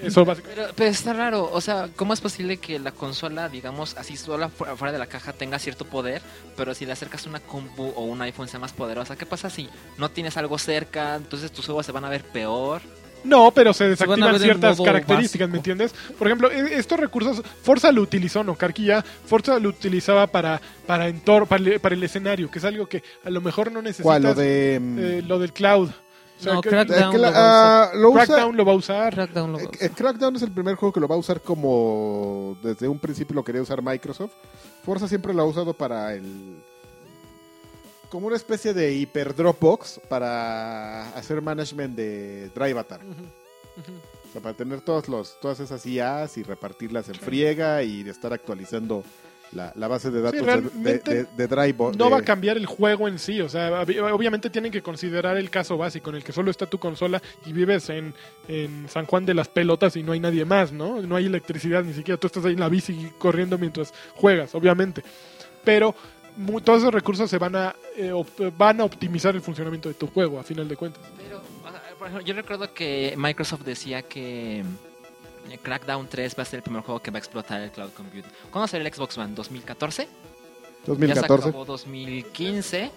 Eso básicamente. Pero, pero está raro, o sea, ¿cómo es posible que la consola, digamos, así sola fu- fuera de la caja tenga cierto poder, pero si le acercas una compu o un iPhone sea más poderosa? ¿Qué pasa si no tienes algo cerca? Entonces tus juegos se van a ver peor. No, pero se van a ver desactivan en ciertas modo características, básico. ¿me entiendes? Por ejemplo, e- estos recursos, Forza lo utilizó, ¿no? Carquilla, Forza lo utilizaba para para, entor para, el, para el escenario, que es algo que a lo mejor no necesitas. ¿Cuál? Lo de... mm, eh, lo del cloud. O sea, No, que- eh, eh, Crackdown que la- lo va ah, lo usa- Crackdown lo va a usar. Crackdown lo- Eh, eh, Crackdown es el primer juego que lo va a usar como desde un principio lo quería usar Microsoft. Forza siempre lo ha usado para el como una especie de hiper Dropbox para hacer management de Drivatar. O sea, para tener todos los todas esas IAs y repartirlas en friega y de estar actualizando la, la base de datos de- de, realmente de, de Drive- No de- va a cambiar el juego en sí, o sea, ob- obviamente tienen que considerar el caso básico en el que solo está tu consola y vives en, en San Juan de las Pelotas y no hay nadie más, ¿no? No hay electricidad ni siquiera, tú estás ahí en la bici corriendo mientras juegas, obviamente. Pero mu- todos esos recursos se van a, eh, op- van a optimizar el funcionamiento de tu juego, a final de cuentas. Pero, o sea, por ejemplo, yo recuerdo que Microsoft decía que mm, Crackdown 3 va a ser el primer juego que va a explotar el cloud compute. ¿Cuándo salió el Xbox One? ¿2014? Ya se 2014. acabó 2015.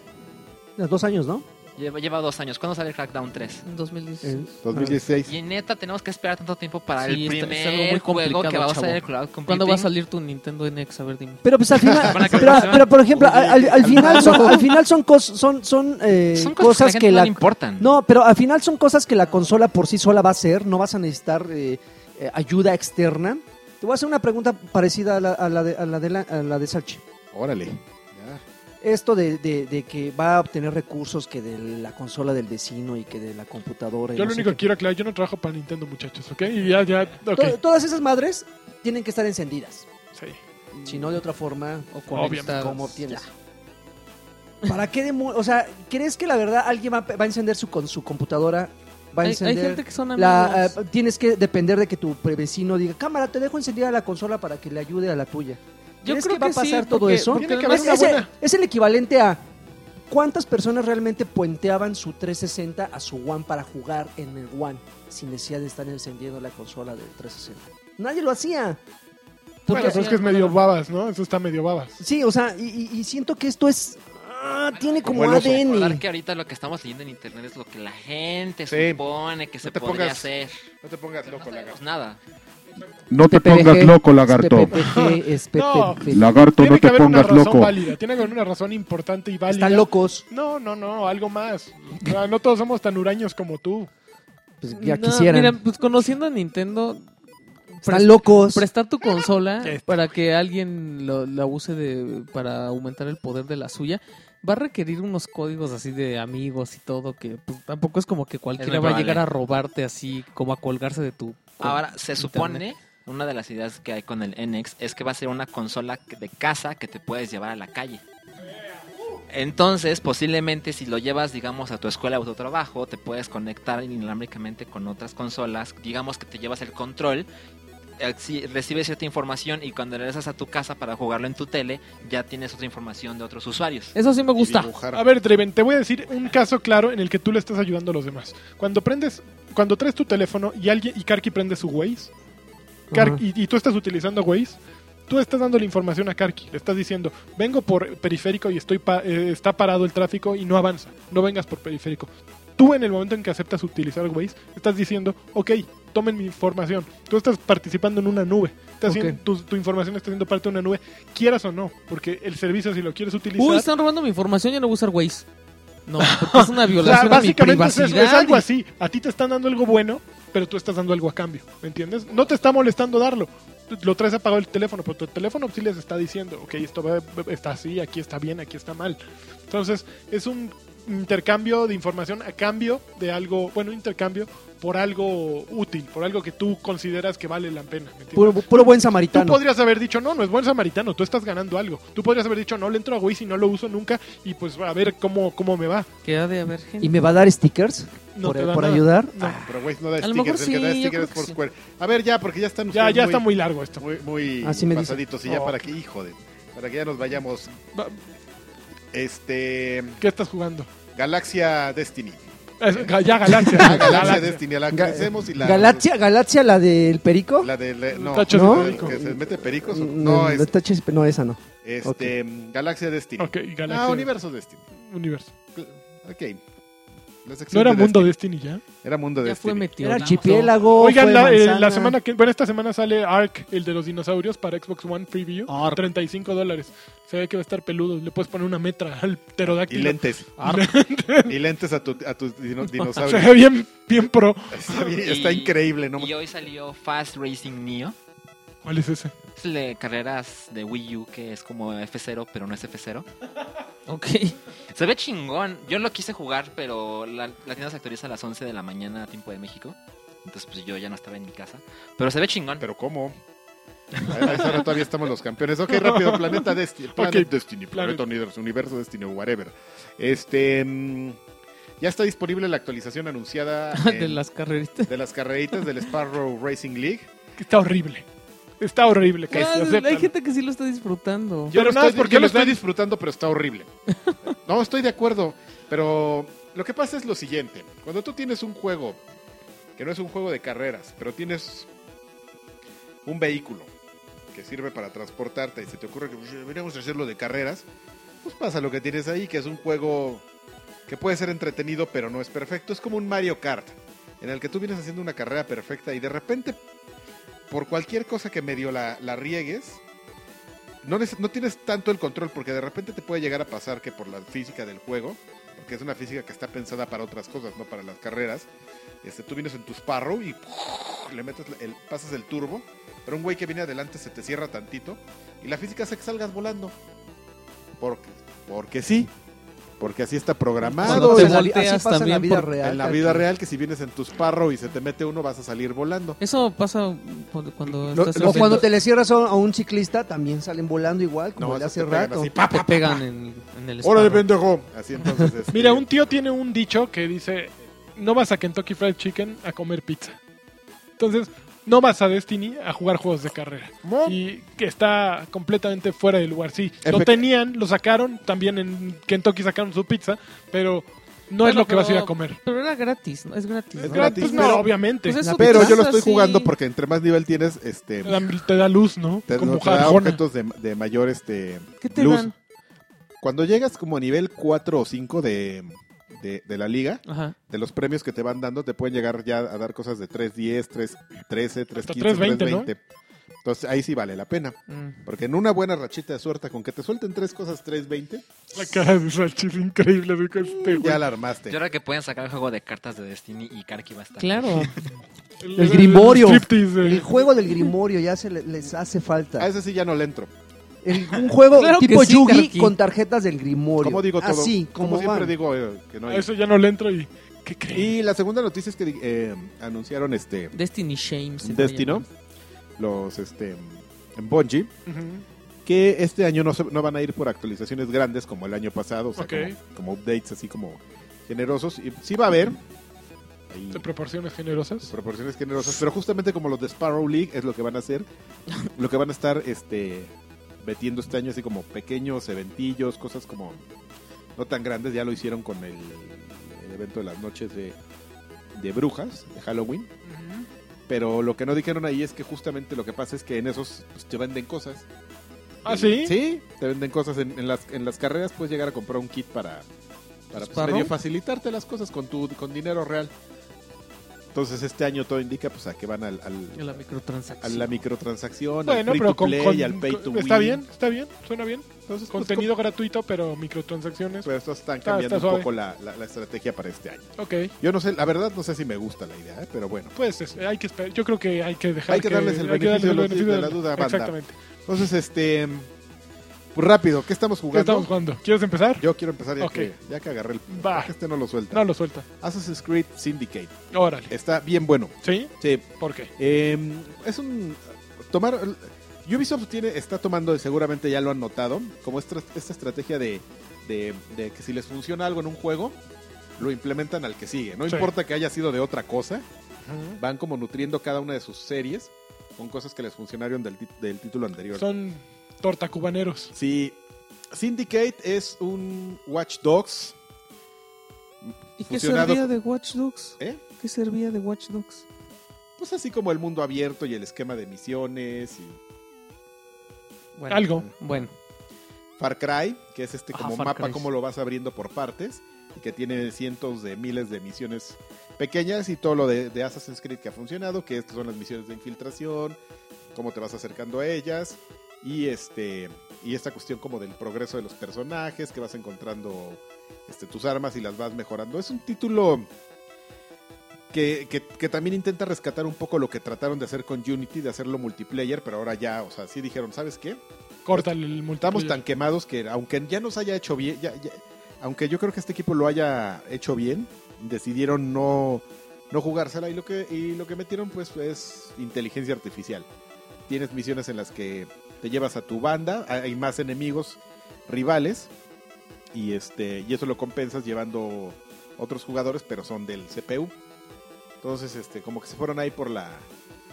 Unos Dos años, ¿no? Lleva, lleva dos años. ¿Cuándo sale Crackdown 3? En Eh, 2016. 2016. Y neta, tenemos que esperar tanto tiempo para Sí, el está- es primer algo muy juego que complicado, va a chavo. usar el cloud computing. ¿Cuándo va a salir tu Nintendo NX? A ver, dime. Pero pues al final, Van a pero, acabar. pero, por ejemplo, Oye, al, al- al no. final son, al final son, cos- son, son, eh, Son cosas que la gente no la le importan. No, pero al final son cosas que la consola por sí sola va a hacer, no vas a necesitar eh, eh, ayuda externa. Te voy a hacer una pregunta parecida a la, a la de, a la de, la- a la de Salchi. Órale. Esto de, de- de que va a obtener recursos que de la consola del vecino y que de la computadora. y Yo no lo sé único que qué. quiero aclarar, yo no trabajo para Nintendo, muchachos, ¿ok? Y ya, ya, ok. To- Todas esas madres tienen que estar encendidas. Sí. Si no, de Mm. otra forma, O Obviamente. conectadas. ¿cómo obtienes? ¿Para qué demo- O sea, ¿crees que la verdad alguien va, a pe- va a encender su, con su computadora? Va a Hay, hay encender... gente que son amigos. La, eh, tienes que depender de que tu pre- vecino diga, cámara, te dejo encendida la consola para que le ayude a la tuya. Yo ¿Crees creo que va a que sí, pasar todo porque- eso? porque Tiene que además- haber Es, una es el, buena. es el equivalente a cuántas personas realmente puenteaban su 360 a su One para jugar en el One sin necesidad de estar encendiendo la consola del 360. Nadie lo hacía. Bueno, pues Porque- pero es que es medio babas, ¿no? Eso está medio babas. Sí, o sea, y, y- y siento que esto es. ah, tiene como, Como el oso. ADN. Recordar que ahorita lo que estamos leyendo en internet es lo que la gente Sí. supone que se te podría pongas hacer. No te pongas Pero no loco, sabemos lagarto. nada. No te PPG, pongas loco, lagarto. es PPG, es No. PPG. Lagarto, Tiene no que te haber una pongas razón loco. válida, tiene que haber una razón importante y válida. Están locos. No, no, no, algo más. O sea, no todos somos tan huraños como tú. Pues ya No, quisieran. Mira, pues conociendo a Nintendo, Están locos. prestar tu consola para que alguien lo- la use de, para aumentar el poder de la suya va a requerir unos códigos así de amigos y todo que pues, tampoco es como que cualquiera va a probable. llegar a robarte así como a colgarse de tu Ahora, se internet. supone, una de las ideas que hay con el NX es que va a ser una consola que- de casa que te puedes llevar a la calle. Entonces, posiblemente si lo llevas, digamos, a tu escuela o a tu trabajo, te puedes conectar inalámbricamente con otras consolas. Digamos que te llevas el control, eh, si- recibes cierta información y cuando regresas a tu casa para jugarlo en tu tele, ya tienes otra información de otros usuarios. eso sí me gusta Dibujar. A ver, Draven, te voy a decir un caso claro en el que tú le estás ayudando a los demás. Cuando prendes, cuando traes tu teléfono y alguien y Karki prende su Waze, Kar- Ajá. y, y tú estás utilizando Waze, tú estás dando la información a Karki, le estás diciendo, vengo por periférico y estoy pa- eh, está parado el tráfico y no avanza, no vengas por periférico. Tú en el momento en que aceptas utilizar Waze, estás diciendo, ok, tomen mi información. Tú estás participando en una nube. Estás Ok. haciendo- tu, tu información está siendo parte de una nube, quieras o no, porque el servicio si lo quieres utilizar... uy están robando mi información ya no voy a usar Waze no porque es una O sea, violación a mi básicamente es, privacidad eso, es algo así. A ti te están dando algo bueno, pero tú estás dando algo a cambio. ¿Me entiendes? No te está molestando darlo. Tú- Lo traes apagado el teléfono, pero tu teléfono sí les está diciendo, ok, esto va- está así, aquí está bien, aquí está mal. Entonces, es un intercambio de información a cambio de algo, bueno, intercambio por algo útil, por algo que tú consideras que vale la pena. ¿me entiendes? Puro, puro buen Tú samaritano. podrías haber dicho, no, no es buen samaritano, tú estás ganando algo. Tú podrías haber dicho, no, le entro a Waze y no lo uso nunca y pues a ver cómo, cómo me va. que ha de haber gente ¿Y me va a dar stickers No te por, da por nada. ayudar? No. Pero güey, no da lo stickers, mejor el que sí, da yo stickers creo es que por sí. Square. A ver, ya, porque ya están Ya, ustedes ya está muy largo esto. pues muy, muy Así me dice. pasaditos. Y ya Oh. para que, hijo de... Para que ya nos vayamos. Va- Este... ¿Qué estás jugando? Galaxia Destiny. Es- ga- ya Galaxia. Ah, Galaxia Galaxia. Destiny, a la que Ga- hacemos y la... ¿Galaxia, ¿Galaxia la del perico? La de... la- no, Tachos de la del perico. que se mete pericos. o- no, No, es, la tacha es- no, esa no. este... Galaxia Destiny. Ok, Galaxia. Ah, Universo Destiny. Universo. Ok. La sección ¿No era de Mundo Destiny ya? Destiny. Era Mundo ya fue este, Destiny. metido Era ¿no? archipiélago. Oigan, fue la, eh, manzana. la semana que... Bueno, esta semana sale Ark, el de los dinosaurios, para Xbox One Preview. Ark. 35 dólares. Se ve que va a estar peludo. Le puedes poner una metra al Y pterodáctilo. lentes. Y lentes a, tu, a tus dino- Se dinosaurios. ve bien, bien pro. Está, bien- está increíble, ¿no? Y hoy salió Fast Racing Neo. ¿Cuál es ese? Es el de carreras de Wii U que es como F0, pero no es F0. ok Se ve chingón. Yo lo quise jugar, pero la, la tienda se actualiza a las 11 de la mañana a tiempo de México. Entonces, pues yo ya no estaba en mi casa. Pero se ve chingón. Pero ¿cómo? A esa hora todavía estamos los campeones. Ok, rápido, Planeta Destiny. Planet Ok, Destiny, Planet. Planeta Universo, Universo Destiny, whatever. Este. mm, Ya está disponible la actualización anunciada en- Eh, de las carreritas de las carreritas del Sparrow Racing League. Está horrible. Está horrible. Casi, Ah, hay acéptalo. gente que sí lo está disfrutando Yo Pero lo nada más estoy, porque yo lo les estoy dan- disfrutando, pero está horrible. No, estoy de acuerdo, pero lo que pasa es lo siguiente. Cuando tú tienes un juego, que no es un juego de carreras, pero tienes un vehículo que sirve para transportarte y se te ocurre que "Uy, deberíamos hacerlo de carreras, pues pasa lo que tienes ahí, que es un juego que puede ser entretenido, pero no es perfecto. Es como un Mario Kart, en el que tú vienes haciendo una carrera perfecta y de repente, por cualquier cosa que medio la, la riegues, no, neces- no tienes tanto el control porque de repente te puede llegar a pasar que por la física del juego, porque es una física que está pensada para otras cosas, no para las carreras, este, tú vienes en tu Sparrow y le metes el, pasas el turbo, pero un güey que viene adelante se te cierra tantito y la física hace que salgas volando. Porque, porque sí, porque así está programado. Cuando te en la- volteas Así pasa en la también vida por- en la vida real que si vienes en tu Sparrow y se te mete uno vas a salir volando. Eso pasa cuando, cuando Lo- estás lo- O haciendo- cuando te le cierras a a un ciclista, también salen volando igual, como No, el de esos hace te pegan rato. así, pa, te pegan en, en el ¡Órale, esparro. pendejo! Así entonces este, Mira, un tío tiene un dicho que dice, no vas a Kentucky Fried Chicken a comer pizza. Entonces, no vas a Destiny a jugar juegos de carrera. Mo- Y que está completamente fuera de lugar. Sí, lo Efect- tenían, lo sacaron, también en Kentucky sacaron su pizza, pero No es Bueno, lo que vas a ir a pero- comer. Pero era gratis, ¿no? Es gratis. Es ¿no? gratis, Pues no, pero- obviamente. Pues eso Pero te yo lo pasa estoy así. jugando porque entre más nivel tienes, este. te, da, te da luz, ¿no? Te, Como te da Arjona. objetos de, de mayor este ¿Qué te luz. dan? Cuando llegas como a nivel 4 o 5 de, de, de la liga, Ajá. de los premios que te van dando, te pueden llegar ya a dar cosas de 3.10, 3.13, 3.15, 3.20, 3.20. Entonces ahí sí vale la pena. Mm. Porque en una buena rachita de suerte, con que te suelten tres cosas 3.20, La cara de Salchi es increíble. así que este, güey. ya la armaste. Yo creo que pueden sacar el juego de cartas de Destiny y Karki va a estar. Claro. El, Grimorio. striptease de- El juego del grimorio ya se le- les hace falta. A ese sí ya no le entro. El- un juego Claro que tipo sí, Yugi Karki. con tarjetas del grimorio. Como digo todo. Así, como como, siempre ah, van. digo eh, que no A hay. eso ya no le entro y... ¿Qué crees? Y la segunda noticia es que eh, anunciaron este Destiny Shame. se va a Destino, llamar. los este en Bungie, Ujú. que este año no, se- no van a ir por actualizaciones grandes como el año pasado, o sea, Ok. como, como updates así como generosos. Y sí va a haber ahí, De proporciones generosas. proporciones generosas, pero justamente como los de Sparrow League es lo que van a hacer, lo que van a estar este metiendo este año así como pequeños eventillos, cosas como no tan grandes, ya lo hicieron con el, el evento de las noches de, de brujas, de Halloween. Ujú. Pero lo que no dijeron ahí es que justamente lo que pasa es que en esos pues, te venden cosas. ¿Ah, sí? Sí, te venden cosas. En, en las, en las carreras puedes llegar a comprar un kit para, para pues, ¿Sparrow? medio facilitarte las cosas con, tu, con dinero real. Entonces este año todo indica pues a que van al, al- La a microtransacción. la microtransacción, al Bueno, free pero to con, play, con- al pay to con- win. está bien, está bien, suena bien. Entonces, pues, Contenido gratuito, pero microtransacciones. como- pero estos están Está- cambiando está un suave. poco la, la- la estrategia para este año. Ok, Yo no sé, la verdad no sé si me gusta la idea, ¿eh? pero bueno. pues es- hay que esperar. Yo creo que hay que dejar Hay que darles el hay que beneficio de los- beneficio de la duda, banda. Exactamente. Entonces, este... Pues rápido, ¿qué estamos ¿Qué jugando? estamos jugando? ¿Quieres empezar? Yo quiero empezar ya, Ok. que, ya que agarré el... Va. ya que Eh, este no lo suelta. No lo suelta. Assassin's Creed Syndicate. Órale. Está bien bueno. ¿Sí? Sí. ¿Por qué? Eh, es un... Tomar... eh, Ubisoft tiene, está tomando, y seguramente ya lo han notado, como esta, esta estrategia de, de- de que si les funciona algo en un juego, lo implementan al que sigue. No Sí. importa que haya sido de otra cosa, van como nutriendo cada una de sus series con cosas que les funcionaron del, tit- del título anterior. Son tortacubaneros. Sí. Syndicate es un Watch Dogs. ¿Y qué fusionado servía con- de Watch Dogs? ¿Eh? ¿Qué servía de Watch Dogs? Pues así como el mundo abierto y el esquema de misiones y Bueno, Algo. eh, Bueno, Far Cry, que es este Ah, como Far mapa, Cry. como lo vas abriendo por partes, y que tiene cientos de miles de misiones pequeñas y todo lo de, de Assassin's Creed que ha funcionado, que estas son las misiones de infiltración, cómo te vas acercando a ellas y este y esta cuestión como del progreso de los personajes, que vas encontrando este, tus armas y las vas mejorando. Es un título que, que- que también intenta rescatar un poco lo que trataron de hacer con Unity, de hacerlo multiplayer, pero ahora ya, o sea, sí dijeron, ¿sabes qué? Corta el Estamos multiplayer. tan quemados que aunque ya nos haya hecho bien, ya- ya- aunque yo creo que este equipo lo haya hecho bien, decidieron no, no jugársela y lo que y lo que metieron pues es inteligencia artificial. Tienes misiones en las que te llevas a tu banda, hay más enemigos rivales y este y eso lo compensas llevando otros jugadores, pero son del CPU. Entonces, este como que se fueron ahí por la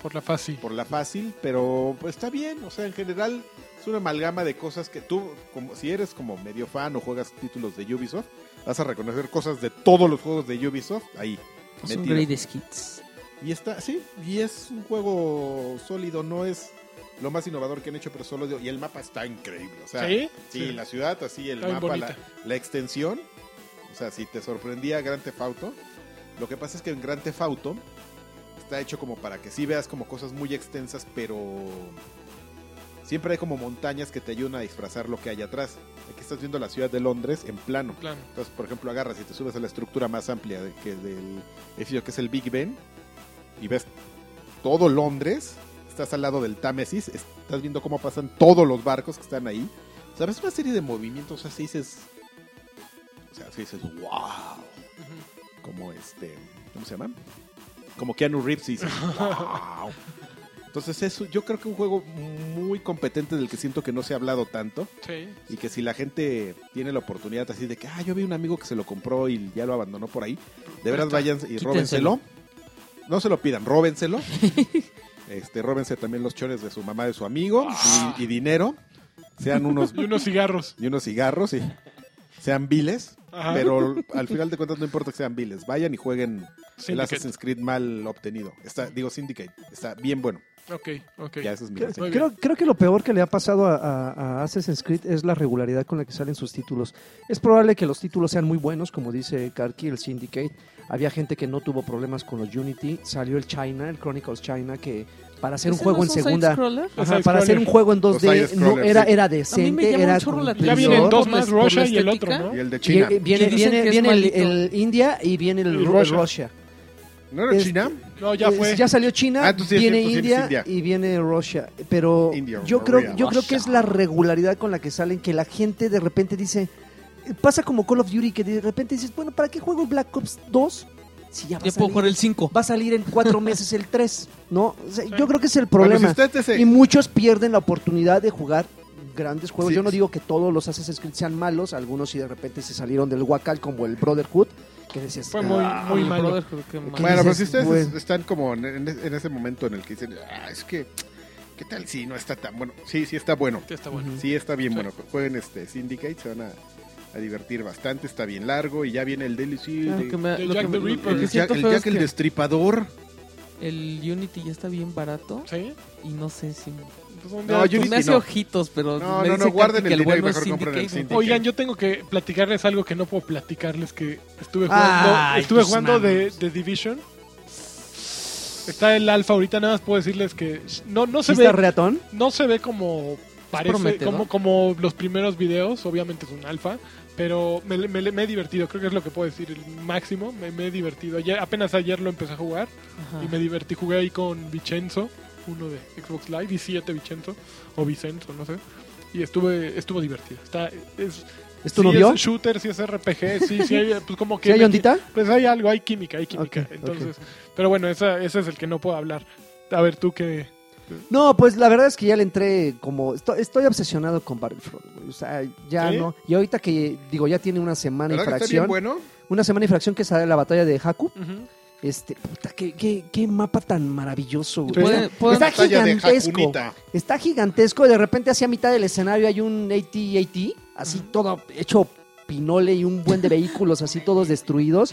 Por la fácil. por la fácil, pero pues, está bien, o sea, en general es una amalgama de cosas que tú, como si eres como medio fan o juegas títulos de Ubisoft, vas a reconocer cosas de todos los juegos de Ubisoft ahí. es Pues un metido. greatest hits. Y está, sí, y es un juego sólido, no es lo más innovador que han hecho, pero solo y el mapa está increíble, o sea, ¿Sí? sí, la ciudad, así el Está bien mapa, la, bonita. la extensión, o sea, si te sorprendía Gran Tefauto, lo que pasa es que en Gran Tefauto está hecho como para que sí veas como cosas muy extensas, pero siempre hay como montañas que te ayudan a disfrazar lo que hay atrás. Aquí estás viendo la ciudad de Londres en plano. Plano. Entonces, por ejemplo, agarras y te subes a la estructura más amplia de- que del edificio que es el Big Ben y ves todo Londres, estás al lado del Támesis, estás viendo cómo pasan todos los barcos que están ahí. ¿Sabes? Una serie de movimientos, así dices... O sea, así dices, wow. Ujú. Como este... ¿Cómo se llama? Como Keanu Reeves y dices, wow. Entonces, eso, yo creo que un juego muy competente del que siento que no se ha hablado tanto. Sí. Y que si la gente tiene la oportunidad así de que, ah, yo vi un amigo que se lo compró y ya lo abandonó por ahí, de veras vayan y róbenselo. No se lo pidan, róbenselo. este, róbense también los chones de su mamá, de su amigo y, y dinero. Sean unos Y unos cigarros. y unos cigarros y sean viles, Ajá. pero al final de cuentas no importa que sean viles. Vayan y jueguen el Syndicate. Assassin's Creed mal obtenido. Está, digo, Syndicate. Está bien bueno. Ok, ok. Ya ese es mi Creo, reseña. creo- creo que lo peor que le ha pasado a, a- a Assassin's Creed es la regularidad con la que salen sus títulos. Es probable que los títulos sean muy buenos, como dice Karki, el Syndicate. Había gente que no tuvo problemas con los Unity. Salió el China, el Chronicles China, que para hacer un ¿Ese juego no en es un segunda... side-scroller? Ajá, Side-scroller. para hacer un juego en 2D Los no, side-scrollers, era, sí. era A mí me decente, llama era mucho Ya la cumplidor. atención. vienen dos Por la- más, por la Russia y el estética. otro, ¿no? Y el de Y- China. y viene Que dicen viene- que es viene el, malito. el India y viene el, El Ru- Russia. Russia. ¿No era es- China? No, ya Eh, fue. ya salió China, Ah, entonces sí, viene cierto, sí, India, es India. y viene Rusia. Pero India, yo Rusia. creo, yo creo que es Russia. la regularidad con la que salen, que la gente de repente dice, pasa como Call of Duty, que de repente dices, bueno, ¿para qué juego el Black Ops 2? Si ya va, Ya a puedo salir, jugar el 5. va a salir en cuatro meses el 3, ¿no? O sea, Sí. Yo creo que es el Bueno, pues problema. si usted se- Y muchos pierden la oportunidad de jugar grandes juegos. Sí. Yo no digo que todos los Assassin's Creed sean malos, algunos sí de repente se salieron del huacal como el Brotherhood, que decías, Fue muy, "Ah, muy malo. Bueno, pues, este pero si dices, ustedes güey. están como en, en- en ese momento en el que dicen, "Ah, es que, ¿qué tal si no está tan bueno? Sí, sí está bueno. Sí, está bueno. Sí, está bien Sí. bueno. Jueguen este Syndicate, se van a, a divertir bastante. Está bien largo y ya viene el DLC. Lo de- que me- de lo que Jack the me- lo Ripper. que el Jack, siento el, feo Jack es el que Destripador. el Unity ya está bien barato ¿Sí? y no sé si... Pues un No, día- Unity me hace no. ojitos, pero... No, me no, dice no, guarden Karki que el dinero y bueno es mejor compren el Syndicate. Syndicate. Oigan, yo tengo que platicarles algo que no puedo platicarles que estuve jugando, Ay, estuve tus jugando de, manos. de Division. Está el alfa ahorita, nada más puedo decirles que sh- no, no se ¿Sí está ve, reatón? no se ve como parece, prometedor. como, como los primeros videos, obviamente es un alfa, pero me, me- me he divertido, creo que es lo que puedo decir, el máximo, me, me he divertido. Ayer- apenas ayer lo empecé a jugar Ajá. y me divertí, jugué ahí con Vicenzo, uno de Xbox Live, y 7 Vicenzo, o Vicenzo, no sé. Y estuve, estuvo divertido. Está, es, ¿Es tu sí novio? es shooter, sí es RPG, sí, sí hay, pues como que... ¿Sí hay ondita? Pues hay algo, hay química, hay química. Ok, Entonces, pero bueno, esa, ese es el que no puedo hablar. A ver, tú que... No, pues la verdad es que ya le entré como... Estoy, estoy obsesionado con Battlefront, güey. O sea, ya ¿Sí? no... Y ahorita que, digo, ya tiene una semana y ¿Verdad que está bien fracción. bueno? Una semana y fracción que sale la batalla de Haku. Este, puta, qué, qué, qué mapa tan maravilloso, güey. Pueden- Está- pueden- está Batalla de gigantesco. Hakunita. Está gigantesco y de repente hacia mitad del escenario hay un AT-AT, así Ujú. todo hecho pinole y un buen de vehículos así todos destruidos.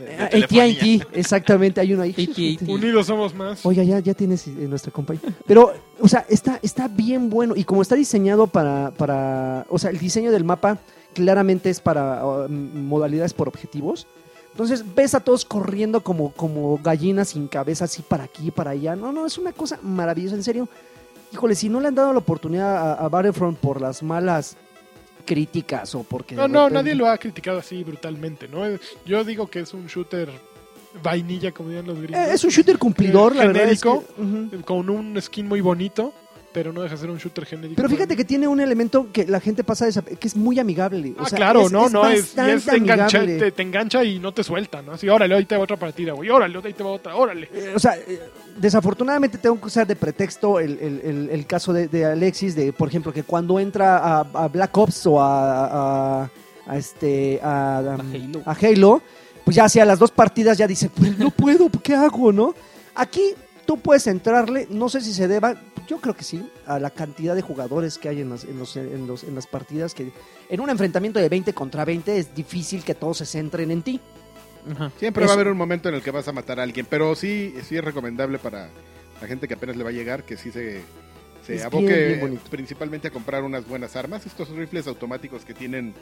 Eh, AT&T, exactamente, hay uno ahí. AT&T. Unidos somos más. Oiga, ya, ya tienes eh, nuestra compañía. Pero, o sea, está, está bien bueno. Y como está diseñado para, para. O sea, el diseño del mapa claramente es para uh, m- modalidades por objetivos. Entonces ves a todos corriendo como, como gallinas sin cabeza, así para aquí, para allá. No, no, es una cosa maravillosa, en serio. Híjole, si no le han dado la oportunidad a, a Battlefront por las malas críticas o porque. de No, no, repente- nadie lo ha criticado así brutalmente, ¿no? Yo digo que es un shooter vainilla, como dirían los gringos. Eh, es un shooter cumplidor, la verdad. es que- Genérico. Ujú. Con un skin muy bonito, pero no deja de ser un shooter genérico. Pero fíjate que tiene un elemento que la gente pasa desap- que es muy amigable. Ah, o sea, claro, es- no, no, es, y bastante es te, engancha, amigable. te, te engancha y no te suelta, ¿no? Así, órale, hoy te va otra partida, güey, órale, hoy te va otra, órale. Eh, o sea, eh, desafortunadamente tengo que usar de pretexto el, el- el- el caso de, de Alexis, de por ejemplo que cuando entra a, a Black Ops o a, a- a este a, um, Halo. a Halo, pues ya hacia las dos partidas ya dice, pues no puedo, ¿qué hago, no? Aquí tú puedes entrarle, no sé si se deba, yo creo que sí, a la cantidad de jugadores que hay en las, en los- en los- en las partidas, que en un enfrentamiento de 20 contra 20 es difícil que todos se centren en ti. Ajá. Siempre Eso. va a haber un momento en el que vas a matar a alguien, pero sí, sí es recomendable para la gente que apenas le va a llegar que sí se, Es se bien, aboque bien eh, bonito. principalmente a comprar unas buenas armas. Estos rifles automáticos que tienen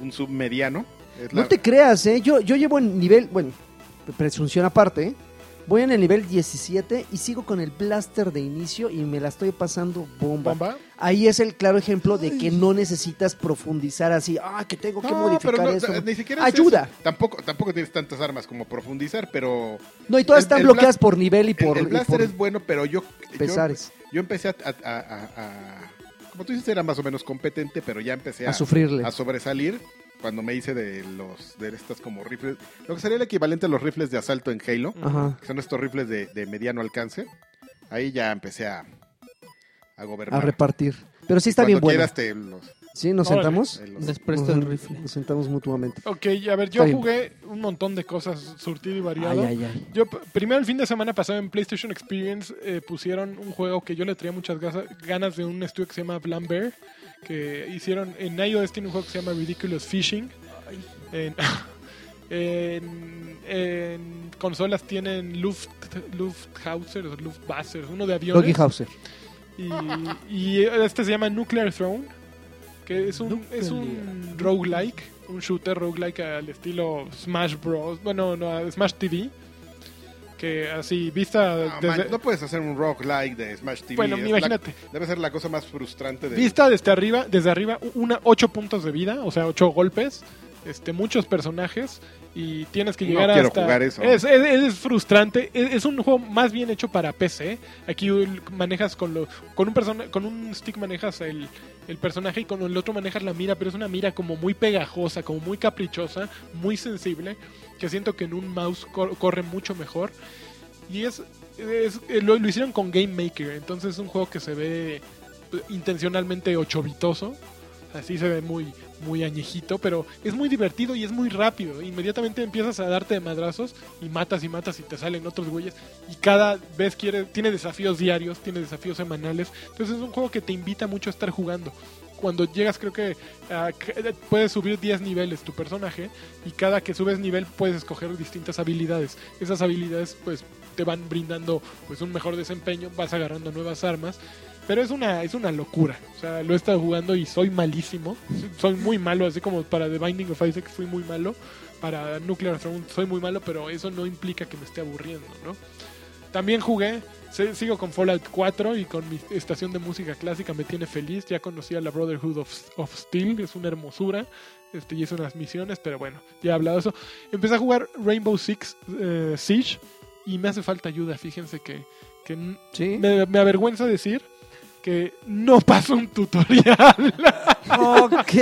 un submediano. es No la- te creas, ¿eh? Yo, yo llevo en nivel, bueno, presunción aparte, ¿eh? voy en el nivel 17 y sigo con el blaster de inicio y me la estoy pasando bomba. Bomba. Ahí es el claro ejemplo de que no necesitas profundizar así, ah, que tengo que No, modificar pero no, eh, esto. ni siquiera es Ayuda. eso. Tampoco, tampoco tienes tantas armas como profundizar, pero No, y todas El- están el bloqueadas blas- por nivel y el- por, el, y blaster por es bueno, pero yo, yo, pesares, yo empecé a, a- a- a- como tú dices, era más o menos competente, pero ya empecé a sufrirle. a sobresalir cuando me hice de los de estas como rifles, lo que sería el equivalente a los rifles de asalto en Halo, Ajá. que son estos rifles de, de mediano alcance. Ahí ya empecé a, a gobernar. A repartir. Pero sí está bien Cuando bueno. quieras te los- ¿Sí? ¿Nos Órale. sentamos? te los- Les presto el Ujú, rifle. Nos sentamos mutuamente. Ok, a ver, yo Está bien. jugué un montón de cosas, surtido y Ay, variado. ay, ay. Yo p- primero el fin de semana pasado en PlayStation Experience eh, pusieron un juego que yo le traía muchas gasa- ganas de un estudio que se llama Bear que hicieron en iOS tiene un juego que se llama Ridiculous Fishing. En, en- en consolas tienen Luft, Lufthauser, o Luftwasser, uno de aviones. Doggy Hauser. Y, y este se llama Nuclear Throne, que es un, Nuclear. es un roguelike, un shooter roguelike al estilo Smash Bros. Bueno, no, a Smash TV. Que así, vista No, Ah, man, desde. no puedes hacer un rock like de Smash TV. bueno, Es la- imagínate. debe ser la cosa más frustrante de Vista desde arriba, desde arriba, u- una, ocho puntos de vida, o sea, ocho golpes, este, muchos personajes y tienes que No llegar quiero hasta. jugar eso. Es, es- es frustrante. Es, es un juego más bien hecho para PC. Aquí el- manejas con lo, con un persona, con un stick manejas el, el personaje y con el otro manejas la mira, pero es una mira como muy pegajosa, como muy caprichosa, muy sensible, que siento que en un mouse cor- corre mucho mejor. Y es, es- eh, lo, lo hicieron con Game Maker, entonces es un juego que se ve eh, intencionalmente ochovitoso. Así se ve muy, muy añejito, pero es muy divertido y es muy rápido. Inmediatamente empiezas a darte de madrazos y matas y matas y te salen otros güeyes. Y cada vez quiere, tiene desafíos diarios, tiene desafíos semanales. Entonces es un juego que te invita mucho a estar jugando. Cuando llegas creo que ah, c- puedes subir 10 niveles tu personaje y cada que subes nivel puedes escoger distintas habilidades. Esas habilidades pues te van brindando pues un mejor desempeño, vas agarrando nuevas armas. Pero es una, es una locura. O sea, lo he estado jugando y soy malísimo. Soy muy malo, así como para The Binding of Isaac fui muy malo. Para Nuclear Throne soy muy malo, pero eso no implica que me esté aburriendo, ¿no? También jugué, se- sigo con Fallout 4 y con mi estación de música clásica me tiene feliz. Ya conocí a la Brotherhood of, of Steel, es una hermosura. Este, y es unas misiones, pero bueno, ya he hablado de eso. Empecé a jugar Rainbow Six eh, Siege y me hace falta ayuda. Fíjense que, que n- Sí. me, me avergüenza decir que no paso un tutorial. Ok.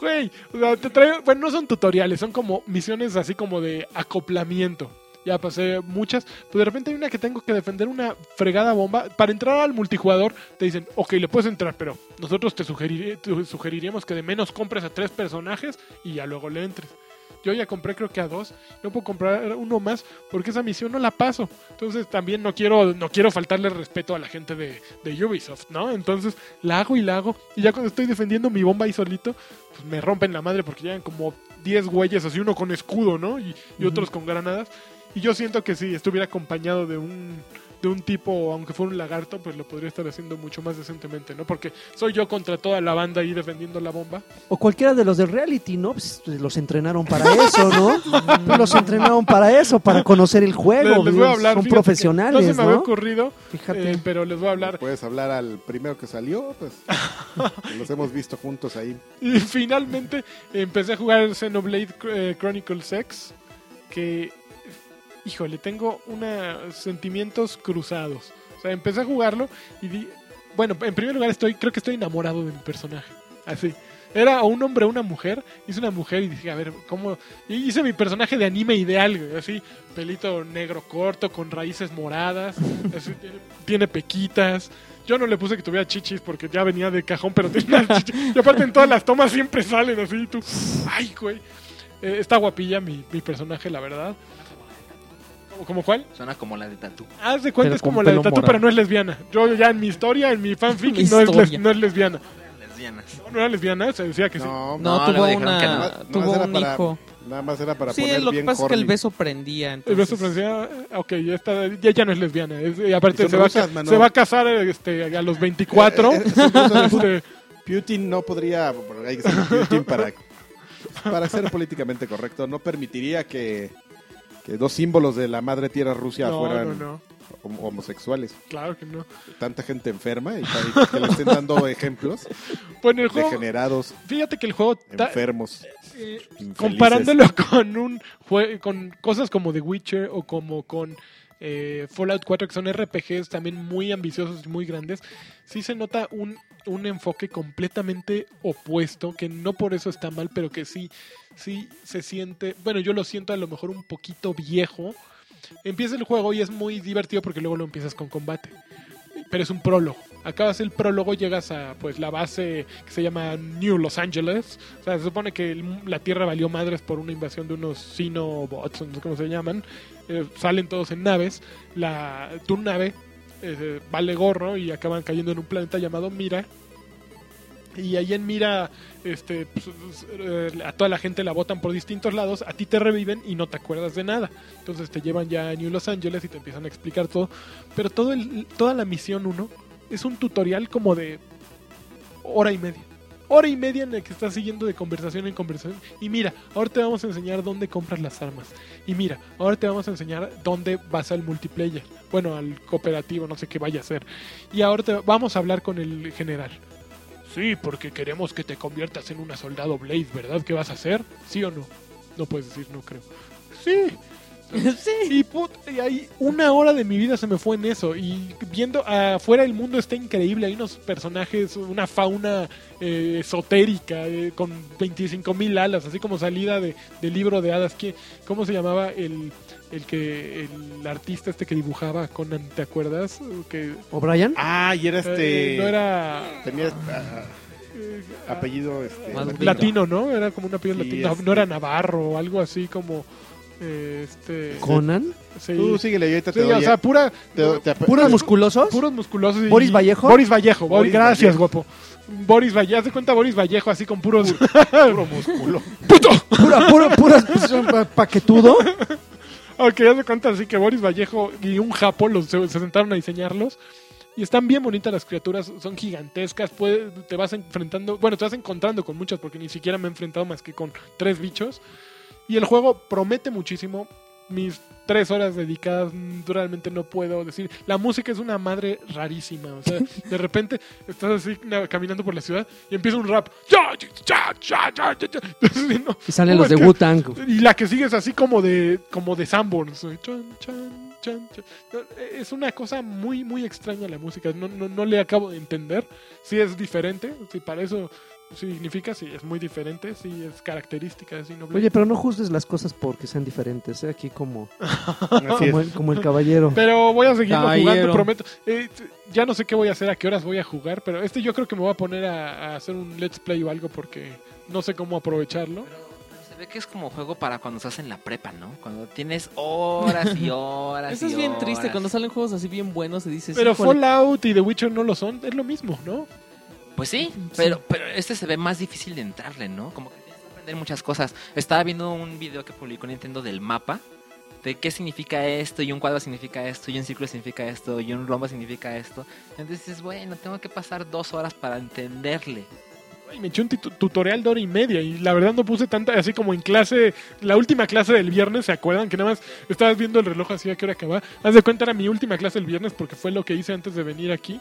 Güey, o sea, te traigo- bueno, no son tutoriales, son como misiones así como de acoplamiento. Ya pasé muchas, pero de repente hay una que tengo que defender una fregada bomba. Para entrar al multijugador te dicen, ok, le puedes entrar, pero nosotros te, sugerir- te sugeriríamos que de menos compres a tres personajes y ya luego le entres. Yo ya compré creo que a dos, no puedo comprar uno más porque esa misión no la paso. Entonces también no quiero, no quiero faltarle respeto a la gente de, de Ubisoft, ¿no? Entonces la hago y la hago. Y ya cuando estoy defendiendo mi bomba ahí solito, pues me rompen la madre porque llegan como 10 güeyes, así uno con escudo, ¿no? Y, y otros con granadas. Y yo siento que si estuviera acompañado de un, de un tipo, aunque fuera un lagarto, pues lo podría estar haciendo mucho más decentemente, ¿no? Porque soy yo contra toda la banda ahí defendiendo la bomba. O cualquiera de los del reality, ¿no? Pues, los entrenaron para eso, ¿no? Pues, los entrenaron para eso, para conocer el juego. Les- les voy a pues, hablar. Son fíjate que profesionales, No se me había ¿no? ocurrido, Fíjate. eh, pero les voy a hablar. Puedes hablar al primero que salió, pues. los hemos visto juntos ahí. Y finalmente empecé a jugar Xenoblade eh, Chronicles X, que, híjole, tengo unos sentimientos cruzados. O sea, empecé a jugarlo y di, bueno, en primer lugar estoy, creo que estoy enamorado de mi personaje. Así. Era o un hombre o una mujer. Hice una mujer y dije, a ver, ¿cómo? Y hice mi personaje de anime ideal, güey, así, pelito negro corto, con raíces moradas, así, tiene, tiene pequitas. Yo no le puse que tuviera chichis porque ya venía de cajón, pero tenía chichis. Y aparte en todas las tomas siempre salen así, y tú. Ay, güey. Eh, está guapilla mi, mi personaje, la verdad. ¿Como- ¿Como cuál? Suena como la de Tatú. Haz de cuenta, Pero es con como la de pelo Tatú, morado. pero no es lesbiana. Yo ya en mi historia, en mi fanfic, Mi no, es les- historia. no es lesbiana. Lesbianas. No, no era lesbiana, se decía que sí. No, No, No, tuvo luego dijeron que una, no. tuvo Nomás era un para- hijo. nada más era para Sí, poner lo que bien pasa es que el horny. beso prendía. El beso entonces- francés, "Ah, ok, ya, está, ya, ya no es lesbiana. es- y aparte, Y son se va, a, rusas, ca- Manuel. se va a casar este, a los 24. Eh, eh, son Este, rusas. Putin no podría, hay que ser Putin para, para ser políticamente correcto, no permitiría que, que dos símbolos de la madre tierra Rusia no, no, fueran no, hom- homosexuales. claro que no. Tanta gente enferma y, y que le estén dando ejemplos Bueno, Pues el juego, degenerados, fíjate que el juego, ta- enfermos, eh, infelices. comparándolo con un jue- con cosas como The Witcher o como con eh, Fallout 4 que son RPGs también muy ambiciosos y muy grandes, sí se nota un, un enfoque completamente opuesto que no por eso está mal, pero que sí sí se siente, bueno, yo lo siento a lo mejor un poquito viejo. Empieza el juego y es muy divertido porque luego lo empiezas con combate. Pero es un prólogo. Acabas el prólogo, llegas a pues la base que se llama New Los Angeles. O sea, se supone que el- la Tierra valió madres por una invasión de unos Sinobots, no sé cómo se llaman. Eh, salen todos en naves. La, tu nave eh, vale gorro y acaban cayendo en un planeta llamado Mira, y ahí en mira este, pues, eh, a toda la gente la botan por distintos lados, a ti te reviven y no te acuerdas de nada. Entonces te llevan ya a New Los Ángeles y te empiezan a explicar todo. Pero todo el, toda la misión 1 es un tutorial como de hora y media. Hora y media en la que estás siguiendo de conversación en conversación. Y mira, ahora te vamos a enseñar dónde compras las armas. Y mira, ahora te vamos a enseñar dónde vas al multiplayer. Bueno, al cooperativo, no sé qué vaya a ser. Y ahora te vamos a hablar con el general. Sí, porque queremos que te conviertas en una soldado Blade, ¿verdad? ¿Qué vas a hacer? ¿Sí o no? No puedes decir no, creo. Sí. sí. Y, put- y ahí una hora de mi vida se me fue en eso. Y viendo afuera el mundo está increíble. Hay unos personajes, una fauna eh, esotérica eh, con 25.000 alas, así como salida de, del libro de hadas. que ¿Cómo se llamaba el, el que el artista este que dibujaba Conan? ¿Te acuerdas? Que, ¿O'Brien? Ah, y era este. eh, no era. Tenía ah, eh, apellido este, Más latino. latino, ¿no? Era como un apellido Sí, latino. este- No era Navarro o algo así como. eh, este. ¿Conan? sí. Tú síguele y ahorita Sí, te doy. o sea, pura. te- te- ¿Puros Puras- musculosos? Puros musculosos. y- ¿Boris Vallejo? Boris Vallejo. Boris- Boris gracias, Vallejo. guapo. Boris Vallejo. Haz de cuenta Boris Vallejo así con puros. puro músculo. ¡Puto! Pura, pura, puras, pues, son pa- paquetudo. Ok, haz de cuenta así que Boris Vallejo y un japo los, se, se sentaron a diseñarlos. Y están bien bonitas las criaturas, son gigantescas, puede- te vas enfrentando, bueno, te vas encontrando con muchas porque ni siquiera me he enfrentado más que con tres bichos. Y el juego promete muchísimo. Mis tres horas dedicadas mm, realmente no puedo decir. La música es una madre rarísima. O sea, de repente estás así na- caminando por la ciudad y empieza un rap. Ya, ya, ya, ya, ya, ya. Entonces, no, Y salen ¿cómo los de es que- Wu-Tang. y la que sigue es así como de como de Sanborns. ¿no? Chan, chan, chan, chan. No, e, Es una cosa muy, muy extraña la música. No, no, no le acabo de entender. Si es diferente, si para eso significa, si es muy diferente, si es característica de Xenoblade. Oye, pero no juzgues las cosas porque sean diferentes. ¿eh? Aquí como, Así es. como, el, como el caballero. Pero voy a seguirlo Caballero. jugando, prometo. Eh, t- ya no sé qué voy a hacer, a qué horas voy a jugar, pero este yo creo que me voy a poner a, a hacer un let's play o algo porque no sé cómo aprovecharlo. Se ve que es como juego para cuando estás en la prepa, ¿no? Cuando tienes horas y horas. Eso y es bien horas. triste cuando salen juegos así bien buenos y dices. Pero "Híjole". Fallout y The Witcher no lo son, es lo mismo, ¿no? Pues sí, pero, pero este se ve más difícil de entrarle, ¿no? Como que tienes que aprender muchas cosas. Estaba viendo un video que publicó Nintendo del mapa. De qué significa esto, y un cuadro significa esto, y un círculo significa esto, y un rombo significa esto. Entonces dices, bueno, tengo que pasar dos horas para entenderle. Y me eché un titu- tutorial de hora y media y la verdad no puse tanta, así como en clase, la última clase del viernes, ¿se acuerdan? Que nada más estabas viendo el reloj así a qué hora acababa. Haz de cuenta, era mi última clase el viernes porque fue lo que hice antes de venir aquí.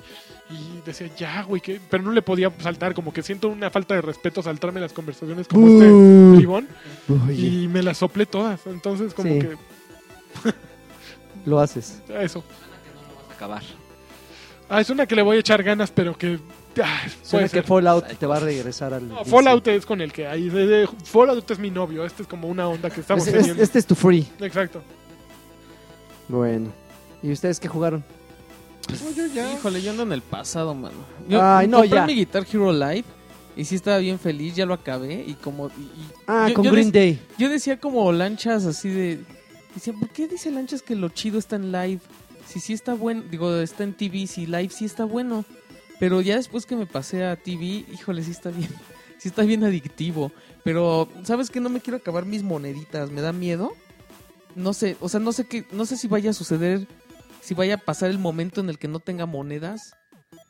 Y decía, ya, güey, que... pero no le podía saltar, como que siento una falta de respeto saltarme las conversaciones como este Buh. tribón. Oye, Y me las soplé todas, entonces como Sí. que ah, lo haces. eso. Vamos a acabar. Ah, es una que le voy a echar ganas, pero que... ah, puede Suena que ser. Fallout te va a regresar al... No, Fallout es con el que hay. de- de- Fallout es mi novio. Este es como una onda que estamos Es- es- teniendo. este es tu free. Exacto. Bueno. ¿Y ustedes qué jugaron? Híjole, yo ando en el pasado, mano. Yo Ay, no, compré ya. mi Guitar Hero Live y sí estaba bien feliz, ya lo acabé y como... y- y- Ah, yo, con yo Green dec- Day. Yo decía como lanchas así de... Decía, ¿por qué dice lanchas que lo chido está en live? Si sí está bueno, digo, está en TV, si live sí está bueno. Pero ya después que me pasé a TV, híjole, sí está bien. Sí está bien adictivo. Pero, ¿sabes qué? No me quiero acabar mis moneditas, me da miedo. No sé, o sea, no sé qué, no sé si vaya a suceder, si vaya a pasar el momento en el que no tenga monedas.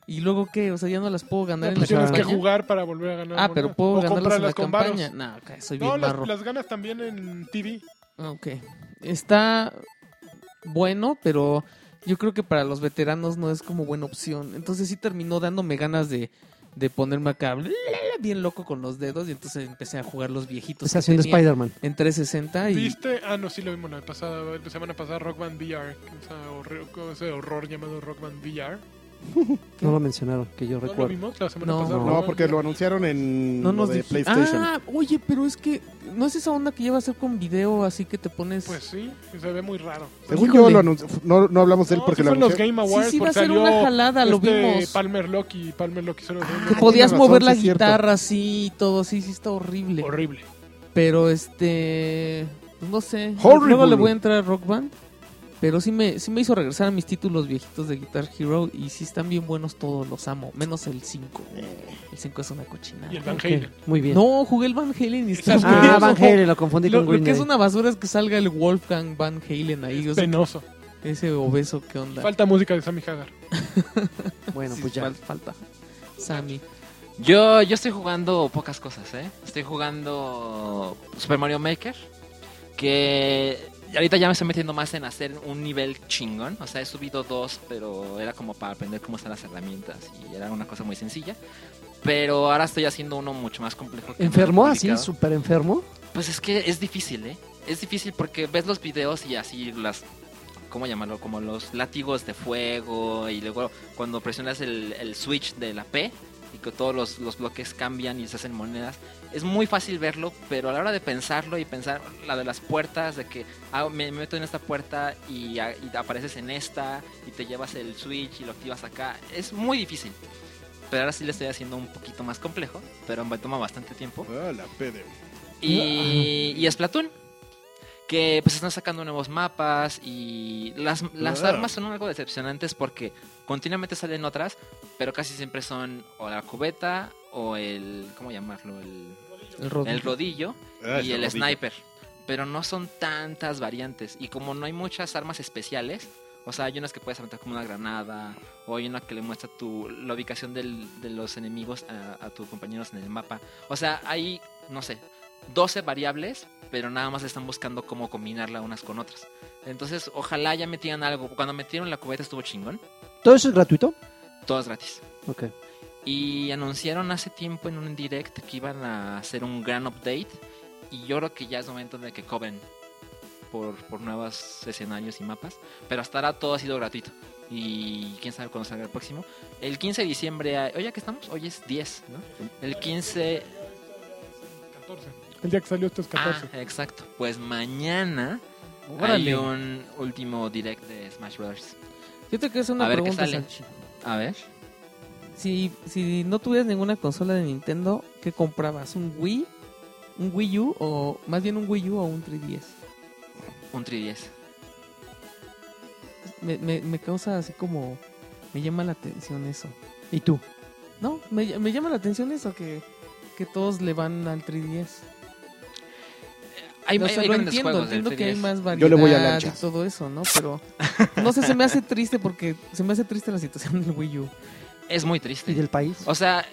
Y luego qué, o sea, ya no las puedo ganar en Pues la tienes que campaña. jugar para volver a ganar. ah, moneda. pero puedo O ganarlas en la comprarlas con varos. campaña. No, ok, soy No, bien las, barro. las ganas también en TV. Ah, Ok. Está bueno, pero yo creo que para los veteranos no es como buena opción. Entonces sí terminó dándome ganas de, de ponerme acá bla, bla, bla, bien loco con los dedos y entonces empecé a jugar los viejitos Está que haciendo tenía Spider-Man. en 360 y ¿Viste? Ah, no, sí lo vimos la, pasada, la semana pasada. Rock Band VR. o sea, horre- ese horror llamado Rock Band VR. No lo mencionaron, que yo ¿No lo recuerdo. vimos la semana No. pasada? No, Rock No, Band porque lo VR. anunciaron en no lo nos de dijiste- PlayStation. Ah, oye, pero es que no es esa onda que lleva a hacer con video así que te pones Pues sí, se ve muy raro. Según Híjole. yo lo anunci- no, no hablamos de él No, porque sí lo fue en los anunciaron. Game Sí, Awards. sí, va a porque ser salió una jalada, lo este vimos. Ah, Palmer Locky. Palmer Locky solo fue que un- podías Ah, razón, mover sí la es cierto. guitarra así y todo, sí, sí está horrible. horrible. Pero este, pues, no sé, Horrible. luego le voy a entrar a Rock Band Pero sí me, sí me hizo regresar a mis títulos viejitos de Guitar Hero y sí están bien buenos todos, los amo. Menos el 5. El 5 es una cochinada. Y el Van Ok, Halen. Muy bien. No, jugué el Van Halen y está Esas bien. Ah, Van Halen, lo confundí Lo, con lo Green que es Day. una basura es que salga el Wolfgang Van Halen ahí. o sea, Penoso. ese obeso, ¿qué onda? Falta música de Sammy Hagar. Bueno, Sí, pues ya. fal- falta. Sammy. Yo, yo estoy jugando pocas cosas, ¿eh? Estoy jugando Super Mario Maker, que ahorita ya me estoy metiendo más en hacer un nivel chingón. O sea, he subido dos, pero era como para aprender cómo están las herramientas y era una cosa muy sencilla. Pero ahora estoy haciendo uno mucho más complejo. que no ¿Enfermo? he ¿Así? publicado. ¿Súper enfermo? Pues es que es difícil, ¿eh? Es difícil porque ves los videos y así las... ¿Cómo llamarlo? Como los látigos de fuego y luego cuando presionas el, el switch de la P y que todos los, los bloques cambian y se hacen monedas. Es muy fácil verlo, pero a la hora de pensarlo y pensar la de las puertas, de que ah, me meto en esta puerta y, a- y apareces en esta y te llevas el switch y lo activas acá, es muy difícil. Pero ahora sí le estoy haciendo un poquito más complejo, pero me toma bastante tiempo. Ah, la pede. Y, y Splatoon. Que pues están sacando nuevos mapas y las, las Ah. armas son algo decepcionantes porque continuamente salen otras, pero casi siempre son o la cubeta o el, ¿cómo llamarlo? El, El Rodrigo. el rodillo Ah, y ese el rodillo. sniper. Pero no son tantas variantes. Y como no hay muchas armas especiales, o sea, hay unas que puedes aventar como una granada, o hay una que le muestra tu, la ubicación del- de los enemigos a, a tus compañeros en el mapa. O sea, hay, no sé, 12 variables, pero nada más están buscando cómo combinarla unas con otras. Entonces, ojalá ya metieran algo. Cuando metieron la cubeta estuvo chingón, ¿Todo eso es gratuito? todo es gratis. Ok. Y anunciaron hace tiempo en un direct que iban a hacer un gran update. Y yo creo que ya es momento de que cobren por, por nuevos escenarios y mapas. Pero hasta ahora todo ha sido gratuito. Y quién sabe cuándo salga el próximo. El 15 de diciembre. ah, Hoy ya que estamos, hoy es 10, ¿no? El 15 14. El día que salió este es 14. Ah, exacto. Pues mañana hay Órale. un último direct de Smash Bros. Yo te quiero hacer A una ver qué pregunta, sale. Sanchi. A ver. Si, si no tuvieras ninguna consola de Nintendo, ¿qué comprabas? ¿Un Wii? ¿Un Wii U? O más bien un Wii U o un 3DS. Un 3DS. Me, me, me causa así como... Me llama la atención eso. ¿Y tú? No, me, me llama la atención eso que, que todos le van al 3DS. Hay, O hay- sea, hay lo grandes entiendo, juegos del entiendo que hay 3DS. más variedad Yo le voy a y lanchas. todo eso, ¿no? Pero no sé, se me hace triste porque se me hace triste la situación del Wii U. Es muy ¿Y triste. del país? O sea,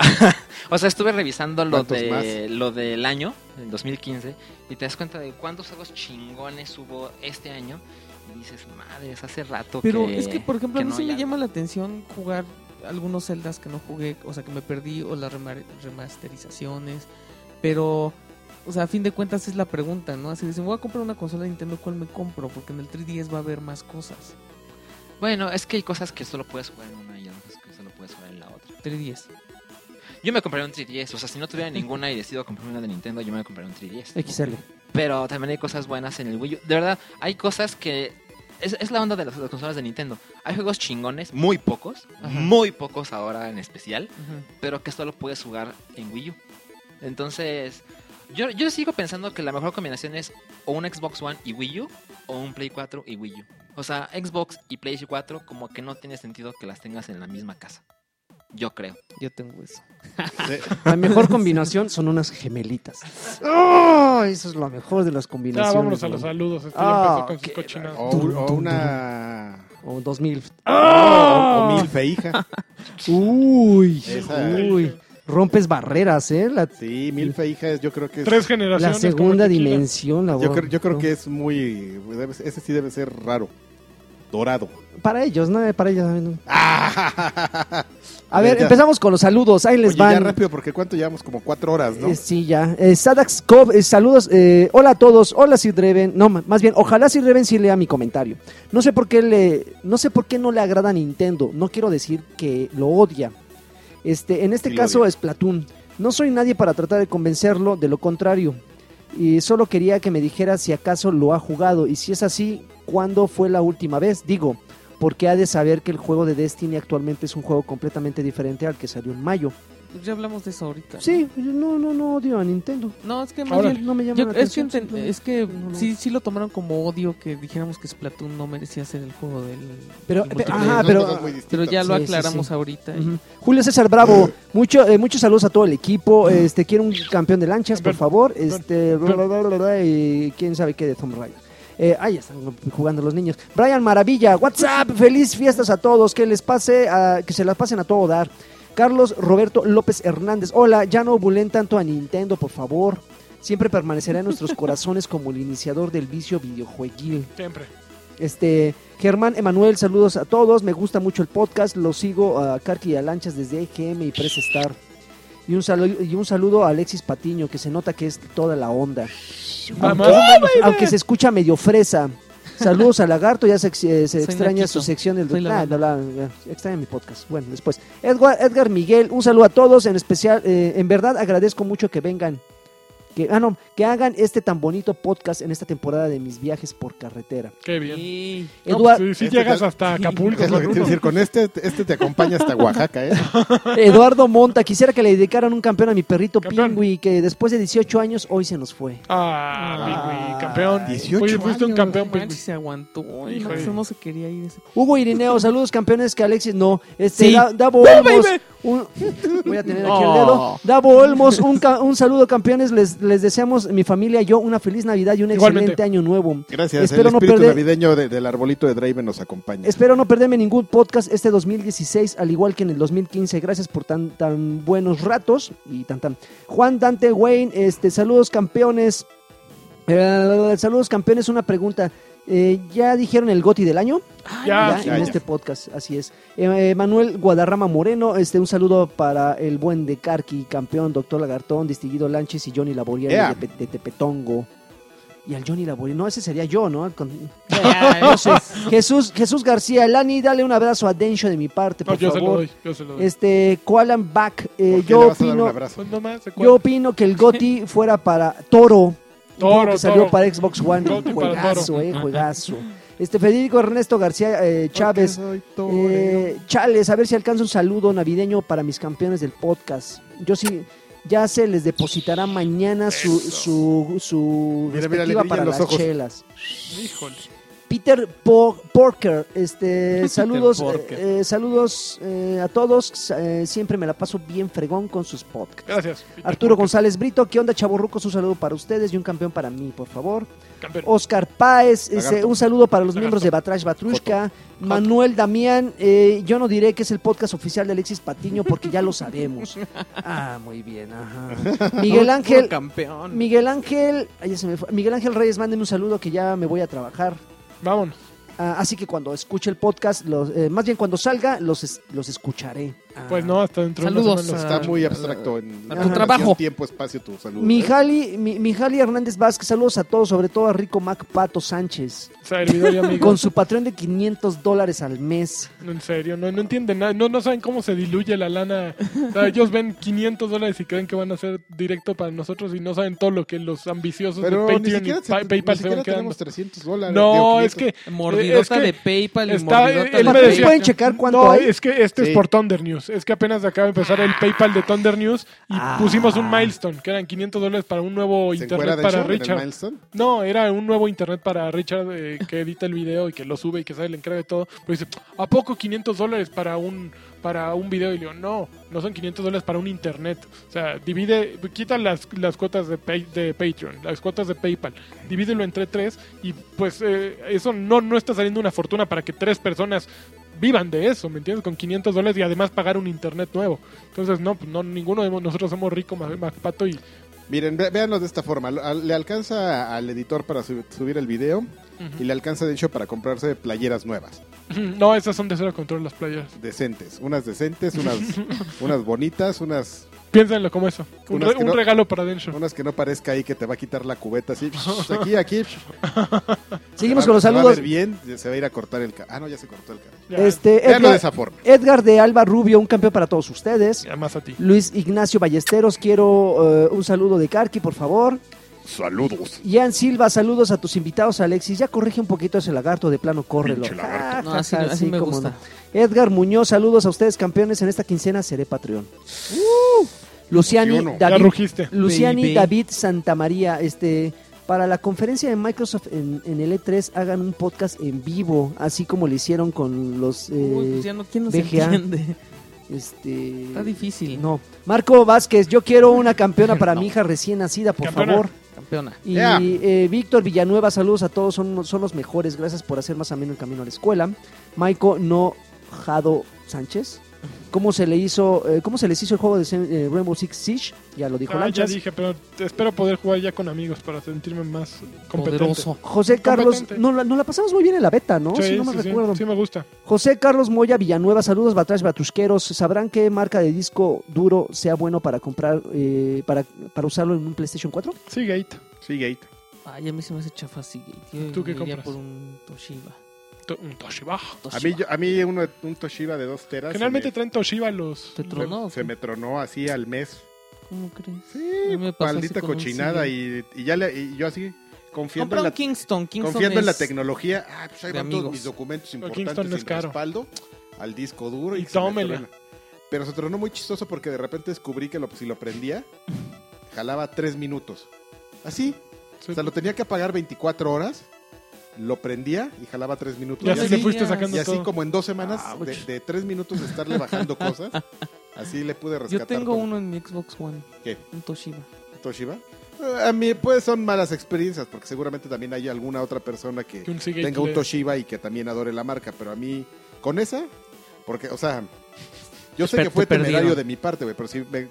o sea, estuve revisando lo ¿Cuántos más? de lo del año, el 2015, y te das cuenta de cuántos juegos chingones hubo este año. Y dices, madres, hace rato Pero que. es que, por ejemplo, que a mí no sí hay me algo. llama la atención jugar algunos celdas que no jugué, o sea, que me perdí, o las remar- remasterizaciones. Pero, o sea, a fin de cuentas es la pregunta, ¿no? Así dicen, voy a comprar una consola de Nintendo, ¿cuál me compro? Porque en el 3DS va a haber más cosas. Bueno, es que hay cosas que solo puedes jugar en una y otras que solo puedes jugar en la otra. 3DS. Yo me compré un 3DS, o sea, si no tuviera ninguna y decido comprarme una de Nintendo, yo me compraré un 3DS. XL. Pero también hay cosas buenas en el Wii U. De verdad, hay cosas que. Es, es la onda de las, las consolas de Nintendo. Hay juegos chingones, muy pocos, Ajá. muy pocos ahora en especial, pero que solo puedes jugar en Wii U. Entonces, yo, yo sigo pensando que la mejor combinación es o un Xbox One y Wii U o un Play 4 y Wii U. O sea, Xbox y Play 4 como que no tiene sentido que las tengas en la misma casa. Yo creo. Yo tengo eso. Eh, La mejor combinación son unas gemelitas. ¡Oh! Eso es lo mejor de las Ya, combinaciones. vámonos a los güey. saludos. Este Ah, ya empezó con sus qué cochinadas. O, o una... O 2000. O, o mil feija. Uy, Esa- uy. Rompes barreras, ¿eh? La, Sí, mil feija es, yo creo que es... Tres generaciones. la como segunda tequila. dimensión. La Yo voz, creo, yo creo ¿no? que es muy... debe- ese sí debe ser raro. Dorado. Para ellos, no, para ellos. no. A Ya, ver, ya. empezamos con los saludos. Ahí les Oye, ya van. rápido, porque ¿cuánto llevamos? Como cuatro horas, ¿no? Eh, sí, ya. Eh, Sadax Cobb, eh, saludos. eh, hola a todos. Hola Sir Dreven. No, ma- más bien, ojalá Sir Dreven sí lea mi comentario. No sé por qué le, no sé por qué no le agrada a Nintendo. No quiero decir que lo odia. Este, en este Sí lo caso odia. es Platoon. No soy nadie para tratar de convencerlo de lo contrario. Y solo quería que me dijera si acaso lo ha jugado y si es así, ¿cuándo fue la última vez? Digo, porque ha de saber que el juego de Destiny actualmente es un juego completamente diferente al que salió en mayo. Pues ya hablamos de eso ahorita. ¿no? Sí, yo no, no, no odio a Nintendo. No, es que más Ahora, bien- No me llama Yo- la es, que atención. enten- simplemente. es que No, no. sí sí lo tomaron como odio que dijéramos que Splatoon no merecía ser el juego del Pero, del pe- multiplayer. ajá, Son pero- cosas muy pero distintas. ya lo Sí, sí, aclaramos sí. ahorita. y- Ujú. Julio César Bravo, mucho, eh, muchos saludos a todo el equipo. Este, quiero un campeón de lanchas, por Campeón. favor. Este, bla, bla, bla, bla, bla, y quién sabe qué de Tomb Raider. Eh, ahí están jugando los niños. Brian Maravilla, WhatsApp, feliz fiestas a todos, que les pase, a- que se las pasen a todo dar. Carlos Roberto López Hernández, hola, ya no bulen tanto a Nintendo, por favor. Siempre permanecerá en nuestros corazones como el iniciador del vicio videojueguil. Siempre. Este, Germán Emanuel, saludos a todos. Me gusta mucho el podcast. Lo sigo a Karki y a Lanchas desde EGM y Press Star. Y un, saludo, y un saludo a Alexis Patiño, que se nota que es toda la onda. Más- Aunque, más o menos. aunque se escucha medio fresa. Saludos a Lagarto, ya se, ex- eh, se Soy extraña Naquito. su sección del... Soy Nah, Lagarto. bla, bla, bla, extraña mi podcast. Bueno, después. Edgar, Edgar Miguel, un saludo a todos, en especial, eh, en verdad agradezco mucho que vengan. Que, ah, no, que hagan este tan bonito podcast en esta temporada de mis viajes por carretera. Qué bien. Y- No, Eduard- pues, si Este llegas tal- hasta Acapulco, Es lo que con te iba a uno. decir, con este, este te acompaña hasta Oaxaca, ¿eh? Eduardo Monta, quisiera que le dedicaran un campeón a mi perrito pues, Campeón. Pingüi, que después de 18 años hoy se nos fue. Ah, Pingüi, campeón. 18 Oye, fuiste un años. campeón, pues, Manchi Pingüi. se aguantó. y Hijo Max de- no se quería ir. ese- Hugo Irineo, saludos campeones que Alexis no. Este, Sí. Da- Davo No, Olmos. baby. un- voy a tener aquí el Oh. dedo. Davo Olmos, un, ca- un saludo campeones. Les, les deseamos, mi familia y yo, una feliz Navidad y un Igualmente. excelente año nuevo. Gracias. Espero el no espíritu perder- navideño de- del arbolito de Draven nos acompaña. Espero no perderme ningún podcast este 2016, al igual que en el 2015. Gracias por tan, tan buenos ratos y tan tan. Juan Dante Wayne, este, saludos campeones. Eh, saludos campeones, una pregunta. Eh, ¿Ya dijeron el goti del año? Ya. en ya. este podcast, así es. Eh, eh, Manuel Guadarrama Moreno, este, un saludo para el buen de Carqui, campeón, doctor Lagartón, distinguido Lanches y Johnny Laboriel Yeah. de, Pe- de Tepetongo. Y al Johnny Laboriel, no, ese sería yo, ¿no? Con- Ah, eso es- Jesús, Jesús García, Lani, dale un abrazo a Dencho de mi parte, No, por yo se lo favor. doy, yo se lo doy. Este, Koalan Back, eh, ¿Por qué le yo vas a dar un opino, abrazo? Pues nomás, se yo cuenta. opino que el Goti fuera para Toro. un Toro, juego que salió Toro. para Xbox One. Gotti para juegazo, Toro. eh, juegazo. Este, Federico Ernesto García eh, Chávez. Porque soy torero. eh, Chales, a ver si alcanza un saludo navideño para mis campeones del podcast. Yo sí, ya se les depositará mañana su, su, su Mira, respectiva mira, le brillan para los las ojos. chelas. Híjole. Peter Po- Porker, este, saludos, Porker. eh, eh, saludos eh, a todos. eh, siempre me la paso bien fregón con sus podcasts. Gracias. Peter Arturo Parker, González Brito, ¿qué onda, chavorrucos? Un saludo para ustedes y un campeón para mí, por favor. campeón. Oscar Páez, ese, Lagarto. un saludo para los miembros de Lagarto. Batrash Batrushka. Manuel Damián, eh, yo no diré que es el podcast oficial de Alexis Patiño porque ya lo sabemos. Ah, muy bien, ajá. Miguel Puro Ángel, campeón. Eh, Miguel Ángel, ay, ya se me fue. Miguel Ángel Reyes, mándeme un saludo que ya me voy a trabajar. Vámonos. Ah, así que cuando escuche el podcast, los, eh, más bien cuando salga, los, es- los escucharé. Ah. Pues no, hasta dentro de una Saludos semana. Está muy abstracto. En a tu en trabajo. Tiempo, espacio, tu salud. ¿eh? Mijali, mi, Mijali Hernández Vázquez, saludos a todos, sobre todo a Rico Mac Pato Sánchez, Servidor y amigo. con su patrón de 500 dólares al mes. En serio, no, no entienden nada. No, no saben cómo se diluye la lana. O sea, ellos ven 500 dólares y creen que van a ser directo para nosotros y no saben todo lo que los ambiciosos Pero de ni Patreon y siquiera, se- Pa- ni PayPal se siquiera van quedando. tenemos 300 dólares. digo, No, 500. es que. Mordidota es que de PayPal y está- mordidota él de me Además, decía- ¿Pueden checar cuánto no, hay? es que este Sí. es por Thunder News. Es que apenas acaba de empezar Ah. el PayPal de Thunder News y pusimos un milestone, que eran 500 dólares para un nuevo ¿Se encuera internet de para Sean en el Richard. Milestone? No, era un nuevo internet para Richard eh, que edita el video y que lo sube y que sabe le encarga de todo. Pero dice, ¿a poco 500 dólares para un, para un video? Y le digo, no, no son 500 dólares para un internet. O sea, divide, quita las, las cuotas de, pay- de Patreon, las cuotas de PayPal, divídelo entre tres y pues eh, eso no, no está saliendo una fortuna para que tres personas vivan de eso, ¿me entiendes? Con 500 dólares y además pagar un internet nuevo. Entonces, no, pues no, ninguno de nosotros somos ricos, más, más pato y... Miren, ve- véanlo de esta forma. Lo- al- Le alcanza al editor para sub- subir el video y le alcanza, de hecho, para comprarse playeras nuevas, No, esas son de cero control las playas. decentes. Unas decentes, unas, unas bonitas, unas, Piénsenlo como eso. Un, Unas re- que un no- regalo para Densho. unas que no parezca ahí que te va a quitar la cubeta así. Aquí, aquí. Seguimos con Se va- los se va a saludos. ver bien, se va a ir a cortar el ca- Ah, no, ya se cortó el cabello. Ya, Este, Véanlo de Edgar, esa forma. Edgar de Alba Rubio, un campeón para todos ustedes. ya más a ti. Luis Ignacio Ballesteros, quiero eh, un saludo de Carqui, por favor. Saludos. Ian Silva, saludos a tus invitados, Alexis. Ya corrige un poquito ese lagarto, de plano, córrelo. Pinche lagarto. Ja, No, ja, así, ja, así sí, me cómo gusta. no. Edgar Muñoz, saludos a ustedes, campeones. En esta quincena seré Patreon. Uh, Luciani, 21. Ya David, rugiste. Luciani Baby. David Santamaría, este, para la conferencia de Microsoft en, en el E3 hagan un podcast en vivo, así como lo hicieron con los... eh, Uy, pues ya no, ¿quién nos VGA. entiende? este, Está difícil. No. Marco Vázquez, yo quiero una campeona para No. mi hija recién nacida, por Campeona. favor. Campeona. Y Yeah. eh, Víctor Villanueva, saludos a todos, son, son los mejores. Gracias por hacer más ameno el camino a la escuela. Maiko Nojado Sánchez. ¿Cómo se le hizo, eh, cómo se les hizo el juego de Sen- eh, Rainbow Six Siege? Ya lo dijo Ah, ya Lanchas. dije, pero espero poder jugar ya con amigos para sentirme más competente. Poderoso. José Carlos, Competente. no, la- nos la pasamos muy bien en la beta, ¿no? Sí, si no me sí, sí, recuerdo. sí me gusta. José Carlos Moya Villanueva, saludos Batrash Batrusqueros. ¿Sabrán qué marca de disco duro sea bueno para comprar, eh, para, para usarlo en un PlayStation 4? Sí, Gate. Sí, Gate. Ay, a mí se me hace chafa así. Yo ¿Tú qué iría compras? por un Toshiba. To- un Toshiba. A mí, yo- a mí uno, un Toshiba de dos teras. se Generalmente me- traen Toshiba los... Te se- tronó. se me tronó así al mes. ¿Cómo crees? A Sí, mí me pasó así maldita con un cochinada. CD. Y, y ya le- y yo así, confiando Compra en un la, Kingston. Kingston confiando en la es- tecnología. Ah, pues ahí de van todos amigos. mis documentos Pero importantes Kingston no es sin caro. respaldo al disco duro. Y, Y se me tómela. truena. Pero se tronó muy chistoso porque de repente descubrí que lo- si lo prendía, jalaba tres minutos. Así. Sí. O sea, lo tenía que apagar 24 horas, lo prendía y jalaba tres minutos. Y así le Ya fuiste dirías. sacando Y así todo. como en dos semanas, Ouch. de, de tres minutos de estarle bajando cosas, así le pude Yo rescatar. tengo todo. uno en mi Xbox One. ¿Qué? Un Toshiba. Toshiba. Eh, A mí, pues son malas experiencias, porque seguramente también hay alguna otra persona que Que un Seagate tenga un le- Toshiba y que también adore la marca, pero a mí, con esa, porque, o sea, yo sé Te- que fue te perdieron. temerario de mi parte, güey, pero si me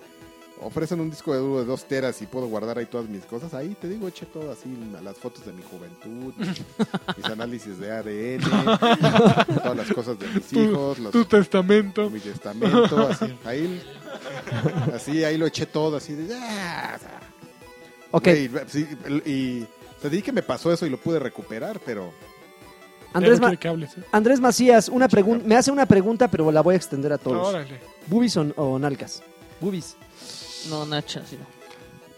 ofrecen un disco de duro de dos teras y puedo guardar ahí todas mis cosas, ahí te digo, eche todo así, a las fotos de mi juventud, mis, mis análisis de ADN, todas las cosas de mis hijos, los, Tu testamento. mi testamento, así, ahí, así, ahí lo eché todo, así de, "Ah", o sea, Ok, güey, sí, y, te dije que me pasó eso y lo pude recuperar, pero Andrés, Ya no Ma- quiere que hables, ¿eh? Andrés Macías, una pregun- me hace una pregunta, pero la voy a extender a todos. Órale. ¿Bubis o, o nalgas? Bubis. No, Nacha, sí. no.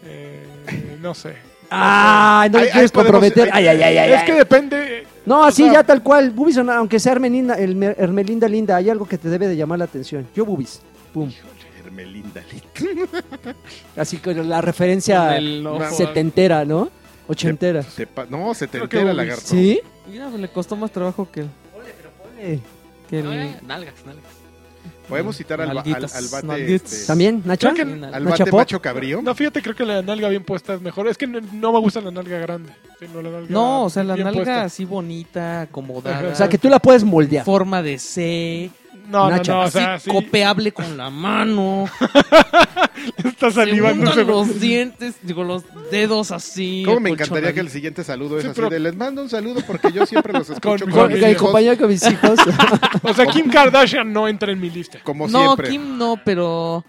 Eh, no sé. Ah, no Ahí- me quieres ahí podemos- comprometer. ahí- Ay, ay, ay, ay, Es ay. que depende... eh, No, así o sea- ya tal cual. Bubis o na- aunque sea Hermelinda, Elmer- Hermelinda Linda, hay algo que te debe de llamar la atención. Yo Bubis. Pum. Hermelinda. Así que la referencia Con el ojo, setentera, ¿no? Ochentera. se pa- no, se te Creo que entera Ubis. lagarto. ¿Sí? Mira, le costó más trabajo que el. Eh, Que el... Ay, Nalgas, nalgas. Podemos citar al, ba- al, Nalguitas, al bate, nalguitas. este, ¿También, Nacho? Creo que- Nalgas. al ¿Nacha bate Pop? macho cabrío. No, fíjate, creo que la nalga bien puesta es mejor. Es que no, no me gusta la nalga grande. Sino la nalga No, o sea, la bien nalga puesta. así bonita, acomodada. Ajá. O sea, que tú la puedes moldear. Forma de C. No, no, Nacha, no, o así sea, sí, copeable con la mano. está se salivando. juntan los dientes, digo, los dedos así. ¿Cómo me encantaría que el acolchonaditos. siguiente saludo es Sí, así pero- de les mando un saludo porque yo siempre los escucho Con- con, con- Con, mis en hijos, compañía con mis hijos. O sea, Kim Kardashian no entra en mi lista. como No, siempre. Kim no, pero.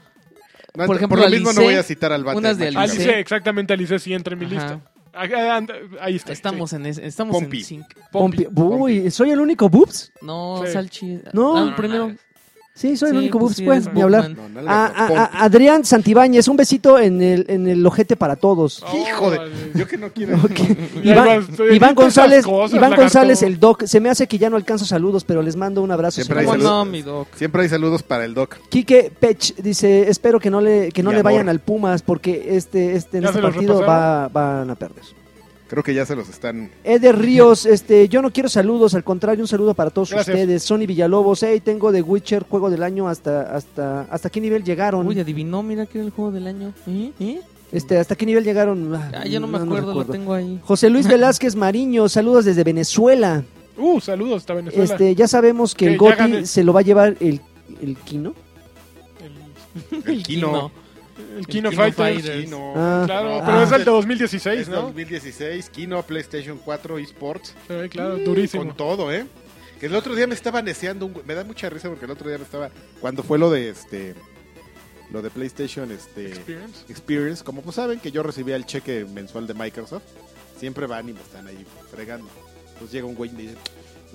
No, por ent- ejemplo, lo mismo Alice, no voy a citar al bate unas de macho Alice, Alice. cabrío. exactamente Alice sí entra en mi Ajá. lista. Ah, ah, anda, Ahí está. Estamos sí. en ese, estamos Pompi. en sync. Pompi- Pompi. Uy, ¿soy el único boobs? No, Sí. Salchi. No. Ah, No, no, primero. nalgas. Sí, soy el Sí, único pues boobs, sí, pues, eres ni hablar. Boobman. No, nalga, Ah, ah, pompi. ah, Adrián Santibáñez, un besito en el, en el ojete para todos. Oh, Hijo de- Órale. Yo que no quiero. Ok. Ya, Iván, Iván, estoy- Iván esas González, cosas, Iván lagarto. González, el doc. Se me hace que ya no alcanzo saludos, pero les mando un abrazo. Siempre hay señores. ¿Cómo saludos. no, mi doc? Siempre hay saludos para el doc. Quique Pech dice, espero que no le, que no Mi le amor. vayan al Pumas porque este, este, en Ya este se los partido va, repasaron. van a perder. Creo que ya se los están. Eder Ríos, este, yo no quiero saludos, al contrario, un saludo para todos Gracias. ustedes. Sony Villalobos, hey, tengo de Witcher, juego del año, hasta, hasta, hasta qué nivel llegaron. Uy, adivinó, mira que era el juego del año. ¿Eh? ¿Eh? Este, hasta qué nivel llegaron. Ah, Ah, yo no me acuerdo, lo recuerdo. tengo ahí. José Luis Velázquez Mariño, saludos desde Venezuela. Uh, saludos hasta Venezuela. Este, ya sabemos que Que el ya Goti gané. se lo va a llevar el, el Kino. El, El Kino. el Kino Kino Fighters. Fighters. Kino. Ah. Oh, Claro, Ah. pero es el de Es 2016, ¿no? 2016, Kino, PlayStation 4, eSports. Sí, claro, durísimo. Con todo, ¿eh? Que el otro día me estaba deseando un... güey- Me da mucha risa porque el otro día me estaba... Cuando fue lo de este... Lo de PlayStation este, Experience. Experience, como pues saben que yo recibía el cheque mensual de Microsoft, siempre van y me están ahí fregando. Entonces llega un güey y me dice,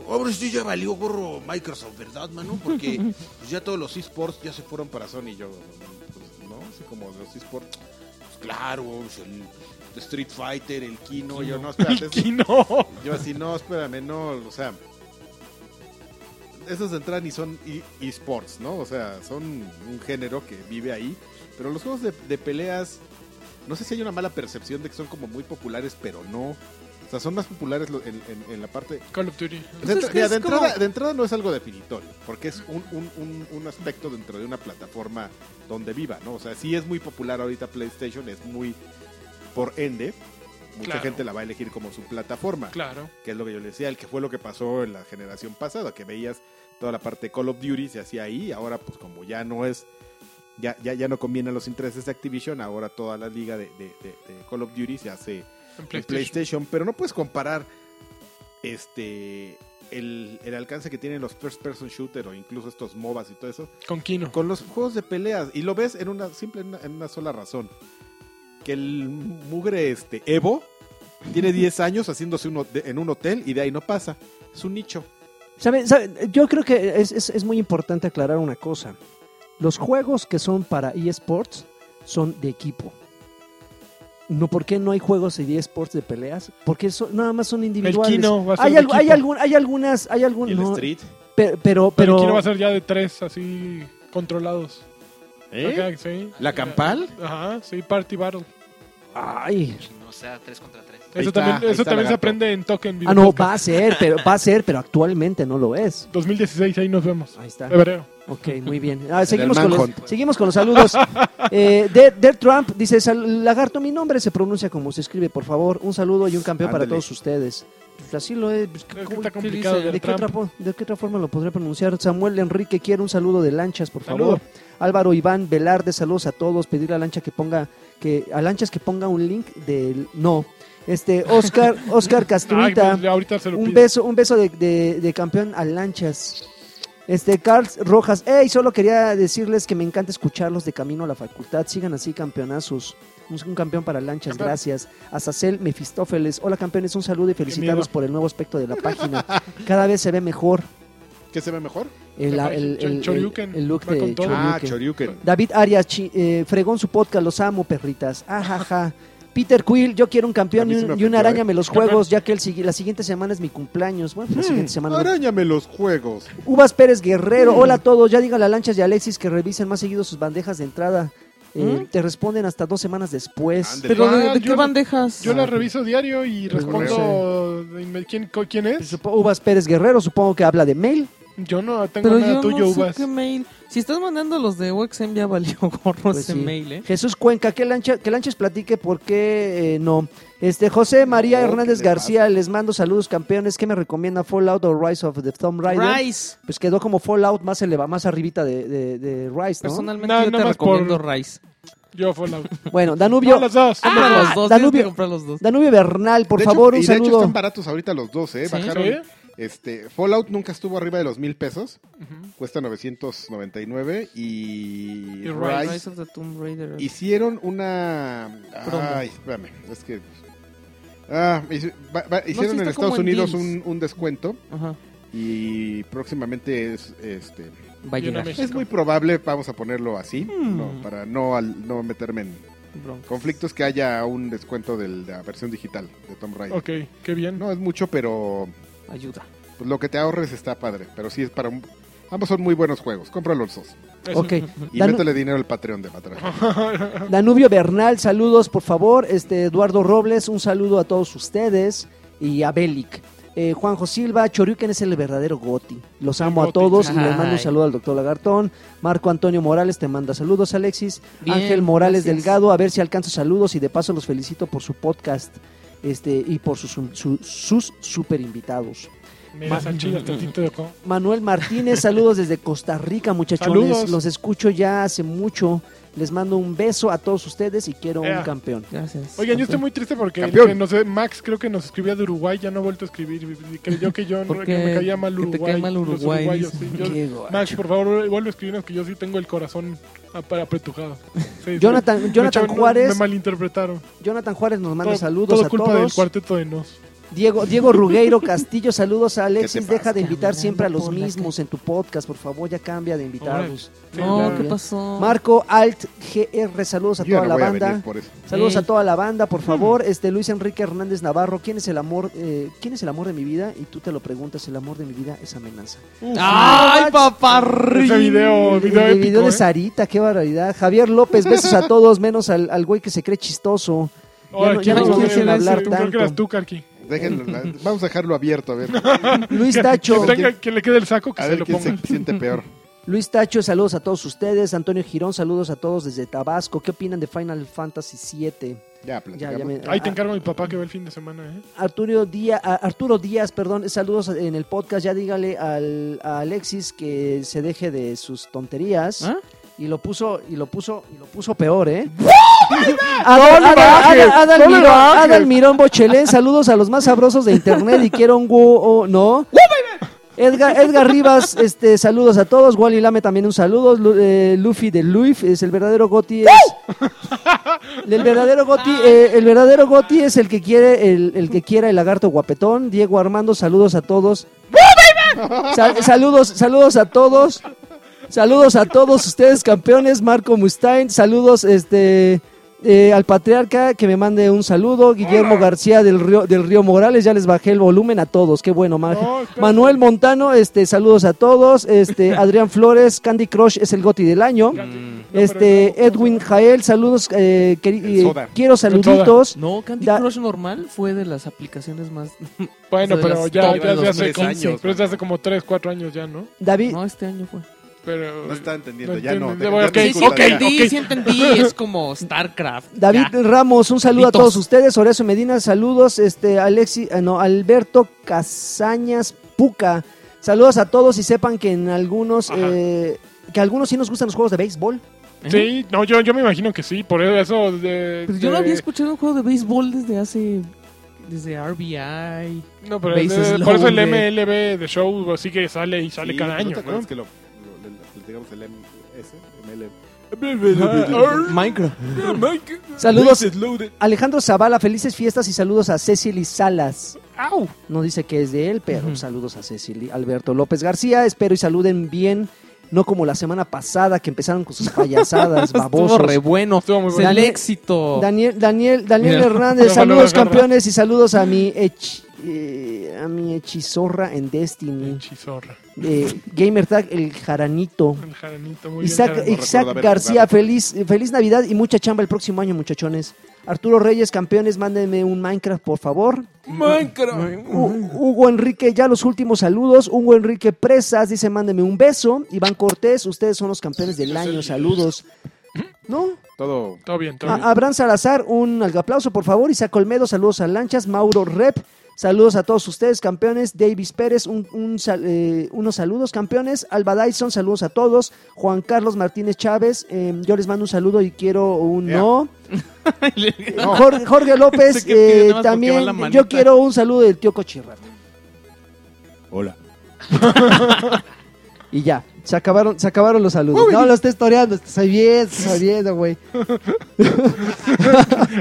Hombre, sí ya valió gorro Microsoft, ¿verdad, mano? Porque pues, ya todos los esports ya se fueron para Sony. y yo, pues, ¿no? Así como los eSports. Pues, claro, pues, el Street Fighter, el Kino. No, yo no, espérate. Kino. Yo así, no, espérame, no, o sea, esas de entrada ni son e- esports, ¿no? O sea, son un género que vive ahí. Pero los juegos de, de peleas, no sé si hay una mala percepción de que son como muy populares, pero no. O sea, son más populares lo- en, en- en la parte... Call of Duty. De, Pues es entra- que mira, es de como- entrada, de entrada no es algo definitorio, porque es un, un- un- un aspecto dentro de una plataforma donde viva, ¿no? O sea, sí es muy popular ahorita PlayStation, es muy por ende. Mucha Claro. gente la va a elegir como su plataforma Claro. que es lo que yo le decía, el que fue lo que pasó en la generación pasada, que veías toda la parte de Call of Duty se hacía ahí, ahora pues como ya no es, ya, ya, ya no conviene a los intereses de Activision, ahora toda la liga de, de- de- de Call of Duty se hace En en PlayStation. PlayStation, pero no puedes comparar este el, el alcance que tienen los first person shooter o incluso estos MOBAs y todo eso Con Kino. con los juegos de peleas y lo ves en una simple en una, en una sola razón que el mugre este Evo tiene 10 años haciéndose uno de- en un hotel y de ahí no pasa es un nicho ¿Sabe- sabe? Yo creo que es, es- es muy importante aclarar una cosa. Los juegos que son para eSports son de equipo. No, ¿Por qué no hay juegos de eSports de peleas? Porque son- nada más son El individuales. Kino va a ser hay, de algu- hay, equipo. algún- hay algunas... Hay algún, y el Oh, no, street pe- pero, Pero pero, el Kino va a ser ya de tres, así controlados. Acá, sí. ¿Eh? la campal Ajá, sí, Party Battle. Ay. No o sea, tres contra tres. Eso está, también, ahí eso está, también se lagarto. aprende en Token Video Ah, no, Podcast. va a ser, pero va a ser, pero actualmente no lo es. 2016, ahí nos vemos. Ahí está. Febrero. Ok, muy bien. Ah, seguimos, el con los, Manhunt. seguimos con los saludos. Eh, Dead, Dead Trump dice, "Sal- lagarto, mi nombre se pronuncia como se escribe, por favor. Un saludo y un campeón para Ándale. todos ustedes. Pues así lo es. pues, Es que ¿cómo- está complicado ¿De ver qué, otra, Trump. po- de qué otra forma lo podré pronunciar? Samuel Enrique quiere un saludo de lanchas, por Saludo. favor. Álvaro Iván Velarde, saludos a todos. Pedirle a lancha que ponga, que, a lanchas que ponga un link del no. Este, Oscar, Oscar Ay, Castruita. pues, ya ahorita se lo Un pido. beso, un beso de, de- de campeón a lanchas. Este, Carl Rojas. Ey, solo quería decirles que me encanta escucharlos de camino a la facultad. Sigan así, campeonazos. Un, un campeón para lanchas, Campeón. gracias. Azazel Mefistófeles. Hola, campeones, un saludo y felicitaros miedo. por el nuevo aspecto de la página. Cada vez se ve mejor ¿qué se ve mejor? el, La el- página. el- Choryuken, el look va de con todo. ah Choryuken. Choryuken David Arias, chi- eh, fregón su podcast, los amo, perritas. Ajaja. Peter Quill, yo quiero un A campeón mí y, sí un- me ¿eh? y una ofendió, araña me los Campeón. juegos, ya que el, sigui- la siguiente semana es mi cumpleaños. Bueno, la siguiente semana. no. arañame los juegos Uvas Pérez Guerrero, hola a todos, ya digan a Lanchas y a Alexis que revisen más seguido sus bandejas de entrada. Eh, Te responden hasta dos semanas después. Ándale. Pero ¿de, Ah, de yo qué la- bandejas? Yo la reviso diario y Pues, respondo. de inme- ¿Quién, co- quién es? Supo- Uvas Pérez Guerrero, supongo que habla de mail. Yo no tengo Pero nada yo tuyo, no Uvas. sé qué mail. Si estás mandando los de OXM ya valió gorro Pues ese sí. mail, ¿eh? Jesús Cuenca, que, lancha, que Lanchas platique por qué eh, no. Este, José María No, Hernández ¿qué le García, les mando saludos campeones. ¿Qué me recomienda Fallout o Rise of the Tomb Raider? Rice. Pues quedó como Fallout más eleva, más arribita de, de, de Rise, ¿no? Personalmente No, yo te nada más por- recomiendo Rice. Yo, Fallout. Bueno, Danubio, No, las dos. Compra Ah, los dos, Danubio. tienes que comprar los dos. Danubio Bernal, por De hecho- favor, un y de hecho saludo. están baratos ahorita los dos eh Sí. bajaron ¿Sí? este Fallout nunca estuvo arriba de los mil pesos Ujú. cuesta 999 y, Y Rise, Rise of the Tomb Raider. hicieron una. Promo. Ay, espérame, es que. Ah, hici- va- va- hicieron en está como Estados en Unidos deals. un, un descuento Ajá. y próximamente es este Va a Y una llegar. México. es muy probable vamos a ponerlo así Mm. no, para no al- no meterme en Broncas. conflictos que haya un descuento del- de la versión digital de Tomb Raider Ok, qué bien. no es mucho pero Ayuda. pues, lo que te ahorres está padre pero sí es para un- ambos son muy buenos juegos compra los dos Eso. Ok. y Danu- métele dinero al Patreon de Patreon Danubio Bernal, saludos por favor. Este Eduardo Robles, un saludo a todos ustedes y a Belic. Eh, Juanjo Silva, Choriuken es el verdadero Goti. Los amo a Goti. todos y les mando un Ay. saludo al doctor Lagartón. Marco Antonio Morales te manda saludos, Alexis. Bien, Ángel Morales gracias. Delgado, a ver si alcanzo saludos y de paso los felicito por su podcast este, y por sus, su- sus super invitados. Mira, Sanchi, hasta a ti te dejó. Manuel Martínez, saludos desde Costa Rica, muchachones. Saludos. Los escucho ya hace mucho. Les mando un beso a todos ustedes y quiero Ea. un campeón. Gracias. Oigan, yo estoy muy triste porque el Campeón. que nos- Max creo que nos escribía de Uruguay, ya no ha vuelto a escribir. Creyó que yo no- ¿Por que me qué? caía mal Que te Uruguay. cae mal los Uruguay, uruguayos, dice. sí, yo- Max, por favor, vuelve a escribirnos que yo sí tengo el corazón ap- apretujado. Sí, sí. Jonathan, Me Jonathan echaron- Juárez, Me malinterpretaron. Jonathan Juárez nos manda Todo- saludos todo a culpa del todos. cuarteto de nos. Diego, Diego Rugueiro Castillo, saludos a Alexis. pasa? Deja de invitar Caminando siempre a los por la mismos en tu podcast, por favor, ya cambia de invitarlos. Sí, No, ya. ¿qué pasó? Marco Alt GR, saludos a Yo ya toda no la voy a banda. venir por eso. Saludos Ey. a toda la banda, por favor. Este Luis Enrique Hernández Navarro, ¿quién es el amor? eh, ¿Quién es el amor de mi vida? Y tú te lo preguntas, el amor de mi vida es amenaza. Ah, ¡Ay, papá! Ese video, El- el video video épico. de ¿eh? Sarita, qué barbaridad. Javier López, besos a todos, menos al, al güey que se cree chistoso. ya Ahora, no- ¿quién ya no nos va a quieren ver? hablar Sí, Creo tanto. que eras tú, Karki. Déjenlo, la- vamos a dejarlo abierto, a ver. Luis Que- Tacho, Que, tenga- que le quede el saco, que A se ver lo quién ponga. se siente peor. Luis Tacho, saludos a todos ustedes. Antonio Girón, saludos a todos desde Tabasco. ¿Qué opinan de Final Fantasy VII? Ya, Ya, platicamos. ya me- Ahí te encargo a mi papá que va el fin de semana, ¿eh? Arturo Díaz, a- Arturo Díaz, perdón, saludos en el podcast. Ya dígale al, a Alexis que se deje de sus tonterías. ¿Ah? Y lo puso, y lo puso, y lo puso peor, ¿eh? Adal- le Adal- bajes, Adal- no le Adalmirón- bajes. Adalmirón Bochelén, saludos a los más sabrosos de internet y quiero un gu- o- no. Edgar, Edgar Rivas, este, saludos a todos. Wally Lame también un saludo. Lu- eh, Luffy de Luif es el verdadero Goti. Es, el verdadero Goti, eh, el verdadero Goti es el que quiere, el, el que quiera el lagarto guapetón. Diego Armando, saludos a todos. Sa- saludos, saludos a todos. Saludos a todos ustedes, campeones. Marco Mustain, saludos este, eh, al patriarca que me mande un saludo. Guillermo García del Río, del Río Morales, ya les bajé el volumen a todos. Qué bueno, Mar. No, espérate. Manuel Montano, este, saludos a todos. Este, Adrián Flores, Candy Crush es el goti del año. No, pero Este, no, no, Edwin Jael, saludos. eh, queri- El eh, soda. quiero saluditos. No, Candy Da- Crush normal fue de las aplicaciones más. Bueno, de pero las ya, ya top de se hace 2015. como, pero es de hace como 3, 4 años ya, ¿no? David, No, este año fue. Pero No está entendiendo, ya no. entiendo. Ya Ok, te Sí, sí disculpa, ok, ya. entendí, ok. sí entendí. Es como StarCraft. David Ya. Ramos, un saludo a Ditos. todos ustedes. Horacio Medina, saludos. Este, Alexi, ah, no, Alberto Casañas Puca. Saludos a todos y sepan que en algunos, Ajá. eh, que a algunos sí nos gustan los juegos de béisbol. Sí, no, yo, yo me imagino que sí, por eso de, Pero Pues yo no de- había escuchado un juego de béisbol desde hace. Desde RBI. No, pero Bases de- low por eso el de- MLB de show sí que sale y sale Sí, cada ¿no te año, ¿no? acuerdas que lo, lo- le- platicamos el MS, ML? Minecraft. Saludos. Alejandro Zavala, felices fiestas y saludos a Cecily Salas. ¡Au! No dice que es de él, pero Ujú. saludos a Cecily. Alberto López García, espero y saluden bien. No como la semana pasada que empezaron con sus payasadas, Estuvo babosos. re bueno. Estuvo muy Es bueno. el Daniel- éxito. Daniel, Daniel, Daniel Mira. Hernández, Una palabra saludos cerrada. campeones y saludos a mi hech- eh, a mi hechizorra en Destiny, Hechizorra. eh, Gamertag el Jaranito. El jaranito, muy Isaac, bien. recuerdo Isaac haber García, jugado. feliz, eh, feliz Navidad y mucha chamba el próximo año, muchachones. Arturo Reyes, campeones, mándenme un Minecraft, por favor. Minecraft. Hu- Hugo Enrique, ya los últimos saludos. Hugo Enrique Presas dice, mándenme un beso. Iván Cortés, ustedes son los campeones del año, saludos. ¿Mm? ¿No? Todo. eh, Todo bien, todo ah, bien. A- Abraham Salazar, un aplauso por favor. Isaac Olmedo, saludos a Lanchas. Mauro Rep, saludos a todos ustedes, campeones. Davis Pérez, un- un sal- eh, unos saludos, campeones. Alba Dyson, saludos a todos. Juan Carlos Martínez Chávez, eh, yo les mando un saludo y quiero un Ea. no. No. Jorge, Jorge López, Pensé que tiene eh, nada más porque va también la manita. yo quiero un saludo del tío Cochirra. Hola. Y ya, se acabaron, se acabaron los saludos. No, lo estoy toreando, estoy bien, estoy bien, güey.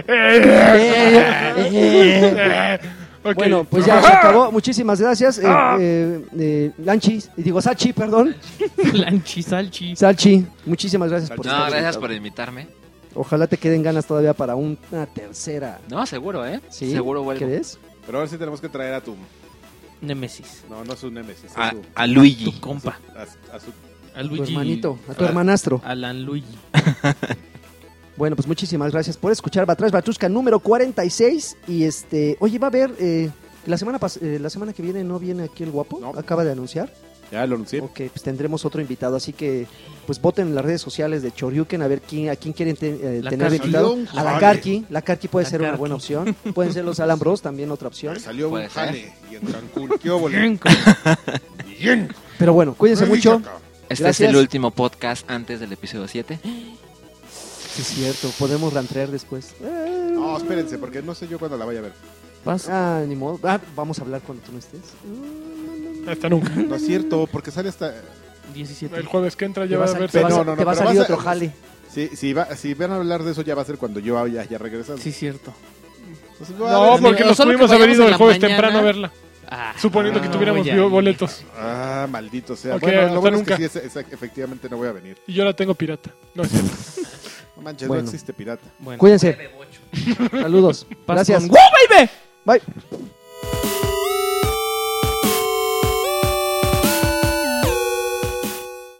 ah. eh. Ok. Bueno, pues ya se acabó. Muchísimas gracias. eh, eh, eh, Lanchis, digo Sachi, perdón. Lanchi, salchi. Salchi, muchísimas gracias por No, estar gracias invitado. por invitarme. Ojalá te queden ganas todavía para un- una tercera. No, seguro, ¿eh? ¿Sí? Seguro vuelvo. ¿Crees? Pero ahora sí tenemos que traer a tu. Nemesis. No, no es un Nemesis. A, es su- a Luigi. Tu compa. a- a su- A A tu Luigi. hermanito, a tu Ah. hermanastro. Alan Luigi. Bueno, pues muchísimas gracias por escuchar Batrash Batrusca número 46. Y este, oye, va a haber. eh, la semana, pas- eh, la semana que viene no viene aquí el guapo, No. acaba de anunciar. Ya lo anuncié. Ok, pues tendremos otro invitado, así que pues voten en las redes sociales de Choryuken a ver quién, a quién quieren te- eh, La tener de Karki. invitado. León, A la jale. Karki, la Karki puede La ser una Karki. buena opción. Pueden ser los Alan Bros también otra opción. Me salió un Puede ser. jale y en Cancún. ¿Qué óvole? Bien. Pero bueno, cuídense mucho. Este Gracias. es el último podcast antes del episodio 7. Sí, es cierto, podemos rantrear después. Eh, No, espérense, porque no sé yo cuándo la vaya a ver. Pasa. Ah, ni modo. Ah, vamos a hablar cuando tú no estés. Hasta nunca. No es cierto, porque sale hasta. 17. El jueves que entra Te ya va va a a sal- haber... te va a no, sal- no, no, te va a pero salir vas a- otro jale. Si, si, va, si van a hablar de eso, ya va a ser cuando yo haya, ya regresado. Sí, cierto. Entonces, va a No, haber- porque no, nos solo que pudimos haber vayamos ido en el la jueves mañana. Ah, temprano a verla. Suponiendo que no, tuviéramos ya, bio- hijo. boletos. Ah, maldito sea. Ok, bueno, hasta lo bueno es nunca. que sí, es- es- efectivamente no voy a venir. Y yo la tengo pirata. No, es cierto. No manches, Bueno. no existe pirata. Bueno, Cuídense. Saludos. paz Gracias. con- ¡Wow, baby! Bye.